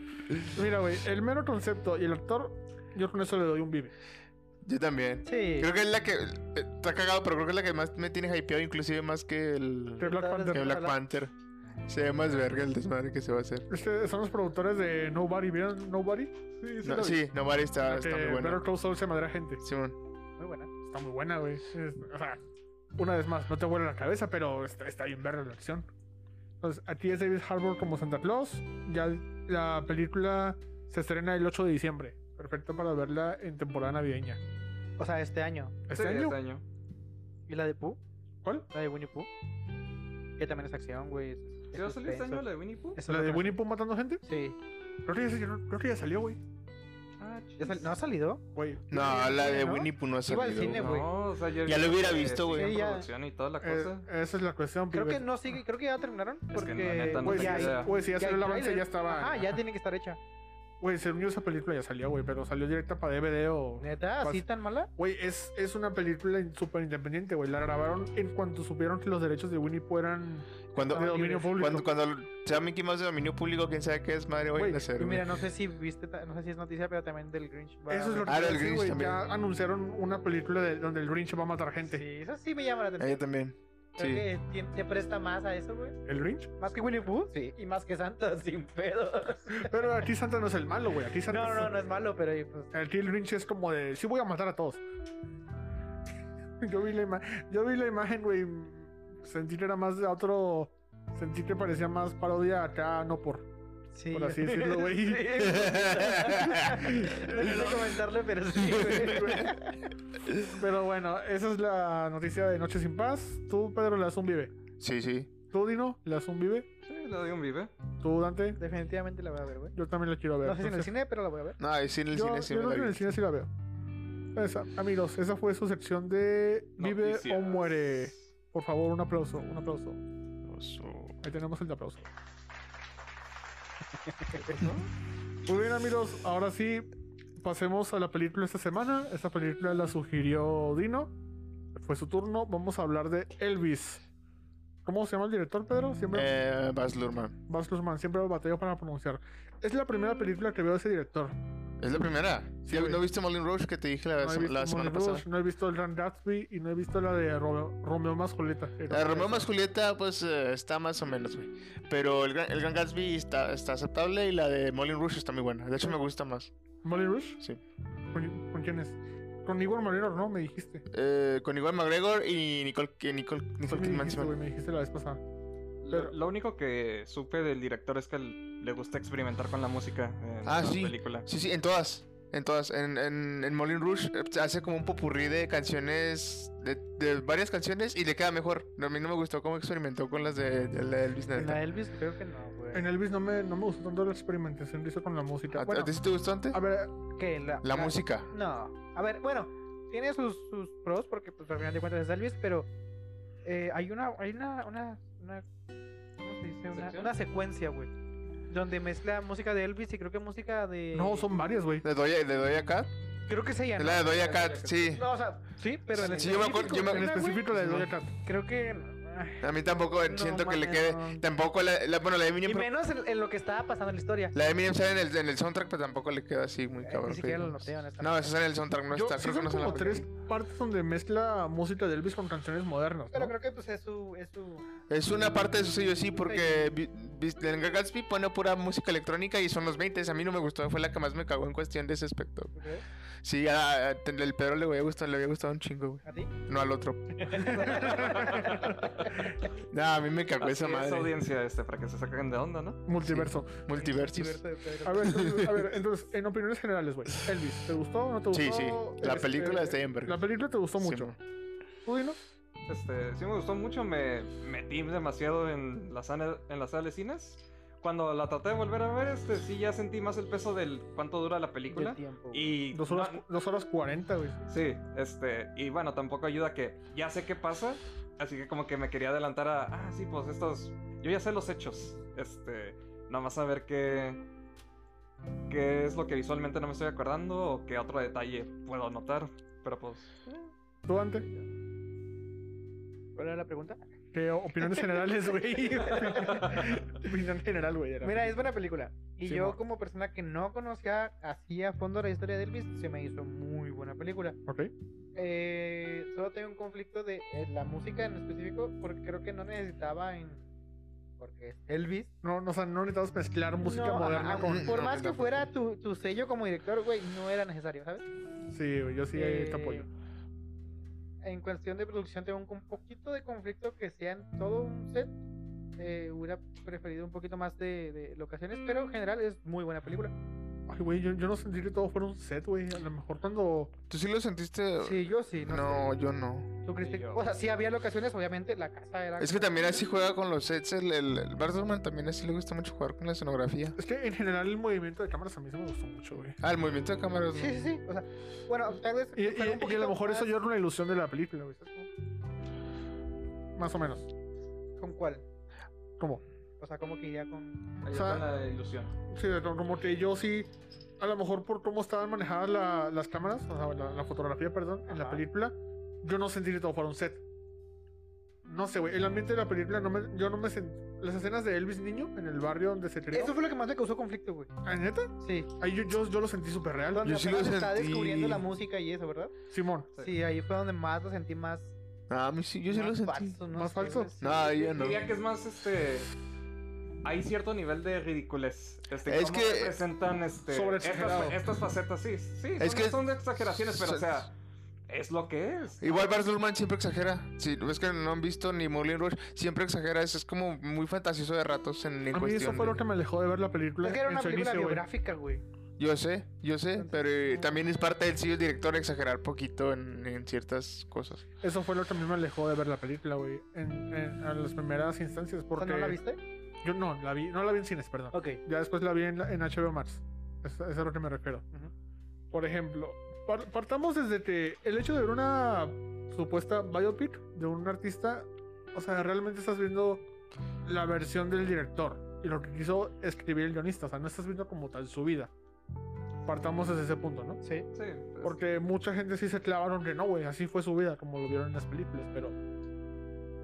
[SPEAKER 1] Mira, güey, el mero concepto y el actor, yo con eso le doy un vive.
[SPEAKER 2] Yo también.
[SPEAKER 4] Sí.
[SPEAKER 2] Creo que es la que. eh, Está cagado, pero creo que es la que más me tiene hypeado, inclusive más que el.
[SPEAKER 1] Que Black Panther.
[SPEAKER 2] que Black
[SPEAKER 4] Ojalá.
[SPEAKER 2] Panther. Se ve más verga el desmadre que se va a hacer.
[SPEAKER 1] Este, son los productores de Nobody, ¿vieron Nobody?
[SPEAKER 2] No, Sí, Nobody está, está muy
[SPEAKER 1] bueno.
[SPEAKER 2] bueno.
[SPEAKER 1] Better Call Saul se madrea gente.
[SPEAKER 2] Simón.
[SPEAKER 4] Muy buena.
[SPEAKER 1] Está muy buena, güey. Es- O sea, una vez más, no te vuela la cabeza, pero está, está bien verla la acción. Entonces, aquí es David Harbour como Santa Claus. Ya la película se estrena el 8 de diciembre. Perfecto para verla en temporada navideña.
[SPEAKER 4] O sea, este año.
[SPEAKER 1] ¿Este
[SPEAKER 3] Sí,
[SPEAKER 1] año?
[SPEAKER 3] este año.
[SPEAKER 4] ¿Y la de Pooh?
[SPEAKER 1] ¿Cuál?
[SPEAKER 4] La de Winnie Pooh. Que también es acción, güey. es- es
[SPEAKER 3] ¿Sí va a salir este
[SPEAKER 4] suspenso.
[SPEAKER 3] año la de Winnie Pooh?
[SPEAKER 4] Eso
[SPEAKER 1] ¿La
[SPEAKER 4] es
[SPEAKER 1] de
[SPEAKER 4] lo que
[SPEAKER 1] Winnie Pooh matando gente?
[SPEAKER 4] no sé. Sí.
[SPEAKER 1] Creo que ya, creo que ya salió, güey.
[SPEAKER 3] Ah,
[SPEAKER 4] ¿Ya sal- ¿No ha salido?
[SPEAKER 1] Güey, eh,
[SPEAKER 2] No, la de
[SPEAKER 4] ¿no?
[SPEAKER 2] Winnie Pooh no ha
[SPEAKER 4] Iba al
[SPEAKER 2] salido.
[SPEAKER 4] cine,
[SPEAKER 2] güey.
[SPEAKER 4] güey.
[SPEAKER 3] No, o sea, este, yo
[SPEAKER 2] Ya lo
[SPEAKER 3] vi
[SPEAKER 2] hubiera
[SPEAKER 3] que
[SPEAKER 2] visto, güey.
[SPEAKER 3] sigue
[SPEAKER 4] Sí, ya.
[SPEAKER 3] en producción y toda la
[SPEAKER 1] eh,
[SPEAKER 3] cosa.
[SPEAKER 1] esa es la cuestión.
[SPEAKER 4] Creo
[SPEAKER 1] pibe.
[SPEAKER 4] que no sigue, creo que ya terminaron.
[SPEAKER 3] que
[SPEAKER 4] Porque.
[SPEAKER 3] la neta no
[SPEAKER 1] Güey,
[SPEAKER 4] Pues
[SPEAKER 1] si
[SPEAKER 3] tengo
[SPEAKER 4] ya,
[SPEAKER 1] ya,
[SPEAKER 3] idea.
[SPEAKER 4] ya
[SPEAKER 1] güey, si ya salió el
[SPEAKER 4] hay
[SPEAKER 1] avance,
[SPEAKER 4] trailer.
[SPEAKER 1] ya estaba.
[SPEAKER 4] Ajá, ya tiene que estar hecha.
[SPEAKER 1] Güey, según yo, esa película ya salía, güey, pero salió directa para DVD o.
[SPEAKER 4] ¿Neta? ¿Así
[SPEAKER 1] Pas-
[SPEAKER 4] tan mala?
[SPEAKER 1] Güey, es, es una película in- súper independiente, güey. La grabaron en cuanto supieron que los derechos de Winnie Pooh eran
[SPEAKER 2] Cuando,
[SPEAKER 1] de dominio
[SPEAKER 4] libres.
[SPEAKER 1] público.
[SPEAKER 2] cuando, cuando sea Mickey Mouse de dominio público, quién sabe qué es madre
[SPEAKER 1] Güey,
[SPEAKER 2] voy a hacer.
[SPEAKER 4] Y
[SPEAKER 2] güey.
[SPEAKER 4] mira, no sé si viste, ta- no sé si es noticia, pero también del Grinch. va
[SPEAKER 1] Eso es
[SPEAKER 4] a-
[SPEAKER 1] lo que
[SPEAKER 2] Ah,
[SPEAKER 1] te iba a
[SPEAKER 2] el
[SPEAKER 1] decir,
[SPEAKER 2] Grinch
[SPEAKER 1] güey.
[SPEAKER 2] también.
[SPEAKER 1] Ya anunciaron una película de- donde el Grinch va a matar gente. Eh,
[SPEAKER 4] Sí, eso sí me llama
[SPEAKER 2] A
[SPEAKER 4] la atención.
[SPEAKER 2] ella Ah, también.
[SPEAKER 4] Creo
[SPEAKER 2] Sí.
[SPEAKER 4] que tien- te presta más a eso, güey.
[SPEAKER 1] ¿El Grinch?
[SPEAKER 4] Más que Winnie Pooh. Sí. Y más que Santa, [laughs] sin pedo.
[SPEAKER 1] Pero aquí Santa no es el malo, güey. Aquí
[SPEAKER 4] No,
[SPEAKER 1] Santa
[SPEAKER 4] no,
[SPEAKER 1] es-
[SPEAKER 4] no, es malo, pero eh, pues,
[SPEAKER 1] Aquí el Grinch es como de, sí voy a matar a todos. [laughs] Yo vi la, ima- yo vi la imagen, güey. Sentí que era más de otro... Sentí que parecía más parodia acá, no por...
[SPEAKER 4] sí.
[SPEAKER 1] Por
[SPEAKER 4] [laughs]
[SPEAKER 1] así [laughs] decirlo, güey.
[SPEAKER 4] Sí, No quise comentarle, pero sí, güey.
[SPEAKER 1] Pero bueno, esa es la noticia de Noche sin Paz. Tú, Pedro, le das un vive.
[SPEAKER 2] Sí, sí.
[SPEAKER 1] Tú, Dino, le das un vive.
[SPEAKER 3] Sí, le doy un vive.
[SPEAKER 1] Tú, Dante,
[SPEAKER 4] Definitivamente la voy a ver, güey.
[SPEAKER 1] yo también la quiero ver.
[SPEAKER 4] No sé si en el
[SPEAKER 1] Entonces,
[SPEAKER 4] cine, pero la voy a ver.
[SPEAKER 2] No, sí en el
[SPEAKER 1] yo,
[SPEAKER 2] cine sí
[SPEAKER 1] yo
[SPEAKER 2] me
[SPEAKER 1] creo
[SPEAKER 2] la
[SPEAKER 1] que en el
[SPEAKER 2] vi.
[SPEAKER 1] cine sí la veo. Esa- amigos, esa fue su sección de Vive o
[SPEAKER 3] Noticias.
[SPEAKER 1] Muere. Por favor, un aplauso, un aplauso.
[SPEAKER 2] Oso.
[SPEAKER 1] Ahí tenemos el de
[SPEAKER 2] [laughs]
[SPEAKER 1] aplauso. Muy bien, amigos, ahora sí pasemos a la película esta semana. Esta película la sugirió Dino. Fue su turno. Vamos a hablar de Elvis. ¿Cómo se llama el director, Pedro? Siempre
[SPEAKER 2] Eh, Baz Luhrmann.
[SPEAKER 1] Baz Luhrmann, siempre batallo para pronunciar. Es la primera película que veo de ese director.
[SPEAKER 2] ¿Es la primera?
[SPEAKER 1] Sí,
[SPEAKER 2] ¿Ya-
[SPEAKER 1] güey.
[SPEAKER 2] ¿No viste Moulin Rouge que te dije la,
[SPEAKER 1] No he
[SPEAKER 2] sema-
[SPEAKER 1] visto
[SPEAKER 2] la semana
[SPEAKER 1] Moulin Rouge,
[SPEAKER 2] pasada?
[SPEAKER 1] no he visto el Grand Gatsby y no he visto la de Ro- Romeo más Julieta.
[SPEAKER 2] La de Romeo más Julieta, pues eh, está más o menos, güey. Pero el Gran, el Gran Gatsby está, está aceptable y la de Moulin Rouge está muy buena. De hecho, me gusta más.
[SPEAKER 1] ¿Molly Rush?
[SPEAKER 2] Sí.
[SPEAKER 1] ¿Con, con quién es? Con Igor Marino, ¿no? Me dijiste.
[SPEAKER 2] Eh, con Igual McGregor y Nicole, que Nicole, Nicole
[SPEAKER 1] Sí me
[SPEAKER 2] Kidman.
[SPEAKER 1] dijiste, güey, me dijiste la vez pasada.
[SPEAKER 3] Lo, lo único que supe del director es que l- le gusta experimentar con la música en
[SPEAKER 2] Ah,
[SPEAKER 3] la
[SPEAKER 2] sí.
[SPEAKER 3] película.
[SPEAKER 2] Sí, sí, en todas. En todas. En, en, en Moulin Rouge eh, hace como un popurrí de canciones, de, de varias canciones y le queda mejor. No, a mí no me gustó cómo experimentó con las de, de la Elvis
[SPEAKER 4] En la
[SPEAKER 2] Neta.
[SPEAKER 4] Elvis, creo que no, güey.
[SPEAKER 1] En Elvis no me, no me gustó tanto la experimentación que hizo con la música.
[SPEAKER 2] ¿A,
[SPEAKER 1] Bueno,
[SPEAKER 2] Ah, a ti sí te gustó antes?
[SPEAKER 1] a ver,
[SPEAKER 4] ¿Qué? La,
[SPEAKER 2] La
[SPEAKER 4] la-
[SPEAKER 2] música.
[SPEAKER 4] No. A ver, bueno, tiene sus, sus pros porque pues, al final de cuentas es Elvis, pero eh, hay una, hay una, una, una- ¿cómo se dice? Una,
[SPEAKER 3] ¿Sección?
[SPEAKER 4] una secuencia, güey. Donde mezcla música de Elvis y creo que música de.
[SPEAKER 1] no, son varias, güey.
[SPEAKER 2] ¿De Doya, de Doja Cat?
[SPEAKER 4] Creo que se
[SPEAKER 2] Es
[SPEAKER 4] llama.
[SPEAKER 2] la de Doja Cat, sí.
[SPEAKER 4] No, o sea, sí, pero en
[SPEAKER 2] Sí, yo me acuerdo- yo me-
[SPEAKER 1] En
[SPEAKER 4] una, güey,
[SPEAKER 1] específico la de Doja Cat.
[SPEAKER 4] Creo que. ay,
[SPEAKER 2] A mí tampoco eh,
[SPEAKER 4] No
[SPEAKER 2] siento que le
[SPEAKER 4] mames,
[SPEAKER 2] quede.
[SPEAKER 4] no.
[SPEAKER 2] Tampoco la, la- bueno, la de Eminem.
[SPEAKER 4] Y menos en, en lo que estaba pasando en la historia.
[SPEAKER 2] La de Eminem sale en el, en el soundtrack, pero tampoco le queda así muy
[SPEAKER 4] Eh,
[SPEAKER 2] cabrón.
[SPEAKER 4] Ni siquiera lo
[SPEAKER 2] pero-
[SPEAKER 4] noté, honestamente.
[SPEAKER 2] No, eso sale en el soundtrack, no
[SPEAKER 1] Yo-
[SPEAKER 2] está.
[SPEAKER 1] sí
[SPEAKER 2] creo que
[SPEAKER 1] son
[SPEAKER 2] no sale
[SPEAKER 1] como
[SPEAKER 2] en la
[SPEAKER 1] tres
[SPEAKER 2] película.
[SPEAKER 1] partes donde mezcla música de Elvis con canciones modernas.
[SPEAKER 4] Pero
[SPEAKER 1] ¿no?
[SPEAKER 4] creo que pues es su. Es su...
[SPEAKER 2] Es una parte de su sello, sí, porque vi- vi- en Gran Gatsby pone pura música electrónica y son los 20. A mí no me gustó, fue la que más me cagó en cuestión de ese aspecto.
[SPEAKER 4] ¿eh?
[SPEAKER 2] Sí, a, a- el Pedro le había gustado, le había gustado un chingo, güey.
[SPEAKER 4] ¿A ti?
[SPEAKER 2] No al otro. no, Ah, a mí me cagó
[SPEAKER 3] Así
[SPEAKER 2] esa
[SPEAKER 3] es,
[SPEAKER 2] madre.
[SPEAKER 3] audiencia este, para que se saquen de onda, ¿no?
[SPEAKER 1] Multiverso.
[SPEAKER 2] [laughs] Multiversos.
[SPEAKER 4] Divertido, pero-
[SPEAKER 1] A ver, entonces, a ver, entonces, en opiniones generales, güey. Elvis, ¿te gustó o no te gustó?
[SPEAKER 2] Sí, sí. La
[SPEAKER 1] Este,
[SPEAKER 2] película está bien,
[SPEAKER 1] La
[SPEAKER 2] verga.
[SPEAKER 1] película te gustó
[SPEAKER 2] Sí,
[SPEAKER 1] mucho.
[SPEAKER 2] mo.
[SPEAKER 1] ¿Tú, Dino?
[SPEAKER 3] Este, sí me gustó mucho, me metí demasiado en la, sana- en la sala de cines. Cuando la traté de volver a ver, este, sí ya sentí más el peso del cuánto dura la película.
[SPEAKER 4] del tiempo, güey.
[SPEAKER 3] Y
[SPEAKER 1] Dos horas,
[SPEAKER 3] no-
[SPEAKER 1] dos horas cuarenta, güey.
[SPEAKER 3] Sí, este, y bueno, tampoco ayuda que ya sé qué pasa, así que como que me quería adelantar a, ah, sí, pues estos, yo ya sé los hechos, este, nomás a ver qué, qué es lo que visualmente no me estoy acordando o qué otro detalle puedo notar, pero pues,
[SPEAKER 1] ¿Tú, Dante?
[SPEAKER 4] ¿Cuál era la pregunta?
[SPEAKER 1] ¿Qué opiniones generales, güey? Opinión general, güey. era.
[SPEAKER 4] Mira, es buena película. Y
[SPEAKER 1] Sí,
[SPEAKER 4] yo,
[SPEAKER 1] mo.
[SPEAKER 4] como persona que no conocía así a fondo la historia de Elvis, se me hizo muy buena película.
[SPEAKER 1] Ok.
[SPEAKER 4] Eh, solo tengo un conflicto de eh, la música en específico, porque creo que no necesitaba en. Porque es Elvis.
[SPEAKER 1] No, no, o sea, no necesitas mezclar música
[SPEAKER 4] No,
[SPEAKER 1] moderna
[SPEAKER 4] ajá,
[SPEAKER 1] con.
[SPEAKER 4] Por
[SPEAKER 2] no,
[SPEAKER 4] más que
[SPEAKER 2] tampoco.
[SPEAKER 4] fuera tu, tu sello como director, güey, no era necesario, ¿sabes?
[SPEAKER 1] Sí, güey, yo sí
[SPEAKER 4] Eh,
[SPEAKER 1] te apoyo.
[SPEAKER 4] En cuestión de producción, tengo un, un poquito de conflicto que sea en todo un set. Eh, hubiera preferido un poquito más de, de locaciones, pero en general es muy buena película.
[SPEAKER 1] Ay, güey, yo, yo no sentí que todo fuera un set, güey. A lo mejor cuando.
[SPEAKER 2] ¿Tú sí lo sentiste?
[SPEAKER 4] Sí, yo sí. No,
[SPEAKER 2] Eh, No,
[SPEAKER 4] sé.
[SPEAKER 2] yo no.
[SPEAKER 4] Tú, Cristi-
[SPEAKER 5] Sí, yo-
[SPEAKER 4] O sea, sí había locaciones, obviamente, la casa era.
[SPEAKER 2] Es que también así juega con los sets. El, el, el Baz Luhrmann también así le gusta mucho jugar con la escenografía.
[SPEAKER 1] Es que en general el movimiento de cámaras a mí se me gustó mucho, güey.
[SPEAKER 2] Ah, el movimiento de cámaras.
[SPEAKER 4] Sí, sí,
[SPEAKER 2] ¿no?
[SPEAKER 4] sí. O sea, bueno, tal vez.
[SPEAKER 1] Y, y-
[SPEAKER 4] fuera un
[SPEAKER 1] y a
[SPEAKER 4] poquito
[SPEAKER 1] lo mejor eso
[SPEAKER 4] más-
[SPEAKER 1] llora una ilusión de la película, güey. ¿sabes cómo? Más o menos.
[SPEAKER 4] ¿Con cuál?
[SPEAKER 1] ¿Cómo?
[SPEAKER 4] O sea, ¿cómo que iría con.?
[SPEAKER 3] Ahí
[SPEAKER 1] O
[SPEAKER 3] está
[SPEAKER 1] sea-
[SPEAKER 3] la ilusión.
[SPEAKER 1] Sí, no, como que yo sí, a lo mejor por cómo estaban manejadas la- las cámaras, o sea, la, la fotografía, perdón, en la
[SPEAKER 4] Ajá.
[SPEAKER 1] película, yo no sentí que todo fuera un set. No sé, güey, el ambiente de la película, no me- yo no me sentí... Las escenas de Elvis niño en el barrio donde se crió.
[SPEAKER 4] Eso fue lo que más me causó conflicto, güey.
[SPEAKER 1] ¿Ah, neta?
[SPEAKER 4] Sí.
[SPEAKER 1] Ahí yo, yo, yo lo sentí súper real.
[SPEAKER 4] Donde
[SPEAKER 2] sí lo
[SPEAKER 4] apenas está
[SPEAKER 2] sentí.
[SPEAKER 4] descubriendo la música y eso, ¿verdad?
[SPEAKER 1] Simón.
[SPEAKER 4] Sí, ahí fue donde más lo sentí más.
[SPEAKER 2] Ah, a mí sí, yo sí
[SPEAKER 4] más
[SPEAKER 2] lo sentí.
[SPEAKER 4] falso, no
[SPEAKER 1] ¿Más
[SPEAKER 4] sé,
[SPEAKER 1] falso?
[SPEAKER 4] güey, sí. pues,
[SPEAKER 2] No, yo no.
[SPEAKER 3] Diría que es más este. Hay cierto nivel de ridiculez. Este,
[SPEAKER 2] Es
[SPEAKER 3] cómo
[SPEAKER 2] que-
[SPEAKER 3] representan este,
[SPEAKER 1] Sobreexagerado.
[SPEAKER 3] estas, estas facetas, sí. sí
[SPEAKER 2] Es
[SPEAKER 3] son,
[SPEAKER 2] que-
[SPEAKER 3] son exageraciones, pero
[SPEAKER 2] son-
[SPEAKER 3] o sea, es lo que es.
[SPEAKER 2] Igual Baz Luhrmann siempre exagera. Si ves que no han visto ni Moulin Rouge, siempre exagera. Es, es como muy fantasioso de ratos en, en
[SPEAKER 1] A mí eso
[SPEAKER 2] cuestión
[SPEAKER 1] fue
[SPEAKER 2] de-
[SPEAKER 1] lo que me alejó de ver la película.
[SPEAKER 4] Es que era
[SPEAKER 1] en
[SPEAKER 4] una
[SPEAKER 1] su
[SPEAKER 4] película
[SPEAKER 1] inicio, güey.
[SPEAKER 4] biográfica, güey.
[SPEAKER 2] Yo sé, yo sé,
[SPEAKER 4] Entonces,
[SPEAKER 2] pero eh,
[SPEAKER 4] no.
[SPEAKER 2] también es parte del sello director exagerar poquito en, en ciertas cosas.
[SPEAKER 1] Eso fue lo que a mí me alejó de ver la película, güey. En, en- a las primeras instancias,
[SPEAKER 4] O sea,
[SPEAKER 1] porque...
[SPEAKER 4] ¿No la viste?
[SPEAKER 1] Yo no, la vi, no la vi en cines, perdón.
[SPEAKER 4] Ok.
[SPEAKER 1] Ya después la vi en, la- en HBO Max. Es, es a lo que me refiero. Por ejemplo, par- partamos desde que el hecho de ver una supuesta biopic de un artista, o sea, realmente estás viendo la versión del director y lo que quiso escribir el guionista, o sea, no estás viendo como tal su vida. Partamos desde ese punto, ¿no?
[SPEAKER 4] Sí.
[SPEAKER 3] Sí, pues,
[SPEAKER 1] Porque mucha gente sí se clavaron que no, güey, así fue su vida, como lo vieron en las películas, pero.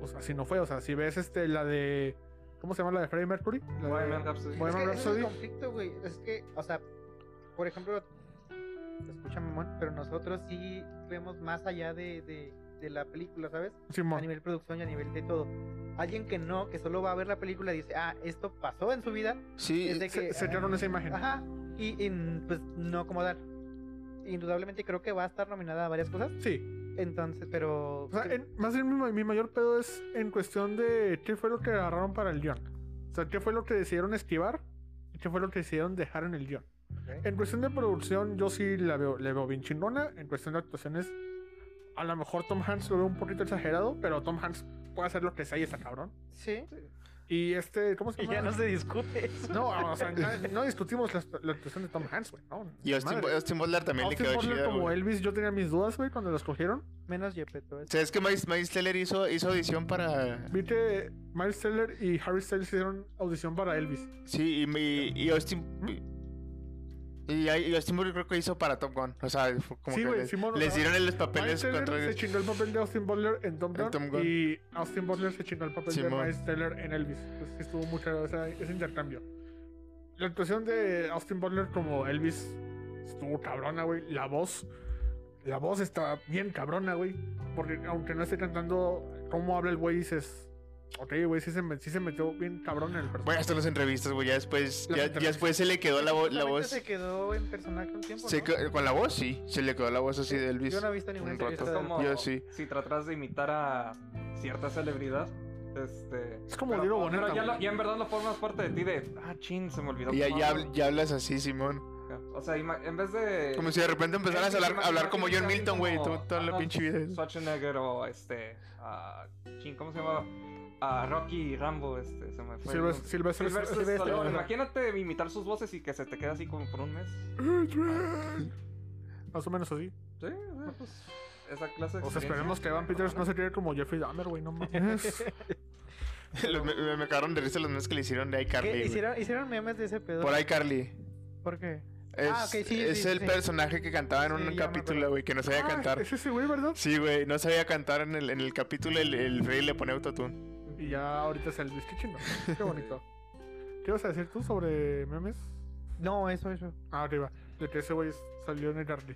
[SPEAKER 1] O sea, así no fue. O sea, si ves este, la de. ¿Cómo se llama la de Freddie Mercury? La de-
[SPEAKER 3] Bohemian Rhapsody.
[SPEAKER 1] Bohemian-
[SPEAKER 4] Es que ese es
[SPEAKER 1] Rhapsody.
[SPEAKER 4] el conflicto, güey. Es que, o sea, por ejemplo, escúchame, mon, pero nosotros sí vemos más allá de, de, de la película, ¿sabes? A
[SPEAKER 1] Simón.
[SPEAKER 4] nivel producción y a nivel de todo. Alguien que no, que solo va a ver la película y dice, ah, esto pasó en su vida.
[SPEAKER 2] Sí,
[SPEAKER 4] Es de
[SPEAKER 1] Se,
[SPEAKER 4] que, "Ah,
[SPEAKER 1] se crearon esa imagen.
[SPEAKER 4] Ajá. Y, y, mm, pues no como tal. Indudablemente creo que va a estar nominada a varias cosas.
[SPEAKER 1] Sí.
[SPEAKER 4] Entonces, pero.
[SPEAKER 1] O sea, en- más bien mi, ma- mi mayor pedo es en cuestión de qué fue lo que agarraron para el guión. O sea, qué fue lo que decidieron esquivar y qué fue lo que decidieron dejar en el guión.
[SPEAKER 4] Ok.
[SPEAKER 1] En cuestión de producción, yo sí la veo, la veo bien chingona. En cuestión de actuaciones, a lo mejor Tom Hanks lo veo un poquito exagerado, pero Tom Hanks puede hacer lo que sea y está cabrón.
[SPEAKER 4] Sí.
[SPEAKER 1] Y este, ¿cómo
[SPEAKER 5] [laughs]
[SPEAKER 1] se
[SPEAKER 5] Y ya
[SPEAKER 1] llama?
[SPEAKER 5] no se discute eso.
[SPEAKER 1] No, o sea, na- no, discutimos la, la actuación de Tom Hanks, güey. No,
[SPEAKER 2] y Austin,
[SPEAKER 1] madre.
[SPEAKER 2] Austin Butler también
[SPEAKER 1] Austin
[SPEAKER 2] le quedó
[SPEAKER 1] Butler
[SPEAKER 2] chida,
[SPEAKER 1] como
[SPEAKER 2] güey.
[SPEAKER 1] Elvis, yo tenía mis dudas, güey, cuando los cogieron.
[SPEAKER 4] Menos Yepeto.
[SPEAKER 2] O sea, es que Miles, Miles Teller hizo, hizo audición para...
[SPEAKER 1] Vi que Miles Teller y Harry Styles hicieron audición para Elvis.
[SPEAKER 2] Sí, y, mi- y Austin... Y, y Austin Butler creo que hizo para Top Gun. O sea, fue como
[SPEAKER 1] Sí,
[SPEAKER 2] que
[SPEAKER 1] güey,
[SPEAKER 2] les,
[SPEAKER 1] Simón, o
[SPEAKER 2] les
[SPEAKER 1] sea,
[SPEAKER 2] dieron en los
[SPEAKER 1] Miles
[SPEAKER 2] papeles
[SPEAKER 1] Teller
[SPEAKER 2] contra-
[SPEAKER 1] se chingó el papel de Austin Butler en Tom
[SPEAKER 2] En Tom
[SPEAKER 1] Gunn
[SPEAKER 2] Gunn.
[SPEAKER 1] y Austin Butler se chingó el papel de
[SPEAKER 2] Simón.
[SPEAKER 1] Miles Teller en Elvis. Entonces sí estuvo mucho ese intercambio. La actuación de Austin Butler como Elvis estuvo cabrona, güey. La voz, la voz está bien cabrona, güey. Porque aunque no esté cantando, cómo habla el güey, dices, ok, güey, sí se, me- sí se metió bien cabrón en el personaje.
[SPEAKER 2] Bueno, hasta las entrevistas, güey. Ya después,
[SPEAKER 1] Las
[SPEAKER 2] ya, ya
[SPEAKER 1] entrevistas.
[SPEAKER 2] después se le quedó la, vo- la voz...
[SPEAKER 4] se quedó en personaje un tiempo.
[SPEAKER 2] se
[SPEAKER 4] ¿no?
[SPEAKER 2] quedó- con la voz, sí. Se le quedó la voz así de Elvis.
[SPEAKER 4] Yo no he visto ninguna
[SPEAKER 2] un rato.
[SPEAKER 4] entrevista
[SPEAKER 3] es
[SPEAKER 4] de
[SPEAKER 3] como
[SPEAKER 2] Yo sí.
[SPEAKER 3] si tratas de imitar a cierta celebridad. Este.
[SPEAKER 1] es como
[SPEAKER 3] pero-
[SPEAKER 1] Diego
[SPEAKER 3] pero
[SPEAKER 1] Boneta,
[SPEAKER 3] ya,
[SPEAKER 1] güey.
[SPEAKER 3] lo- ya en verdad lo formas parte de ti de. Ah, chin, se me olvidó.
[SPEAKER 2] Y ya,
[SPEAKER 3] cómo
[SPEAKER 2] ya
[SPEAKER 3] hablo".
[SPEAKER 2] habl- ya hablas así, Simón.
[SPEAKER 3] O sea, ima- en vez
[SPEAKER 4] Eh,
[SPEAKER 3] de.
[SPEAKER 2] Como si de repente empezaras a hablar, a hablar como John Milton, güey.
[SPEAKER 3] Como
[SPEAKER 2] Toda, toda la
[SPEAKER 3] Arnold
[SPEAKER 2] pinche vida.
[SPEAKER 3] Schwarzenegger o este. ah, chin, ¿Cómo se llamaba? Ah, Rocky y Rambo, este, se me fue. el
[SPEAKER 1] Silvestre,
[SPEAKER 3] nombre.
[SPEAKER 1] Silvestre-
[SPEAKER 3] Sylvester
[SPEAKER 1] Silvestre- Ajá.
[SPEAKER 3] Stallone. Imagínate imitar sus voces y que se te quede así como por un mes.
[SPEAKER 1] Más o menos así.
[SPEAKER 3] Sí, o sea, pues, esa clase de
[SPEAKER 1] O sea,
[SPEAKER 3] experiencia.
[SPEAKER 1] esperemos que Evan Peters no se quede como Jeffrey Dahmer, güey, no
[SPEAKER 2] [laughs]
[SPEAKER 1] mames.
[SPEAKER 2] [laughs] Los me, me- me cagaron de risa los memes que le hicieron de
[SPEAKER 4] ¿Qué?
[SPEAKER 2] iCarly. güey.
[SPEAKER 4] hicieron, hicieron memes de ese pedo.
[SPEAKER 2] Por iCarly.
[SPEAKER 4] ¿Por qué?
[SPEAKER 2] Es,
[SPEAKER 4] Ah, ok, sí,
[SPEAKER 2] es
[SPEAKER 4] sí,
[SPEAKER 2] el
[SPEAKER 4] sí.
[SPEAKER 2] personaje que cantaba en
[SPEAKER 4] Sí,
[SPEAKER 2] un
[SPEAKER 4] ya me
[SPEAKER 2] capítulo,
[SPEAKER 4] acuerdo.
[SPEAKER 2] güey, que no sabía
[SPEAKER 1] Ah,
[SPEAKER 2] cantar.
[SPEAKER 1] Es ese güey, ¿verdad?
[SPEAKER 2] Sí, güey, no sabía cantar en el, en el capítulo. El, el Freddy le pone autotune.
[SPEAKER 1] Y ya ahorita es el Qué chingón. Qué bonito. ¿Qué ibas a decir tú sobre memes?
[SPEAKER 4] No, eso, eso.
[SPEAKER 1] Ah, arriba. De que ese güey salió en el Carly.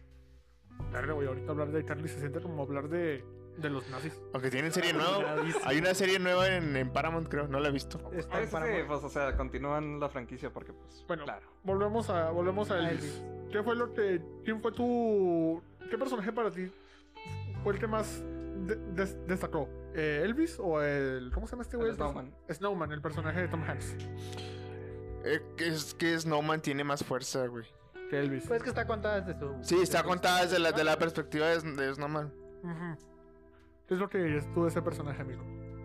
[SPEAKER 1] Verga, güey, ahorita hablar de Carly se siente como hablar de, de los nazis. Ah,
[SPEAKER 2] Aunque tienen
[SPEAKER 4] Ah,
[SPEAKER 2] serie nueva. Hay una serie nueva en, en Paramount, creo. No la he visto.
[SPEAKER 3] A
[SPEAKER 4] Está en
[SPEAKER 3] veces,
[SPEAKER 4] Paramount.
[SPEAKER 3] eh, pues, o sea, continúan la franquicia porque, pues,
[SPEAKER 1] Bueno.
[SPEAKER 3] claro.
[SPEAKER 1] Volvemos a, volvemos a
[SPEAKER 4] A
[SPEAKER 1] Elvis.
[SPEAKER 4] Ah, Elvis.
[SPEAKER 1] ¿Qué fue lo que. ¿Quién fue tu. ¿Qué personaje para ti fue el que más de- des- destacó? ¿Eh, ¿Elvis o el. ¿Cómo se llama este güey?
[SPEAKER 3] El
[SPEAKER 4] pues,
[SPEAKER 3] Snowman.
[SPEAKER 1] Snowman, el personaje de Tom Hanks.
[SPEAKER 2] Eh, que es que Snowman tiene más fuerza, güey.
[SPEAKER 1] que Elvis.
[SPEAKER 4] Pues es que está contada desde su.
[SPEAKER 2] Sí, está
[SPEAKER 4] desde su-
[SPEAKER 2] contada desde la, de la perspectiva de, de Snowman.
[SPEAKER 1] Ujú. ¿Qué es lo que dirías tú de ese personaje, amigo?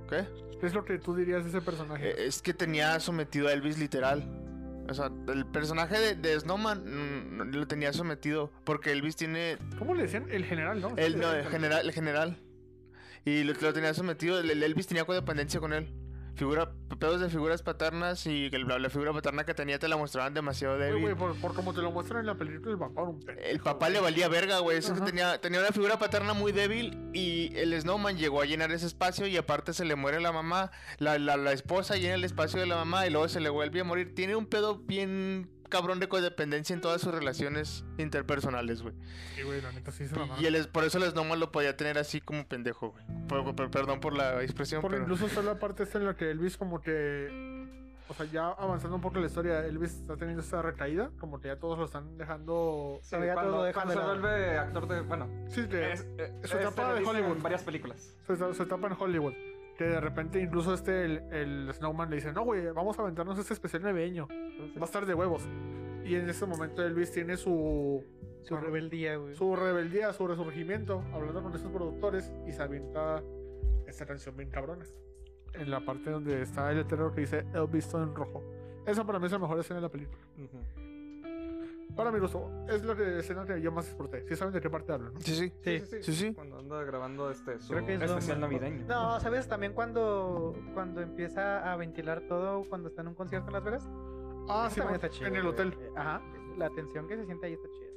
[SPEAKER 2] ¿Qué?
[SPEAKER 1] ¿Qué es lo que tú dirías de ese personaje?
[SPEAKER 2] Eh, Es que tenía sometido a Elvis literal. O sea, el personaje de, de Snowman mm, lo tenía sometido. Porque Elvis tiene.
[SPEAKER 1] ¿Cómo le decían? El general, ¿no?
[SPEAKER 2] El, no, el general, el general. Y lo, lo tenía sometido. El, el Elvis tenía codependencia con él. Figura, pedos de figuras paternas y que la, la figura paterna que tenía te la mostraban demasiado
[SPEAKER 1] Güey,
[SPEAKER 2] débil.
[SPEAKER 1] güey, por, por como te lo muestran en la película, el papá era un pendejo,
[SPEAKER 2] El papá le
[SPEAKER 1] güey.
[SPEAKER 2] valía verga, güey. Eso que
[SPEAKER 1] Ajá.
[SPEAKER 2] tenía, tenía una figura paterna muy débil y el Snowman llegó a llenar ese espacio y aparte se le muere la mamá, la, la, la esposa llena el espacio de la mamá y luego se le vuelve a morir. Tiene un pedo bien cabrón de codependencia en todas sus relaciones interpersonales, güey.
[SPEAKER 1] Sí, güey, la neta sí se mamaron.
[SPEAKER 2] Y él es- por eso el Snowman lo podía tener así como pendejo, güey. Por- por- perdón por la expresión,
[SPEAKER 1] Porque
[SPEAKER 2] pero...
[SPEAKER 1] incluso está la parte esta en la que Elvis como que... O sea, ya avanzando un poco la historia, Elvis está teniendo esa recaída, como que ya todos lo están dejando...
[SPEAKER 3] Sí,
[SPEAKER 4] Pero ya
[SPEAKER 3] cuando,
[SPEAKER 4] todos lo dejan
[SPEAKER 3] cuando se
[SPEAKER 4] de lado.
[SPEAKER 3] vuelve actor de. Bueno,
[SPEAKER 1] Sí, que
[SPEAKER 3] es, eh,
[SPEAKER 1] su etapa
[SPEAKER 3] se lo
[SPEAKER 1] de
[SPEAKER 3] dice en
[SPEAKER 1] Hollywood.
[SPEAKER 3] varias películas.
[SPEAKER 1] su, eta- su etapa en Hollywood. Que de repente incluso este, el, el Snowman le dice, no, güey, vamos a aventarnos este especial navideño. Va a estar de huevos. Y en ese momento Elvis tiene su...
[SPEAKER 4] Su rebeldía, güey.
[SPEAKER 1] su rebeldía, su resurgimiento, hablando con esos productores y se avienta esta canción bien cabrona. En la parte donde está el letrero que dice Elvis todo en rojo. Esa para mí es la mejor escena de la película.
[SPEAKER 3] Ujú.
[SPEAKER 1] Para mi gusto, es la que- escena que yo más disfruté. Sí saben de qué parte hablo, ¿no?
[SPEAKER 2] Sí, sí.
[SPEAKER 4] Sí.
[SPEAKER 2] Sí, sí.
[SPEAKER 3] Cuando anda grabando este, su
[SPEAKER 4] Creo que es lo
[SPEAKER 3] especial
[SPEAKER 4] mejor.
[SPEAKER 3] navideño.
[SPEAKER 4] No, ¿sabes? También cuando, cuando empieza a ventilar todo cuando está en un concierto en Las Vegas.
[SPEAKER 1] Ah,
[SPEAKER 4] Eso
[SPEAKER 1] sí,
[SPEAKER 4] también
[SPEAKER 1] bueno,
[SPEAKER 4] está chido,
[SPEAKER 1] en el
[SPEAKER 4] güey.
[SPEAKER 1] hotel.
[SPEAKER 4] Eh, Ajá. La tensión que se siente ahí está chida.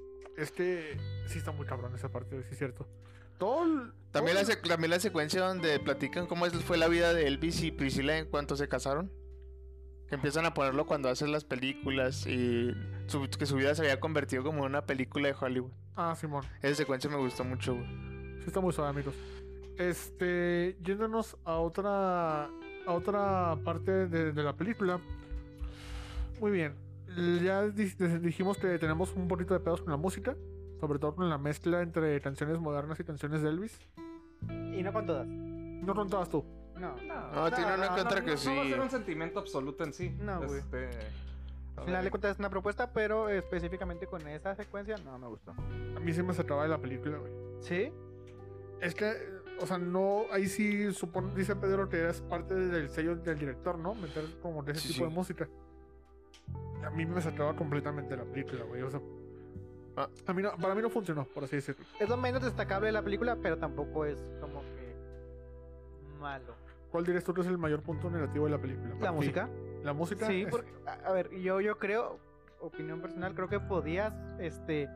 [SPEAKER 1] Es que Este, sí está muy cabrón esa parte, sí es cierto. Todo el- todo
[SPEAKER 2] También la,
[SPEAKER 1] el-
[SPEAKER 2] sec- también la secuencia donde platican cómo es, fue la vida de Elvis y Priscila en cuanto se casaron. Que empiezan a ponerlo cuando hacen las películas y su- que su vida se había convertido como en una película de Hollywood.
[SPEAKER 1] Ah, Simón.
[SPEAKER 2] Esa secuencia me gustó mucho, güey.
[SPEAKER 1] Sí está muy suave, amigos. Este, yéndonos a otra a otra parte de, de la película. Muy bien. Ya di- des- dijimos que tenemos un poquito de pedos con la música, sobre todo con la mezcla entre canciones modernas y canciones de Elvis.
[SPEAKER 4] Y no con todas.
[SPEAKER 1] No contabas tú.
[SPEAKER 4] No.
[SPEAKER 2] No, tiene una que otra que
[SPEAKER 3] No va a
[SPEAKER 2] sí.
[SPEAKER 3] ser un sentimiento absoluto en sí.
[SPEAKER 4] No, güey.
[SPEAKER 3] Este, a
[SPEAKER 4] Al final
[SPEAKER 3] ver.
[SPEAKER 4] de cuentas es una propuesta, pero específicamente con esa secuencia no me gustó.
[SPEAKER 1] A mí se me sacaba de la película, güey.
[SPEAKER 4] ¿Sí?
[SPEAKER 1] Es que, eh, o sea, no, ahí sí supone, dice Pedro que es parte del sello del director, ¿no? Meter como de ese
[SPEAKER 2] Sí,
[SPEAKER 1] tipo
[SPEAKER 2] sí.
[SPEAKER 1] de música. A mí me sacaba completamente la película, güey. O sea,
[SPEAKER 2] Ah.
[SPEAKER 1] a mí no, para mí no funcionó, por así decirlo.
[SPEAKER 4] Es lo menos destacable de la película, pero tampoco es como que malo.
[SPEAKER 1] ¿Cuál dirías tú que es el mayor punto negativo de la película?
[SPEAKER 4] ¿La
[SPEAKER 1] para ti?
[SPEAKER 4] música?
[SPEAKER 1] La música.
[SPEAKER 4] Sí,
[SPEAKER 1] es-
[SPEAKER 4] porque, a a ver, yo, yo creo, opinión personal, creo que podías, este,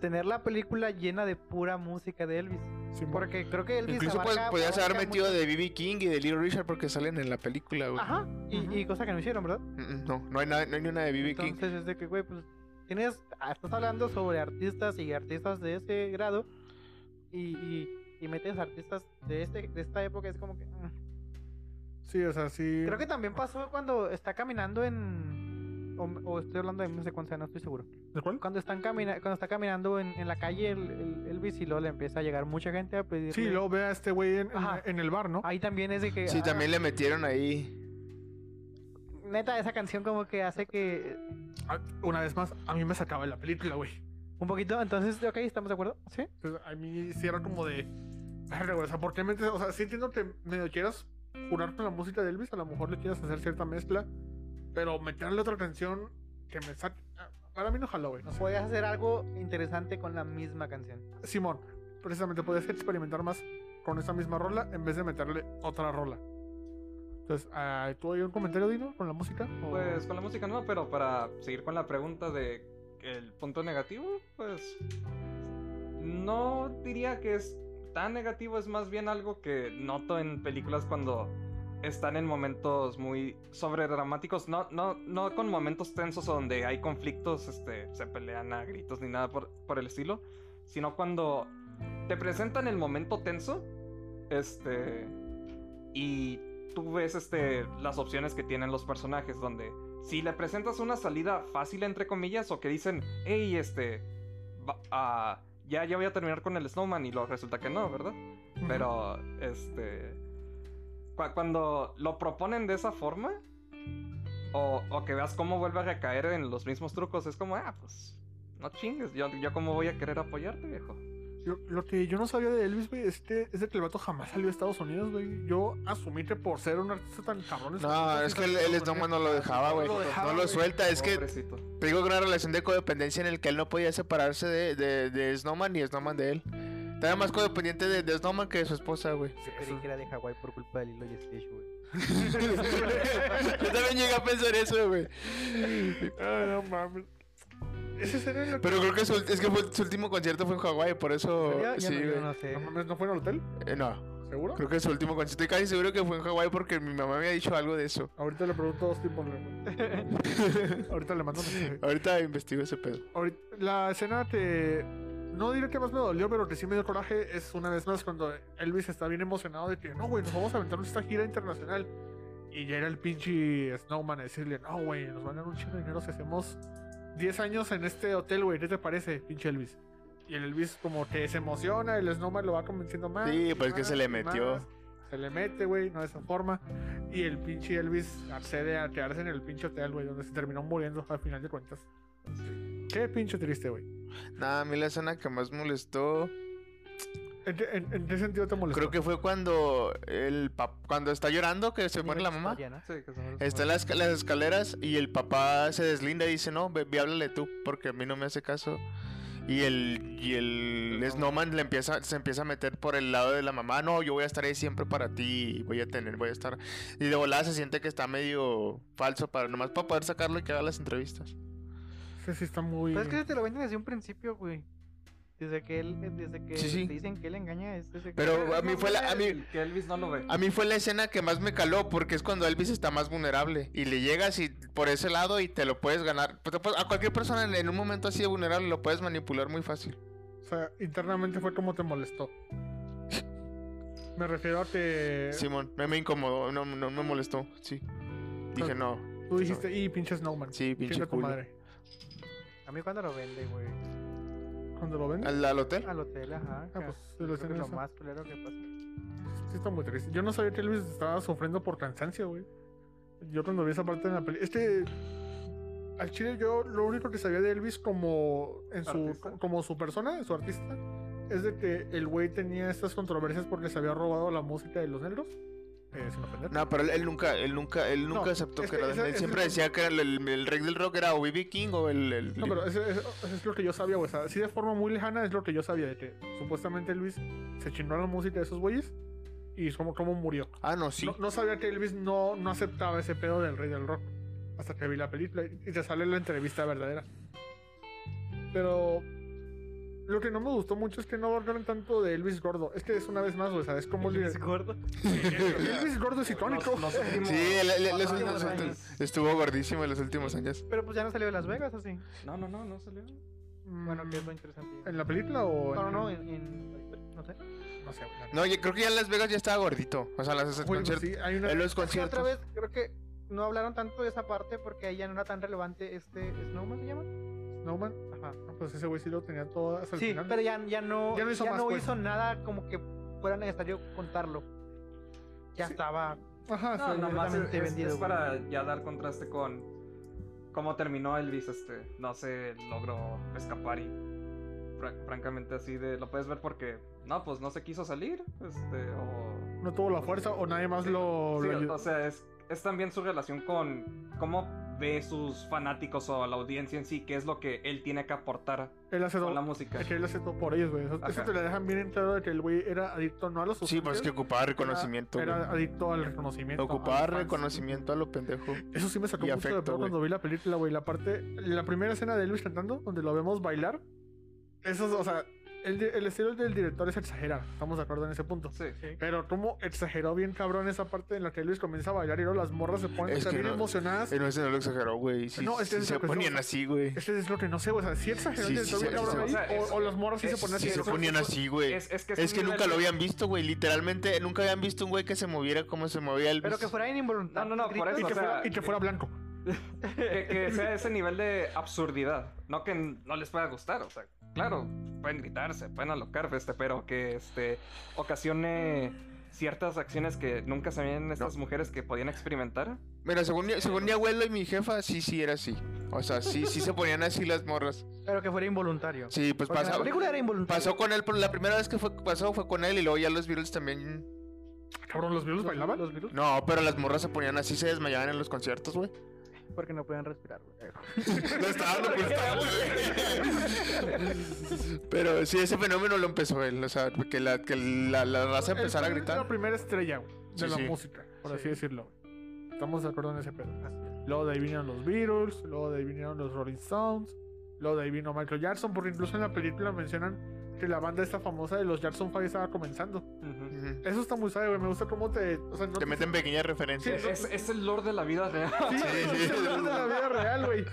[SPEAKER 4] tener la película llena de pura música de Elvis.
[SPEAKER 1] sí, porque
[SPEAKER 4] Porque creo que Elvis
[SPEAKER 2] Incluso pues,
[SPEAKER 4] abarca-
[SPEAKER 2] podías haber
[SPEAKER 4] abarca
[SPEAKER 2] metido
[SPEAKER 4] mucho-
[SPEAKER 2] de B.B. King y de Little Richard porque salen en la película, güey.
[SPEAKER 4] Ajá, y, y cosa que no hicieron, ¿verdad?
[SPEAKER 2] Mm, mm, No, no hay, nada- no hay ni una de B.B. King.
[SPEAKER 4] Entonces es de que, güey, pues tienes, ah, estás hablando sobre artistas y artistas de ese grado y, y- y metes artistas de, este, de esta época, es como que... mm.
[SPEAKER 1] sí, o sea, sí.
[SPEAKER 4] Creo que también pasó cuando está caminando en... O, o estoy hablando de una secuencia, no estoy seguro.
[SPEAKER 1] ¿De
[SPEAKER 4] [laughs]
[SPEAKER 1] cuál?
[SPEAKER 4] Cuando, están camina cuando está caminando en, en la calle, el, el, Elvis y luego le empieza a llegar mucha gente a pedir...
[SPEAKER 1] Sí, luego ve a este güey en, en-
[SPEAKER 4] Ajá.
[SPEAKER 1] en el bar, ¿no?
[SPEAKER 4] Ahí también es de que...
[SPEAKER 2] Sí,
[SPEAKER 4] ah,
[SPEAKER 2] también le metieron ahí.
[SPEAKER 4] Neta, esa canción como que hace que...
[SPEAKER 1] Ah, Una vez más, a mí me sacaba de la película, güey.
[SPEAKER 4] Un poquito, entonces, ok, ¿estamos de acuerdo? Sí.
[SPEAKER 1] Entonces, Pues, a mí sí era como de. "Verga, güey, O sea, ¿por qué metes? O sea, sí entiendo que medio quieras jurar con la música de Elvis, a lo mejor le quieras hacer cierta mezcla, pero meterle otra canción que me saque. ah, Para mí no jaló, güey. no sé.
[SPEAKER 4] Podías hacer algo interesante con la misma canción.
[SPEAKER 1] Simón, precisamente podías experimentar más con esa misma rola en vez de meterle otra rola. Entonces, ah, ¿tú hay un comentario, Dino, con la música? O-
[SPEAKER 3] Pues con la música no, pero para seguir con la pregunta de el punto negativo, pues no diría que es tan negativo, es más bien algo que noto en películas cuando están en momentos muy sobredramáticos, no, no, no con momentos tensos o donde hay conflictos, este, se pelean a gritos ni nada por, por el estilo, sino cuando te presentan el momento tenso, este, y tú ves este, las opciones que tienen los personajes, donde si le presentas una salida fácil, entre comillas, o que dicen, hey, este, va- ah, ya, ya voy a terminar con el Snowman, y lo resulta que no, ¿verdad?
[SPEAKER 1] Ujú.
[SPEAKER 3] Pero, este, cua- cuando lo proponen de esa forma, O, o que veas cómo vuelve a recaer en los mismos trucos. Es como, ah, pues, no chingues. Yo, yo cómo voy a querer apoyarte, viejo.
[SPEAKER 1] Lo, lo que yo no sabía de Elvis, güey, es, que, es de que el vato jamás salió a Estados Unidos, güey. Yo asumí que por ser un artista tan cabrón...
[SPEAKER 2] No, es que él, él no, no lo dejaba, güey. No lo suelta. Es que
[SPEAKER 3] Pobrecito.
[SPEAKER 2] tengo una relación de codependencia en el que él no podía separarse de, de, de Snowman y Snowman de él. Estaba más codependiente de, de Snowman que de su esposa, güey.
[SPEAKER 4] Creí que era de Hawái por culpa de Lilo y Stitch, güey.
[SPEAKER 2] Yo también llegué a pensar eso, güey.
[SPEAKER 1] Ah, no mames. Ese sería el...
[SPEAKER 2] Pero creo que su, es que fue- su último concierto fue en Hawái, por eso.
[SPEAKER 4] Yo- yo
[SPEAKER 2] Sí,
[SPEAKER 4] no, yo
[SPEAKER 2] güey.
[SPEAKER 4] no sé.
[SPEAKER 1] No mames, ¿no fue en el hotel?
[SPEAKER 2] Eh, no,
[SPEAKER 1] ¿Seguro?
[SPEAKER 2] creo que su último concierto. Estoy casi seguro que fue en Hawái porque mi mamá me había dicho algo de
[SPEAKER 1] [laughs]
[SPEAKER 2] eso.
[SPEAKER 1] Ahorita le pregunto a Austin Butler, güey. Ahorita le mando un mensaje.
[SPEAKER 2] Ahorita investigo ese pedo.
[SPEAKER 1] Ahorita- la escena que no diré que más me dolió, pero que sí me dio coraje es una vez más cuando Elvis está bien emocionado de que no, güey, nos vamos a aventar esta gira internacional. Y llega el pinche Snowman a decirle, no, güey, nos van a dar un chingo de dinero si hacemos 10 años en este hotel, güey, ¿qué te parece, pinche Elvis? Y el Elvis como que se emociona, el Snowman lo va convenciendo más.
[SPEAKER 2] Sí,
[SPEAKER 1] y
[SPEAKER 2] pues, que
[SPEAKER 1] más,
[SPEAKER 2] se le
[SPEAKER 1] y
[SPEAKER 2] metió.
[SPEAKER 1] más. Se le mete, güey, no de esa forma. Y el pinche Elvis accede a quedarse en el pinche hotel, güey, donde se terminó muriendo al final de cuentas. Qué pinche triste, güey.
[SPEAKER 2] Nada, a mí la escena que más molestó.
[SPEAKER 1] ¿En, qué- en, en qué sentido te molestó?
[SPEAKER 2] Creo que fue cuando el pap- cuando está llorando que se
[SPEAKER 4] Lilo
[SPEAKER 2] muere
[SPEAKER 4] y
[SPEAKER 2] la mamá.
[SPEAKER 4] Stitch, ¿no?
[SPEAKER 3] Sí, que se me los-
[SPEAKER 2] Está en las, las escaleras y el papá se deslinda y dice, no, ve, ve, háblale tú, porque a mí no me hace caso. Y el, y el Snowman le empieza, se empieza a meter por el lado de la mamá, no, yo voy a estar ahí siempre para ti, y voy a tener, voy a estar... Y de volada se siente que está medio falso, para nomás para poder sacarlo y que haga las entrevistas.
[SPEAKER 1] Sí, sí, está muy.
[SPEAKER 4] Pero Pues es que te lo venden desde un principio, güey. Desde que él, eh, desde que
[SPEAKER 2] Sí, sí.
[SPEAKER 4] te dicen que él engaña, es desde que-
[SPEAKER 2] Pero
[SPEAKER 1] ah,
[SPEAKER 2] a mí
[SPEAKER 3] No,
[SPEAKER 2] fue la...
[SPEAKER 3] güey,
[SPEAKER 2] A mí,
[SPEAKER 3] Que Elvis no lo ve.
[SPEAKER 2] A mí fue la escena que más me caló porque es cuando Elvis está más vulnerable y le llegas y por ese lado y te lo puedes ganar. Pues, te puedes- a cualquier persona en, en un momento así de vulnerable lo puedes manipular muy fácil.
[SPEAKER 1] O sea, internamente fue como te molestó. Me refiero a que
[SPEAKER 2] Simón, me, me incomodó, no, no me molestó, sí. Dije, no,
[SPEAKER 1] tú dijiste, y pinche Snowman.
[SPEAKER 2] sí, pinche
[SPEAKER 1] Chinga tu
[SPEAKER 2] culo.
[SPEAKER 1] madre.
[SPEAKER 4] A mí cuando lo vende, güey.
[SPEAKER 1] Cuando lo ven,
[SPEAKER 2] ¿Al, al hotel?
[SPEAKER 4] Al hotel, ajá.
[SPEAKER 1] Ah,
[SPEAKER 4] que-
[SPEAKER 1] pues, lo
[SPEAKER 4] yo creo que
[SPEAKER 1] hacen
[SPEAKER 4] es lo
[SPEAKER 1] eso.
[SPEAKER 4] más culero que pasa.
[SPEAKER 1] sí está muy triste. Yo no sabía que Elvis estaba sufriendo por cansancio, güey. Yo cuando vi esa parte en la película. Este. Al chile, yo lo único que sabía de Elvis como. En su,
[SPEAKER 3] Artista.
[SPEAKER 1] como su persona, su artista. Es de que el güey tenía estas controversias porque se había robado la música de los negros. Eh, sin ofender.
[SPEAKER 2] No, pero él, él nunca, él nunca, él nunca
[SPEAKER 1] No,
[SPEAKER 2] aceptó
[SPEAKER 1] es
[SPEAKER 2] que
[SPEAKER 1] que
[SPEAKER 2] era de
[SPEAKER 1] esa-
[SPEAKER 2] él.
[SPEAKER 1] esa-
[SPEAKER 2] Siempre decía que era el, el, el rey del rock era o B.B. King o el... el-
[SPEAKER 1] No, pero eso, eso- eso es lo que yo sabía, güey. O sea, así de forma muy lejana es lo que yo sabía de que supuestamente Luis se chingó la música de esos güeyes y cómo, cómo murió.
[SPEAKER 2] Ah, no, sí.
[SPEAKER 1] No, no sabía que Elvis no, no aceptaba ese pedo del rey del rock. Hasta que vi la película y y te sale la entrevista verdadera. Pero lo que no me gustó mucho es que no abordaron tanto de Elvis gordo. Es que es una vez más, güey, ¿sabes cómo le-
[SPEAKER 5] Es gordo.
[SPEAKER 2] [laughs]
[SPEAKER 1] [laughs] Elvis gordo es icónico.
[SPEAKER 3] Los-
[SPEAKER 1] [laughs]
[SPEAKER 3] los últimos-
[SPEAKER 2] Sí, él- él- él-
[SPEAKER 4] Los
[SPEAKER 2] él-
[SPEAKER 4] últimos
[SPEAKER 2] él-
[SPEAKER 4] años.
[SPEAKER 2] estuvo gordísimo en los últimos años.
[SPEAKER 4] Pero pues ya no salió de Las Vegas, así.
[SPEAKER 3] No, no, no, no salió.
[SPEAKER 4] Bueno, que es lo interesante.
[SPEAKER 1] Mm, ¿En la película o
[SPEAKER 4] No, no,
[SPEAKER 1] en-
[SPEAKER 4] no, en, en- no sé.
[SPEAKER 1] No sé, güey.
[SPEAKER 2] No, yo creo que ya en Las Vegas ya estaba gordito. O sea, las, las
[SPEAKER 1] Güey, pues
[SPEAKER 2] conciertos-
[SPEAKER 1] sí, hay una-
[SPEAKER 2] En los
[SPEAKER 4] Es que otra
[SPEAKER 2] conciertos.
[SPEAKER 4] vez creo que no hablaron tanto de esa parte porque ahí ya no era tan relevante este Snowman se llama.
[SPEAKER 1] Snowman.
[SPEAKER 4] Ajá.
[SPEAKER 1] No, pues ese güey sí lo tenía todo hasta el
[SPEAKER 4] Sí,
[SPEAKER 1] final.
[SPEAKER 4] pero ya,
[SPEAKER 1] Ya
[SPEAKER 4] ya no, ya
[SPEAKER 1] no
[SPEAKER 4] no
[SPEAKER 1] hizo
[SPEAKER 4] hizo,
[SPEAKER 1] más, pues.
[SPEAKER 4] nada como que fuera necesario contarlo. Ya
[SPEAKER 1] Sí.
[SPEAKER 4] estaba.
[SPEAKER 1] Ajá,
[SPEAKER 3] No,
[SPEAKER 1] Ah, sí,
[SPEAKER 3] nomás es,
[SPEAKER 4] completamente
[SPEAKER 3] es-
[SPEAKER 4] vendido,
[SPEAKER 3] es
[SPEAKER 4] güey.
[SPEAKER 3] para ya dar contraste con cómo terminó Elvis, este, no se logró escapar y fra- francamente así de, lo puedes ver porque, no, pues no se quiso salir, este, o...
[SPEAKER 1] No tuvo la fuerza o nadie más lo, Oh,
[SPEAKER 3] Sí,
[SPEAKER 1] lo
[SPEAKER 3] o-
[SPEAKER 1] ayudó.
[SPEAKER 3] o sea, es, es también su relación con cómo ve sus fanáticos o la audiencia en sí, qué es lo que él tiene que aportar
[SPEAKER 1] Él hace
[SPEAKER 3] con la
[SPEAKER 1] todo.
[SPEAKER 3] música.
[SPEAKER 1] Es que él hace todo por ellos, güey. Eso,
[SPEAKER 3] Ajá.
[SPEAKER 1] eso te lo dejan bien en claro de que el güey era adicto no a los
[SPEAKER 2] Sí, pues es que ocupaba reconocimiento.
[SPEAKER 1] Era,
[SPEAKER 2] güey.
[SPEAKER 1] era adicto al reconocimiento. a
[SPEAKER 2] Ocupaba
[SPEAKER 1] los fans.
[SPEAKER 2] reconocimiento a lo pendejo.
[SPEAKER 1] Eso sí me sacó
[SPEAKER 2] y
[SPEAKER 1] mucho de
[SPEAKER 2] afecto,
[SPEAKER 1] pedo
[SPEAKER 2] güey.
[SPEAKER 1] cuando vi la película, güey. La parte, la primera escena de Elvis cantando, donde lo vemos bailar. Eso es, o sea, el, di- el estilo del director es exagerar. Estamos de acuerdo en ese punto.
[SPEAKER 3] Sí.
[SPEAKER 1] Pero cómo exageró bien cabrón esa parte en la que Elvis comienza a bailar y luego las morras se ponen
[SPEAKER 2] Es que
[SPEAKER 1] también
[SPEAKER 2] no-
[SPEAKER 1] emocionadas.
[SPEAKER 2] Eh, no, ese no lo exageró, güey. Sí,
[SPEAKER 1] No,
[SPEAKER 2] sí
[SPEAKER 1] es que esa es la
[SPEAKER 2] se
[SPEAKER 1] cuestión,
[SPEAKER 2] ponían
[SPEAKER 1] o sea,
[SPEAKER 2] así, güey.
[SPEAKER 1] Este es lo que no sé, o sea, si exageró
[SPEAKER 2] Sí,
[SPEAKER 1] el
[SPEAKER 2] sí,
[SPEAKER 1] director bien
[SPEAKER 2] sí,
[SPEAKER 1] cabrón
[SPEAKER 3] sí, sí.
[SPEAKER 1] ahí,
[SPEAKER 3] O
[SPEAKER 1] o,
[SPEAKER 3] sea,
[SPEAKER 1] o los moros sí se ponían
[SPEAKER 2] Sí,
[SPEAKER 1] así.
[SPEAKER 2] se
[SPEAKER 1] eso-
[SPEAKER 2] ponían así, güey. Es,
[SPEAKER 3] Es, es que, es
[SPEAKER 2] que
[SPEAKER 3] un
[SPEAKER 2] nunca
[SPEAKER 3] nivel
[SPEAKER 2] lo
[SPEAKER 3] de-
[SPEAKER 2] habían visto, güey. Literalmente, nunca habían visto un güey que se moviera como se movía el.
[SPEAKER 4] Pero que fuera involuntario.
[SPEAKER 3] No, no, no, por
[SPEAKER 1] Y
[SPEAKER 3] eso,
[SPEAKER 1] que,
[SPEAKER 3] o sea,
[SPEAKER 1] fuera, y que fuera blanco.
[SPEAKER 3] que, que sea ese nivel de absurdidad. No que n- no les pueda gustar, o sea, claro, pueden gritarse, pueden alocarse, este, pero que este, ocasione ciertas acciones que nunca sabían estas mujeres que podían experimentar.
[SPEAKER 2] Mira, según mi, según mi abuelo y mi jefa, sí, sí era así. O sea, sí, sí se ponían así las morras.
[SPEAKER 4] Pero que fuera involuntario.
[SPEAKER 2] Sí, pues
[SPEAKER 4] Porque la
[SPEAKER 2] pasaba.
[SPEAKER 4] película era involuntaria.
[SPEAKER 2] Pasó con él, pero la primera vez que fue, pasó fue con él y luego ya los Beatles también.
[SPEAKER 1] Cabrón, ¿los virus bailaban?
[SPEAKER 4] Los virus,
[SPEAKER 2] No, pero las morras se ponían así, se desmayaban en los conciertos, güey.
[SPEAKER 4] porque no podían respirar, güey.
[SPEAKER 2] No estaba dando cuenta, güey. [laughs] Pero sí, ese fenómeno lo empezó él, o sea, que la, que la, la raza
[SPEAKER 1] El
[SPEAKER 2] empezara a
[SPEAKER 1] padre es La
[SPEAKER 2] gritar.
[SPEAKER 1] primera estrella, güey, de
[SPEAKER 2] Sí,
[SPEAKER 1] la
[SPEAKER 2] sí.
[SPEAKER 1] música, por así
[SPEAKER 4] Sí.
[SPEAKER 1] decirlo. güey. Estamos de acuerdo en ese pedo. Luego de ahí vinieron los Beatles, luego de ahí vinieron los Rolling Stones, luego de ahí vino Michael Jackson, porque incluso en la película mencionan que la banda esta famosa de los Jackson Five estaba comenzando.
[SPEAKER 3] Ujú.
[SPEAKER 2] Ujú.
[SPEAKER 1] Eso está muy sabio, güey. Me gusta cómo te. O sea, no
[SPEAKER 2] Te meten pequeñas referencias.
[SPEAKER 3] Es, es- es el lore de la vida real.
[SPEAKER 1] [laughs] Sí,
[SPEAKER 2] Sí, sí.
[SPEAKER 1] sí, de la vida real, güey.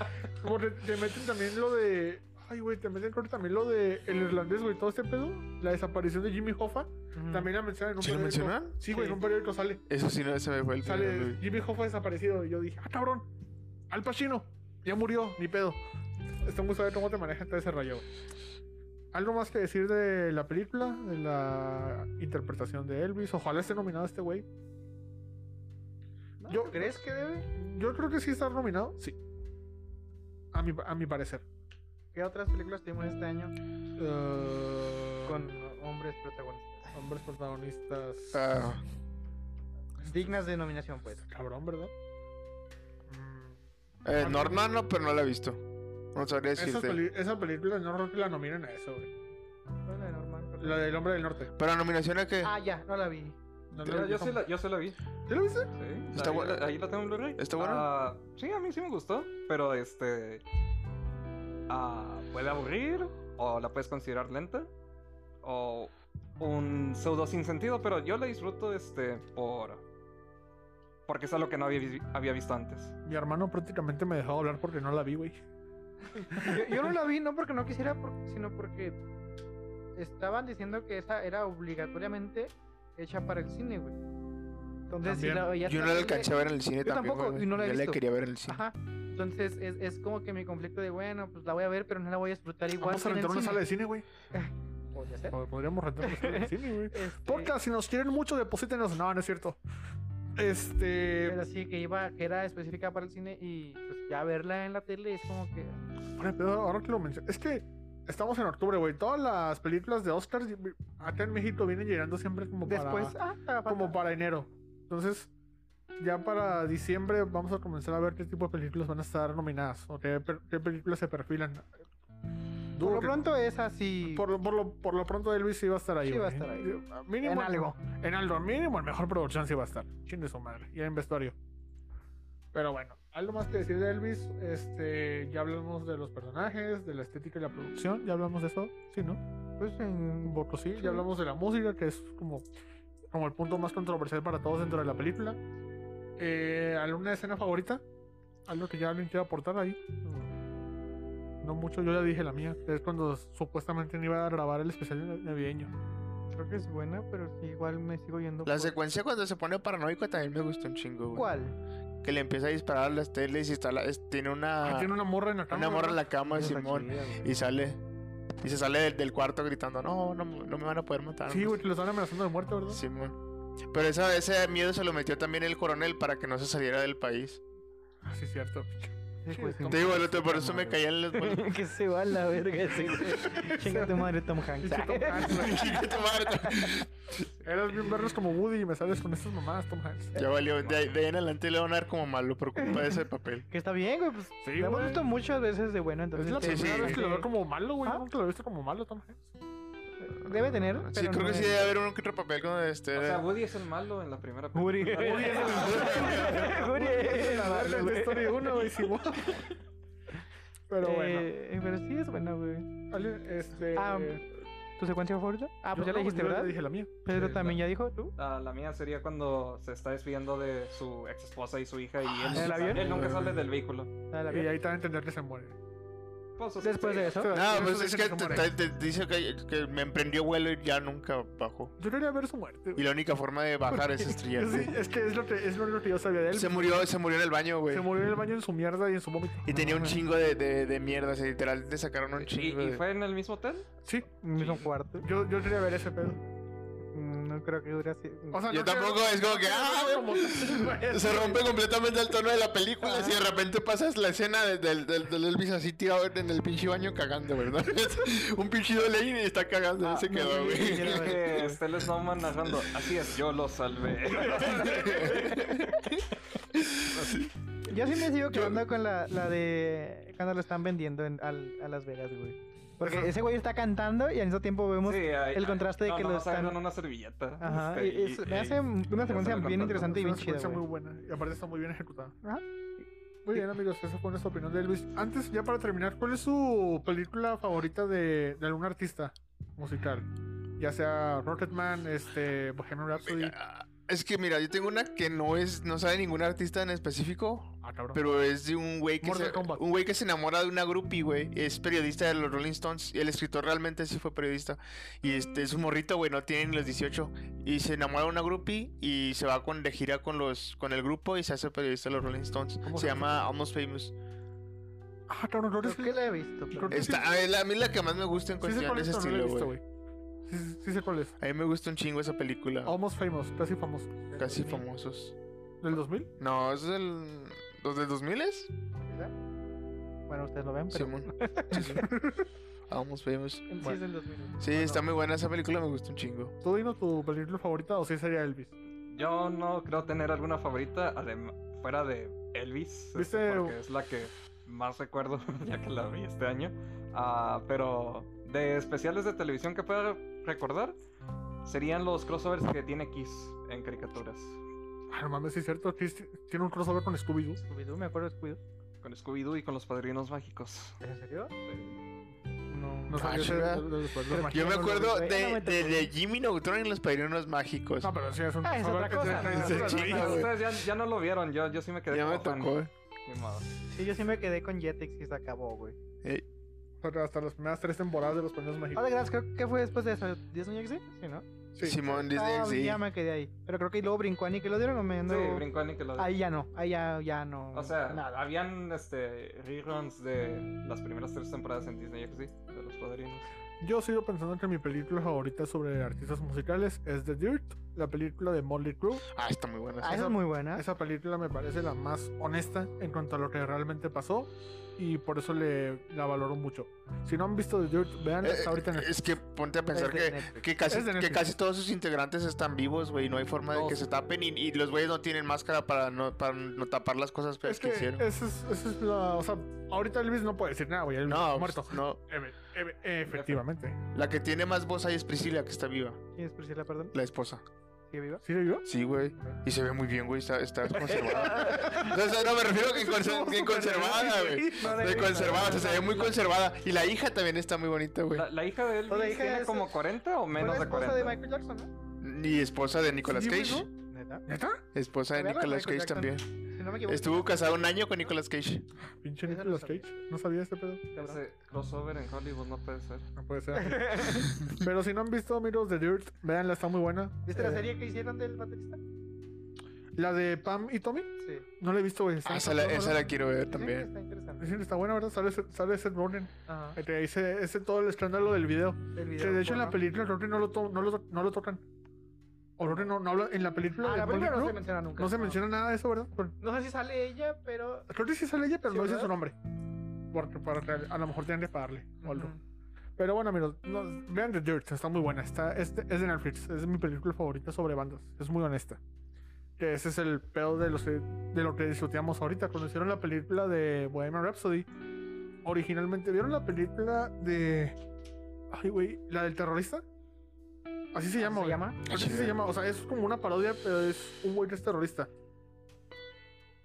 [SPEAKER 1] Como te, te meten también lo de. Ay, güey, te meten creo que también lo de el irlandés, güey, todo este pedo. La desaparición de Jimmy Hoffa.
[SPEAKER 4] Mm.
[SPEAKER 1] También la mencionan en un
[SPEAKER 2] ¿Sí lo
[SPEAKER 1] periódico.
[SPEAKER 2] mencionan?
[SPEAKER 1] Sí, güey, en un periódico sale.
[SPEAKER 2] Eso sí, no se me fue el
[SPEAKER 1] Sale
[SPEAKER 2] fenómeno, güey.
[SPEAKER 1] Jimmy Hoffa desaparecido. Y yo dije, ah, cabrón, Al Pacino. Ya murió, ni pedo. Está muy saber cómo te manejan todo ese rayo. güey. ¿Algo más que decir de la película? De la interpretación de Elvis. Ojalá esté nominado este güey. Yo-
[SPEAKER 4] ¿Yo crees que debe?
[SPEAKER 1] Yo creo que sí está nominado. Sí. A mi, a mi parecer.
[SPEAKER 4] ¿Qué otras películas tuvimos este año
[SPEAKER 1] Eh,
[SPEAKER 4] con hombres protagonistas?
[SPEAKER 1] hombres protagonistas.
[SPEAKER 2] Ah,
[SPEAKER 4] Dignas de nominación, pues.
[SPEAKER 1] Cabrón, ¿verdad?
[SPEAKER 2] eh, Norman no, pero no la he visto. No sabría
[SPEAKER 1] Esa,
[SPEAKER 2] decirte.
[SPEAKER 1] esa película no creo que la nominan a eso, güey.
[SPEAKER 4] No, la de Norman, perdón.
[SPEAKER 1] La del hombre del norte.
[SPEAKER 2] ¿Pero nominación a qué?
[SPEAKER 4] Ah, ya, no la vi.
[SPEAKER 1] No, no,
[SPEAKER 3] Yo, yo sí
[SPEAKER 1] no.
[SPEAKER 3] la, yo sí la vi.
[SPEAKER 1] ¿Ya lo viste?
[SPEAKER 3] Sí,
[SPEAKER 2] Está
[SPEAKER 3] ahí,
[SPEAKER 2] buena.
[SPEAKER 3] ahí la tengo en Blu-ray.
[SPEAKER 2] ¿Está buena?
[SPEAKER 3] Ah, sí, a mí sí me gustó, pero este... ah, puede aburrir, o la puedes considerar lenta, o un pseudo sin sentido, pero yo la disfruto este por... Porque es algo que no había, vi- había visto antes.
[SPEAKER 1] Mi hermano prácticamente me dejó hablar porque no la vi, güey.
[SPEAKER 4] Yo, yo no la vi, no porque no quisiera, por- sino porque estaban diciendo que esa era obligatoriamente hecha para el cine, güey. Entonces, si
[SPEAKER 1] También.
[SPEAKER 4] la veías
[SPEAKER 2] Yo no
[SPEAKER 4] para
[SPEAKER 2] la
[SPEAKER 4] el
[SPEAKER 2] alcancé a
[SPEAKER 4] cine-
[SPEAKER 2] ver en el cine
[SPEAKER 4] Yo
[SPEAKER 2] también.
[SPEAKER 4] tampoco,
[SPEAKER 2] güey.
[SPEAKER 4] y no la he
[SPEAKER 2] Yo la
[SPEAKER 4] visto.
[SPEAKER 2] quería ver en el cine.
[SPEAKER 4] Ajá. Entonces, es, es como que mi conflicto de, bueno, pues la voy a ver, pero no la voy a disfrutar igual.
[SPEAKER 1] Vamos a
[SPEAKER 4] que en el
[SPEAKER 1] rentar una
[SPEAKER 4] cine.
[SPEAKER 1] sala de cine, güey.
[SPEAKER 4] Podría ser.
[SPEAKER 1] Pod- Podríamos rentar una [laughs] sala de cine, güey.
[SPEAKER 4] Este,
[SPEAKER 1] Podcast, si nos quieren mucho, deposítenos. No, no es cierto. Este.
[SPEAKER 4] Pero sí, que iba, que era específica para el cine y pues ya verla en la tele es como que.
[SPEAKER 1] Ahora, pero ahora que lo mencionas, es que estamos en octubre, güey. Todas las películas de Oscars y- acá en México vienen llegando siempre como para,
[SPEAKER 4] Después, ah, ah,
[SPEAKER 1] como
[SPEAKER 4] falta.
[SPEAKER 1] para enero. Entonces, ya para diciembre vamos a comenzar a ver qué tipo de películas van a estar nominadas o qué, per- qué películas se perfilan.
[SPEAKER 4] Por
[SPEAKER 1] Dudo
[SPEAKER 4] lo
[SPEAKER 1] que-
[SPEAKER 4] pronto es así.
[SPEAKER 1] por, lo- por lo, por lo pronto Elvis sí va a estar ahí.
[SPEAKER 4] Sí va a
[SPEAKER 1] güey.
[SPEAKER 4] estar ahí.
[SPEAKER 1] Yo- Mínimo,
[SPEAKER 4] en algo.
[SPEAKER 1] En algo mínimo, en mejor producción sí va a estar. Chingue su madre. Y en vestuario. Pero bueno, algo más que decir de Elvis. Este, ya hablamos de los personajes, de la estética y la producción. Ya hablamos de eso, sí, ¿no?
[SPEAKER 4] Pues en.
[SPEAKER 1] Un poco sí.
[SPEAKER 4] Sí.
[SPEAKER 1] Ya hablamos de la música, que es como, como el punto más controversial para todos dentro de la película. Eh, ¿Alguna escena favorita? Algo que ya alguien quiera aportar ahí. Mm. No mucho, yo ya dije la mía. que Es cuando supuestamente no iba a grabar el especial navideño.
[SPEAKER 4] Creo que es buena, pero sí, igual me sigo yendo.
[SPEAKER 2] La
[SPEAKER 4] por-
[SPEAKER 2] secuencia cuando se pone paranoico también me gustó un chingo, güey.
[SPEAKER 4] ¿Cuál?
[SPEAKER 2] Que le empieza a disparar a las teles y está la- es- tiene
[SPEAKER 1] Ah,
[SPEAKER 2] una,
[SPEAKER 1] tiene una morra en la cama.
[SPEAKER 2] una morra en
[SPEAKER 1] ¿verdad?
[SPEAKER 2] la cama,
[SPEAKER 5] Esa
[SPEAKER 2] Simón.
[SPEAKER 5] chida, güey.
[SPEAKER 2] Y sale. Y se sale del, del cuarto gritando, no, no, no me van a poder matar.
[SPEAKER 1] Sí,
[SPEAKER 2] no
[SPEAKER 1] güey,
[SPEAKER 2] sé".
[SPEAKER 1] que lo están amenazando de muerte, ¿verdad?
[SPEAKER 2] Simón. Pero esa, ese miedo se lo metió también el coronel para que no se saliera del país.
[SPEAKER 1] Ah, sí, cierto.
[SPEAKER 4] Sí, pues,
[SPEAKER 1] Tom
[SPEAKER 2] Te digo, el
[SPEAKER 1] Hanks.
[SPEAKER 2] otro, por eso me caían las bol-
[SPEAKER 4] [laughs]
[SPEAKER 5] que se va a la verga ese güey.
[SPEAKER 4] Chinga tu madre, Tom Hanks.
[SPEAKER 1] Pinche Tom Hanks, güey.
[SPEAKER 2] [laughs] Chinga tu madre.
[SPEAKER 1] Eras bien verlos como Woody y me sales con estas mamadas, Tom Hanks.
[SPEAKER 2] Ya valió. De, ahí- de ahí en adelante le van a dar como malo por culpa de ese papel.
[SPEAKER 4] [laughs] que está bien, güey. Pues
[SPEAKER 1] Sí,
[SPEAKER 4] la hemos
[SPEAKER 1] güey.
[SPEAKER 4] visto muchas veces de bueno,
[SPEAKER 1] Es
[SPEAKER 4] entonces.
[SPEAKER 1] la
[SPEAKER 2] Sí,
[SPEAKER 1] primera
[SPEAKER 2] sí.
[SPEAKER 1] vez que lo veo
[SPEAKER 4] Sí.
[SPEAKER 1] como malo, güey.
[SPEAKER 4] Ah.
[SPEAKER 1] Nunca lo he visto como malo, Tom Hanks.
[SPEAKER 4] Debe tener.
[SPEAKER 2] Sí,
[SPEAKER 4] pero
[SPEAKER 2] creo
[SPEAKER 4] no
[SPEAKER 2] que sí eh.
[SPEAKER 4] es-
[SPEAKER 2] debe haber uno que otro papel con este.
[SPEAKER 3] O sea, Woody es el malo en la primera película.
[SPEAKER 5] Woody. Woody
[SPEAKER 1] [laughs]
[SPEAKER 5] es el- Woody es el
[SPEAKER 1] La verga
[SPEAKER 5] malo,
[SPEAKER 1] en Toy
[SPEAKER 5] güey.
[SPEAKER 1] Story 1, güey, Simón. Pero bueno.
[SPEAKER 4] Eh, pero sí es buena, güey.
[SPEAKER 1] alguien, Este.
[SPEAKER 4] ah,
[SPEAKER 1] eh,
[SPEAKER 4] ¿Tu secuencia favorita? Ah, pues
[SPEAKER 1] yo-
[SPEAKER 4] ya la
[SPEAKER 1] no,
[SPEAKER 4] dijiste,
[SPEAKER 1] yo
[SPEAKER 4] ¿verdad?
[SPEAKER 1] dije la mía.
[SPEAKER 4] Pedro
[SPEAKER 3] Sí,
[SPEAKER 4] también
[SPEAKER 3] la-
[SPEAKER 4] ya dijo, ¿tú?
[SPEAKER 3] Ah, La, la mía sería cuando se está despidiendo de su ex esposa y su hija y
[SPEAKER 1] Ah,
[SPEAKER 3] él,
[SPEAKER 4] ¿en el
[SPEAKER 3] nunca
[SPEAKER 4] avión?
[SPEAKER 3] sale- él nunca sale del vehículo.
[SPEAKER 4] Ah, la
[SPEAKER 1] Y
[SPEAKER 4] vi.
[SPEAKER 1] ahí te va a entender que se muere.
[SPEAKER 3] Pues, o sea,
[SPEAKER 4] Después
[SPEAKER 3] sí.
[SPEAKER 4] de eso.
[SPEAKER 1] Sí.
[SPEAKER 2] No,
[SPEAKER 1] Por
[SPEAKER 2] pues
[SPEAKER 1] eso
[SPEAKER 2] es
[SPEAKER 1] dicen
[SPEAKER 2] que
[SPEAKER 1] que
[SPEAKER 2] te,
[SPEAKER 1] se
[SPEAKER 2] te- te dice que, que me emprendió vuelo y ya nunca bajó.
[SPEAKER 1] Yo quería ver su muerte.
[SPEAKER 2] Y
[SPEAKER 1] güey.
[SPEAKER 2] la única forma de bajar es
[SPEAKER 1] [laughs] Sí,
[SPEAKER 2] estrellarse.
[SPEAKER 1] es que es lo que, es lo que yo sabía de él.
[SPEAKER 2] Se murió, se murió en el baño, güey.
[SPEAKER 1] Se murió en el baño en su mierda y en su vómito.
[SPEAKER 2] Y tenía un chingo de, de, de mierda, o sea, literal te sacaron un
[SPEAKER 3] ¿Y,
[SPEAKER 2] chingo.
[SPEAKER 3] y
[SPEAKER 2] de-
[SPEAKER 3] fue en el mismo hotel?
[SPEAKER 1] Sí,
[SPEAKER 4] Mismo cuarto.
[SPEAKER 1] yo, yo quería ver ese pedo.
[SPEAKER 4] Mm, No no creo que hubiera sido.
[SPEAKER 1] O sea,
[SPEAKER 2] Yo
[SPEAKER 1] creo-
[SPEAKER 2] tampoco, es como que, ¡ah!
[SPEAKER 1] Como- [laughs]
[SPEAKER 2] Se rompe completamente el tono de la película si de repente pasas la escena de- del del- del Elvis así tirado en el pinche baño cagando, ¿verdad? [laughs] Un pinche Lane y está cagando,
[SPEAKER 1] Ah,
[SPEAKER 2] ahí se quedó,
[SPEAKER 3] Y
[SPEAKER 2] güey.
[SPEAKER 3] el que esté el Snowman narrando. Así es, yo lo
[SPEAKER 4] [laughs]
[SPEAKER 3] salvé.
[SPEAKER 4] Yo sí me sigo quedando con la, la de cuando lo están vendiendo en, al- a Las Vegas, güey. Porque ese güey está cantando y al mismo tiempo vemos.
[SPEAKER 3] Sí, hay-
[SPEAKER 4] el contraste de
[SPEAKER 3] no,
[SPEAKER 4] que
[SPEAKER 3] no,
[SPEAKER 4] lo
[SPEAKER 3] nos agarran
[SPEAKER 4] están-
[SPEAKER 3] una servilleta.
[SPEAKER 4] Ajá,
[SPEAKER 3] este,
[SPEAKER 4] y- y
[SPEAKER 3] y-
[SPEAKER 4] se-
[SPEAKER 3] y-
[SPEAKER 4] me hace una secuencia bien
[SPEAKER 3] contando.
[SPEAKER 4] interesante y bien
[SPEAKER 1] Es
[SPEAKER 4] chida.
[SPEAKER 1] una secuencia muy
[SPEAKER 4] güey.
[SPEAKER 1] buena y aparte está muy bien ejecutada.
[SPEAKER 4] Ajá.
[SPEAKER 1] Muy bien, amigos, esa fue nuestra opinión de Luis. Antes, ya para terminar, ¿cuál es su película favorita de, de algún artista musical? Ya sea Rocketman, este, Bohemian Rhapsody.
[SPEAKER 2] [laughs] Es que mira, yo tengo una que no es, no sabe ningún artista en específico,
[SPEAKER 1] Ah, cabrón.
[SPEAKER 2] Pero es de un güey que,
[SPEAKER 1] Mortal
[SPEAKER 2] se,
[SPEAKER 1] Kombat.
[SPEAKER 2] un güey que se enamora de una groupie, güey. Es periodista de los Rolling Stones. Y el escritor realmente sí fue periodista. Y este es un morrito, güey, no tiene ni los 18. Y se enamora de una groupie y se va con, de gira con, los, con el grupo y se hace periodista de los Rolling Stones.
[SPEAKER 1] ¿Cómo
[SPEAKER 2] Se
[SPEAKER 1] se
[SPEAKER 2] llama Almost Famous.
[SPEAKER 1] ah, cabrón, ¿no
[SPEAKER 4] Creo
[SPEAKER 1] eres-
[SPEAKER 4] que la he visto. pero-
[SPEAKER 1] Creo que
[SPEAKER 2] Está, a, él- a mí la que más me gusta en
[SPEAKER 1] Sí sé
[SPEAKER 2] cuestión
[SPEAKER 1] cuál
[SPEAKER 2] de
[SPEAKER 1] es,
[SPEAKER 2] ese
[SPEAKER 1] pero no la he
[SPEAKER 2] estilo,
[SPEAKER 1] visto,
[SPEAKER 2] güey.
[SPEAKER 1] güey. Sí, sí- sí sé cuál es.
[SPEAKER 2] A mí me gusta un chingo esa película.
[SPEAKER 1] Almost Famous, casi famoso.
[SPEAKER 2] Casi famosos.
[SPEAKER 1] ¿Del 2000?
[SPEAKER 2] No, es del. ¿Los del 2000 es?
[SPEAKER 4] Bueno, ustedes lo ven, pero.
[SPEAKER 2] Simón.
[SPEAKER 1] [laughs]
[SPEAKER 2] Sí, sí. Almost Famous.
[SPEAKER 4] Sí, es
[SPEAKER 2] Bueno.
[SPEAKER 4] del 2000.
[SPEAKER 2] Sí, está muy buena esa película, me gustó un chingo.
[SPEAKER 1] ¿Tú dino tu película favorita o sí sería Elvis?
[SPEAKER 3] Yo no creo tener alguna favorita adem- fuera de Elvis, este,
[SPEAKER 1] ¿Viste?
[SPEAKER 3] porque es la que más recuerdo [laughs] ya que la vi este año. Ah, pero de especiales de televisión que pueda recordar serían los crossovers que tiene Kiss en caricaturas
[SPEAKER 1] Ah, no mames, sí es cierto. Chris ti- tiene un crossover con Scooby-Doo.
[SPEAKER 4] Scooby-Doo, me acuerdo de Scooby-Doo.
[SPEAKER 3] con Scooby-Doo y con los padrinos mágicos.
[SPEAKER 4] ¿En serio? No.
[SPEAKER 1] No
[SPEAKER 2] Ah,
[SPEAKER 1] sabía ese-
[SPEAKER 2] chula.
[SPEAKER 1] de- de- de- de- de-
[SPEAKER 2] Yo me
[SPEAKER 4] no lo
[SPEAKER 2] acuerdo
[SPEAKER 4] vi, güey. No
[SPEAKER 2] de,
[SPEAKER 4] me
[SPEAKER 2] de,
[SPEAKER 4] tocó.
[SPEAKER 2] de Jimmy Neutron y los padrinos mágicos.
[SPEAKER 1] No, pero sí es un
[SPEAKER 4] Ah, es otra
[SPEAKER 1] crossover.
[SPEAKER 4] cosa, no, no,
[SPEAKER 1] Sí,
[SPEAKER 2] no,
[SPEAKER 1] sí,
[SPEAKER 2] no,
[SPEAKER 1] sí.
[SPEAKER 2] no, no, no.
[SPEAKER 3] Ustedes ya, ya no lo vieron, yo, yo sí me quedé
[SPEAKER 2] ya me
[SPEAKER 3] como fan.
[SPEAKER 2] tocó. eh.
[SPEAKER 3] Ni modo.
[SPEAKER 4] Sí, yo sí me quedé con Jetix y se acabó, güey.
[SPEAKER 1] Pero Hasta las primeras tres temporadas de los Padrinos
[SPEAKER 4] Ah, de
[SPEAKER 1] Mágicos.
[SPEAKER 4] gracias, creo que fue después de eso. ¿Disney XD? Sí, ¿no?
[SPEAKER 1] Sí.
[SPEAKER 2] Simón
[SPEAKER 4] Ah,
[SPEAKER 2] Disney, sí.
[SPEAKER 4] Ya me quedé ahí. Pero creo que luego brincó a Nickelodeon o me
[SPEAKER 3] Sí,
[SPEAKER 4] no.
[SPEAKER 3] brincó en Nickelodeon.
[SPEAKER 4] Ahí ya no, ahí ya, ya no.
[SPEAKER 3] O sea,
[SPEAKER 4] nada.
[SPEAKER 3] habían este, reruns de las primeras tres temporadas en Disney XD de los padrinos.
[SPEAKER 1] Yo sigo pensando que mi película favorita sobre artistas musicales es The Dirt, la película de Motley Crue.
[SPEAKER 2] Ah, está muy buena.
[SPEAKER 4] Ah, esa
[SPEAKER 1] esa-
[SPEAKER 4] es muy buena.
[SPEAKER 1] Esa película me parece la más honesta en cuanto a lo que realmente pasó y por eso le, la valoro mucho. Si no han visto The Dirt, vean,
[SPEAKER 2] Eh,
[SPEAKER 1] está ahorita en el...
[SPEAKER 2] [laughs] Es que ponte a pensar
[SPEAKER 4] Es de
[SPEAKER 2] que,
[SPEAKER 4] Netflix.
[SPEAKER 2] que, casi,
[SPEAKER 1] Es de
[SPEAKER 2] que
[SPEAKER 1] Netflix.
[SPEAKER 2] casi todos sus integrantes están vivos, güey. No hay forma de que
[SPEAKER 3] Todos.
[SPEAKER 2] se tapen y, y los güeyes no tienen máscara para no, para no tapar las cosas feas
[SPEAKER 1] Es
[SPEAKER 2] pues, que,
[SPEAKER 1] que
[SPEAKER 2] hicieron.
[SPEAKER 1] esa es, esa es la... O sea, ahorita Elvis no puede decir nada, güey. Elvis
[SPEAKER 2] no, pues,
[SPEAKER 1] está muerto.
[SPEAKER 2] no.
[SPEAKER 1] Eve- eve- efectivamente.
[SPEAKER 2] La que tiene más voz ahí es Priscila, que está viva.
[SPEAKER 4] ¿Quién es Priscila,
[SPEAKER 3] [laughs]
[SPEAKER 4] perdón? [laughs]
[SPEAKER 2] La esposa.
[SPEAKER 4] ¿Sigue viva?
[SPEAKER 1] ¿Sí yo?
[SPEAKER 2] Sí, güey. Y se ve muy bien, güey. Está, está
[SPEAKER 4] [laughs]
[SPEAKER 2] conservada. no, o sea, no me refiero a que, conser- que conservada, güey. De conservada, o sea, se ve muy conservada. Y la hija también está muy bonita, güey.
[SPEAKER 3] La, la hija de él
[SPEAKER 4] O la hija
[SPEAKER 3] tiene
[SPEAKER 4] de
[SPEAKER 3] como
[SPEAKER 4] ese-
[SPEAKER 3] 40 o menos
[SPEAKER 4] Fue
[SPEAKER 3] de
[SPEAKER 4] la esposa
[SPEAKER 3] 40.
[SPEAKER 4] de Michael Jackson, ¿no?
[SPEAKER 2] Y esposa de Nicolas
[SPEAKER 1] Sí, güey,
[SPEAKER 2] Cage.
[SPEAKER 1] ¿no?
[SPEAKER 4] Neta.
[SPEAKER 1] ¿Neta?
[SPEAKER 2] Esposa de
[SPEAKER 4] Claro,
[SPEAKER 2] Nicolas Cage
[SPEAKER 4] Michael
[SPEAKER 2] también.
[SPEAKER 4] Jackson. Si no me equivoco.
[SPEAKER 2] Estuvo casado un año con Nicolas Cage.
[SPEAKER 1] Pinche
[SPEAKER 4] Esa no
[SPEAKER 1] Nicolas
[SPEAKER 4] sabía.
[SPEAKER 1] Cage. No sabía este pedo.
[SPEAKER 4] cabrón.
[SPEAKER 3] Ese crossover en Hollywood no puede ser.
[SPEAKER 1] No puede ser. Pero si no han visto Amigos de Dirt, véanla, está muy buena.
[SPEAKER 4] [laughs] ¿Viste la
[SPEAKER 1] Eh,
[SPEAKER 4] serie que hicieron del baterista?
[SPEAKER 1] La de Pam y Tommy,
[SPEAKER 4] Sí.
[SPEAKER 1] no la he visto, güey. Está
[SPEAKER 2] Ah,
[SPEAKER 1] en
[SPEAKER 2] esa la,
[SPEAKER 1] Amazon,
[SPEAKER 2] esa
[SPEAKER 1] ¿verdad?
[SPEAKER 2] la quiero ver
[SPEAKER 4] Sí,
[SPEAKER 2] también.
[SPEAKER 4] está interesante.
[SPEAKER 1] Dicen que está buena, ¿verdad? Sale, sale Seth Rogen.
[SPEAKER 4] Ajá.
[SPEAKER 1] Eh, que Ese, ese todo el escándalo del video.
[SPEAKER 4] El
[SPEAKER 1] Que
[SPEAKER 4] video
[SPEAKER 1] de hecho en la
[SPEAKER 4] porno.
[SPEAKER 1] película creo que no lo, to- no lo, no lo tocan. O creo que no, no habla en la película.
[SPEAKER 4] Ah,
[SPEAKER 1] de
[SPEAKER 4] la película
[SPEAKER 1] Molly
[SPEAKER 4] no se
[SPEAKER 1] Crew,
[SPEAKER 4] menciona nunca.
[SPEAKER 1] no se menciona nada de eso, ¿verdad? Pero-
[SPEAKER 4] No sé si sale ella, pero.
[SPEAKER 1] creo que sí sale ella, pero
[SPEAKER 4] Sí,
[SPEAKER 1] no dice
[SPEAKER 4] ¿verdad?
[SPEAKER 1] su nombre. Porque para que a lo mejor tienen que pagarle o algo.
[SPEAKER 4] Ujú.
[SPEAKER 1] Pero bueno, amigos, no, vean The Dirt, está muy buena. Está, es, de, es de Netflix, es mi película favorita sobre bandas. Es muy honesta. Que ese es el pedo de, los, que- de lo que discutíamos ahorita. Cuando hicieron la película de Bohemian Rhapsody, originalmente, ¿vieron la película de. Ay, güey, la del terrorista? Así se llama,
[SPEAKER 4] Ah, ¿Se
[SPEAKER 1] güey.
[SPEAKER 4] llama?
[SPEAKER 1] Creo que pues Así se llama, o sea, es como una parodia, pero es un güey que es terrorista.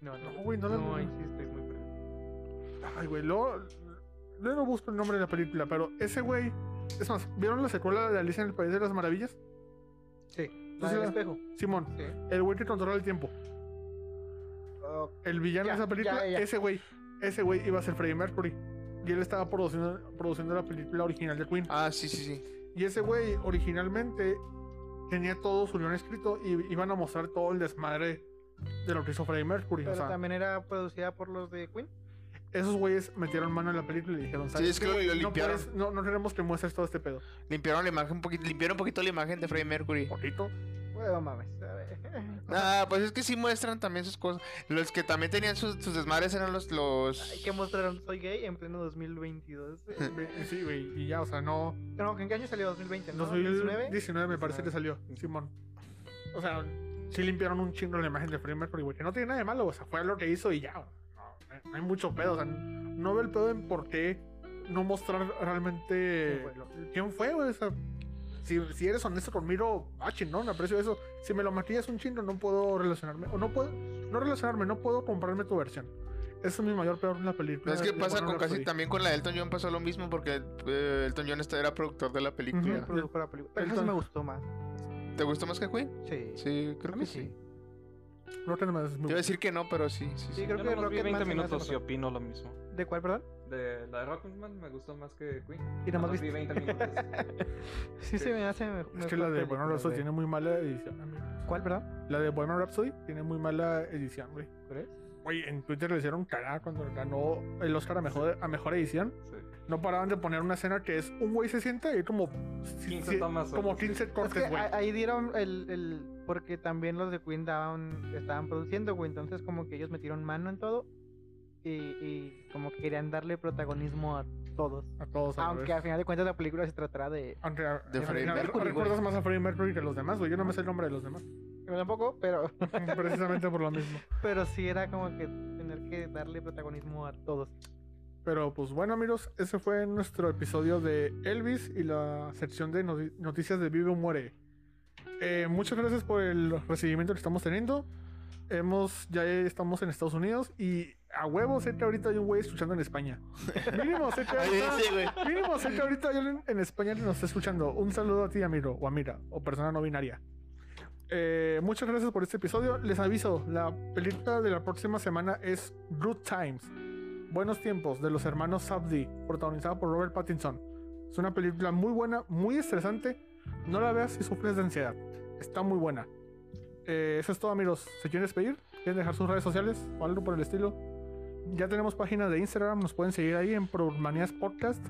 [SPEAKER 4] No,
[SPEAKER 1] No, güey, no la-
[SPEAKER 4] No, ahí sí estoy muy perdido.
[SPEAKER 1] Ay, güey, luego, luego busco el nombre de la película, pero ese güey. Es más, ¿vieron la secuela de Alicia en el País de las Maravillas?
[SPEAKER 4] Sí.
[SPEAKER 1] ¿No
[SPEAKER 4] La
[SPEAKER 1] se
[SPEAKER 4] del
[SPEAKER 1] la-
[SPEAKER 4] espejo.
[SPEAKER 1] Simón,
[SPEAKER 4] Sí.
[SPEAKER 1] el güey que controla el tiempo.
[SPEAKER 4] Ok.
[SPEAKER 1] El villano
[SPEAKER 4] Ya,
[SPEAKER 1] de esa película,
[SPEAKER 4] ya, ya.
[SPEAKER 1] ese güey. Ese güey iba a ser Freddie Mercury. Y él estaba produciendo, produciendo la película original de Queen.
[SPEAKER 2] Ah, sí, sí, sí.
[SPEAKER 1] Y ese güey originalmente tenía todo su guión escrito y iban a mostrar todo el desmadre de lo que hizo Freddie Mercury. o
[SPEAKER 4] Pero
[SPEAKER 1] sea,
[SPEAKER 4] también era producida por los de Queen.
[SPEAKER 1] esos güeyes metieron mano en la película y dijeron, ¿sabes
[SPEAKER 2] Sí, es que
[SPEAKER 1] qué,
[SPEAKER 2] lo-
[SPEAKER 1] güey?
[SPEAKER 2] lo
[SPEAKER 1] no,
[SPEAKER 2] limpiaron.
[SPEAKER 1] puedes- no, no queremos que muestres todo este
[SPEAKER 2] [laughs]
[SPEAKER 1] pedo.
[SPEAKER 2] Limpiaron la imagen un poquito, limpiaron un poquito la imagen de Freddie Mercury.
[SPEAKER 1] Bonito.
[SPEAKER 4] Bueno, mames. a ver. [laughs]
[SPEAKER 2] Ah, pues es que sí muestran también sus cosas. Los que también tenían sus, sus desmadres eran los los
[SPEAKER 4] Hay que mostrar un soy gay en pleno
[SPEAKER 2] [laughs]
[SPEAKER 4] 2022.
[SPEAKER 1] Ve- Sí, güey, y ya, o sea, no...
[SPEAKER 4] No, ¿en qué año salió? ¿2020?
[SPEAKER 1] En
[SPEAKER 4] ¿No? ¿2019?
[SPEAKER 1] 2019 me parece que salió, Simón. O sea, sí limpiaron un chingo la imagen de Freddie Mercury, güey. Que no tiene nada de malo, o sea, fue lo que hizo y ya. No, no hay mucho pedo, o sea, no veo el pedo en por qué no mostrar realmente
[SPEAKER 4] ¿Quién fue?
[SPEAKER 1] lo- quién fue, güey. O sea, si, si eres honesto conmigo, ah, chingón, aprecio eso. Si me lo maquillas un chingo, no puedo relacionarme, o no puedo, no relacionarme, no puedo comprarme tu versión. Eso es mi mayor peor en la película.
[SPEAKER 2] Pero es que
[SPEAKER 1] de
[SPEAKER 2] pasa
[SPEAKER 1] Bohemian
[SPEAKER 2] con casi
[SPEAKER 1] Rhapsody.
[SPEAKER 2] también con la de Elton John pasó lo mismo porque eh, Elton John este era productor de la película.
[SPEAKER 1] Ujú.
[SPEAKER 4] Produjo la película. Pero eso
[SPEAKER 1] Entonces-
[SPEAKER 4] me gustó más.
[SPEAKER 2] ¿Te gustó más que Queen?
[SPEAKER 4] Sí.
[SPEAKER 2] Sí,
[SPEAKER 4] A
[SPEAKER 2] creo
[SPEAKER 4] mí
[SPEAKER 2] que
[SPEAKER 4] sí.
[SPEAKER 2] sí.
[SPEAKER 1] No te me-
[SPEAKER 2] Te iba a decir que no, pero sí, sí, sí.
[SPEAKER 4] Sí, creo
[SPEAKER 3] Yo
[SPEAKER 4] que
[SPEAKER 3] nomás vi
[SPEAKER 4] Rocketman
[SPEAKER 3] 20
[SPEAKER 4] se me hace
[SPEAKER 3] minutos y
[SPEAKER 4] mejor.
[SPEAKER 3] opino lo mismo.
[SPEAKER 4] ¿De cuál, perdón?
[SPEAKER 3] De la de Rocketman me gustó más que Queen.
[SPEAKER 4] Y nomás
[SPEAKER 3] vi
[SPEAKER 4] viste.
[SPEAKER 3] 20 minutos.
[SPEAKER 4] Sí, se me hace mejor.
[SPEAKER 1] Es que la de Bohemian Rhapsody
[SPEAKER 4] película,
[SPEAKER 1] tiene muy mala edición, amigo.
[SPEAKER 4] güey. ¿Cuál, perdón?
[SPEAKER 1] La de Bohemian Rhapsody tiene muy mala edición, güey.
[SPEAKER 3] ¿Crees?
[SPEAKER 1] Oye, en Twitter le hicieron cagar cuando ganó el Oscar a mejor, a mejor edición.
[SPEAKER 3] Sí.
[SPEAKER 1] No paraban de poner una escena que es un güey se sienta y hay como,
[SPEAKER 3] 15
[SPEAKER 1] sí,
[SPEAKER 3] tomas.
[SPEAKER 1] como
[SPEAKER 3] o-
[SPEAKER 1] 15
[SPEAKER 4] Es que
[SPEAKER 1] cortes, güey.
[SPEAKER 4] a- ahí dieron el, el. Porque también los de Queen daban, estaban produciendo, güey. Entonces, como que ellos metieron mano en todo. Y, y como que querían darle protagonismo a todos.
[SPEAKER 1] A todos, a la
[SPEAKER 4] Aunque
[SPEAKER 1] vez.
[SPEAKER 4] al final de cuentas la película se tratará de.
[SPEAKER 1] Aunque a-
[SPEAKER 2] De
[SPEAKER 1] al
[SPEAKER 2] Freddie
[SPEAKER 1] final
[SPEAKER 2] Mercury,
[SPEAKER 1] Recuerdas más a Freddie Mercury que a los demás, güey. Yo no me sé el nombre de los demás. [laughs]
[SPEAKER 4] Yo tampoco, pero. [laughs]
[SPEAKER 1] Precisamente por lo mismo.
[SPEAKER 4] Pero sí era como que tener que darle protagonismo a todos.
[SPEAKER 1] Pero pues bueno, amigos, ese fue nuestro episodio de Elvis y la sección de noti- noticias de Vive o Muere. Eh, muchas gracias por el recibimiento que estamos teniendo. Hemos, ya estamos en Estados Unidos y a huevo sé que ahorita hay un güey escuchando en España. Mínimo sé que
[SPEAKER 2] Ahí
[SPEAKER 1] ahorita,
[SPEAKER 2] dice, güey.
[SPEAKER 1] mínimo sé que ahorita hay alguien en España que nos está escuchando. Un saludo a ti, amigo, o amiga, o persona no binaria. Eh, muchas gracias por este episodio. Les aviso, la película de la próxima semana es Good Times. Buenos tiempos de los hermanos Sabdi, protagonizada por Robert Pattinson. Es una película muy buena, muy estresante. No la veas si sufres de ansiedad. Está muy buena. Eh, eso es todo, amigos. ¿Se quieren despedir? ¿Quieren dejar sus redes sociales o algo por el estilo? Ya tenemos página de Instagram, nos pueden seguir ahí en Manías Podcast.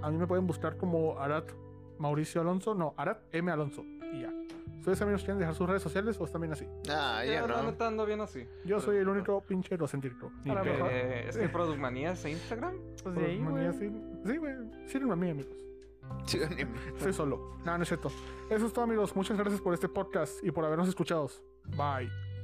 [SPEAKER 1] A mí me pueden buscar como Arat Mauricio Alonso, no, Arat M Alonso. Y ya. ¿Ustedes, amigos, quieren dejar sus redes sociales o están bien así?
[SPEAKER 2] Ah, ya
[SPEAKER 3] Ya, la
[SPEAKER 2] no.
[SPEAKER 3] neta ando bien así.
[SPEAKER 1] Yo soy el único pinche egocéntrico.
[SPEAKER 4] A lo
[SPEAKER 1] Pero-
[SPEAKER 4] mejor.
[SPEAKER 3] Eh, es que Productmanías e Instagram.
[SPEAKER 4] Pues de ahí, güey.
[SPEAKER 1] Manías, sí, sí, güey. Sirven a mí, amigos.
[SPEAKER 2] Sí, ni-
[SPEAKER 1] Estoy solo. No, no es cierto. Eso es todo, amigos. Muchas gracias por este podcast y por habernos escuchado. Bye.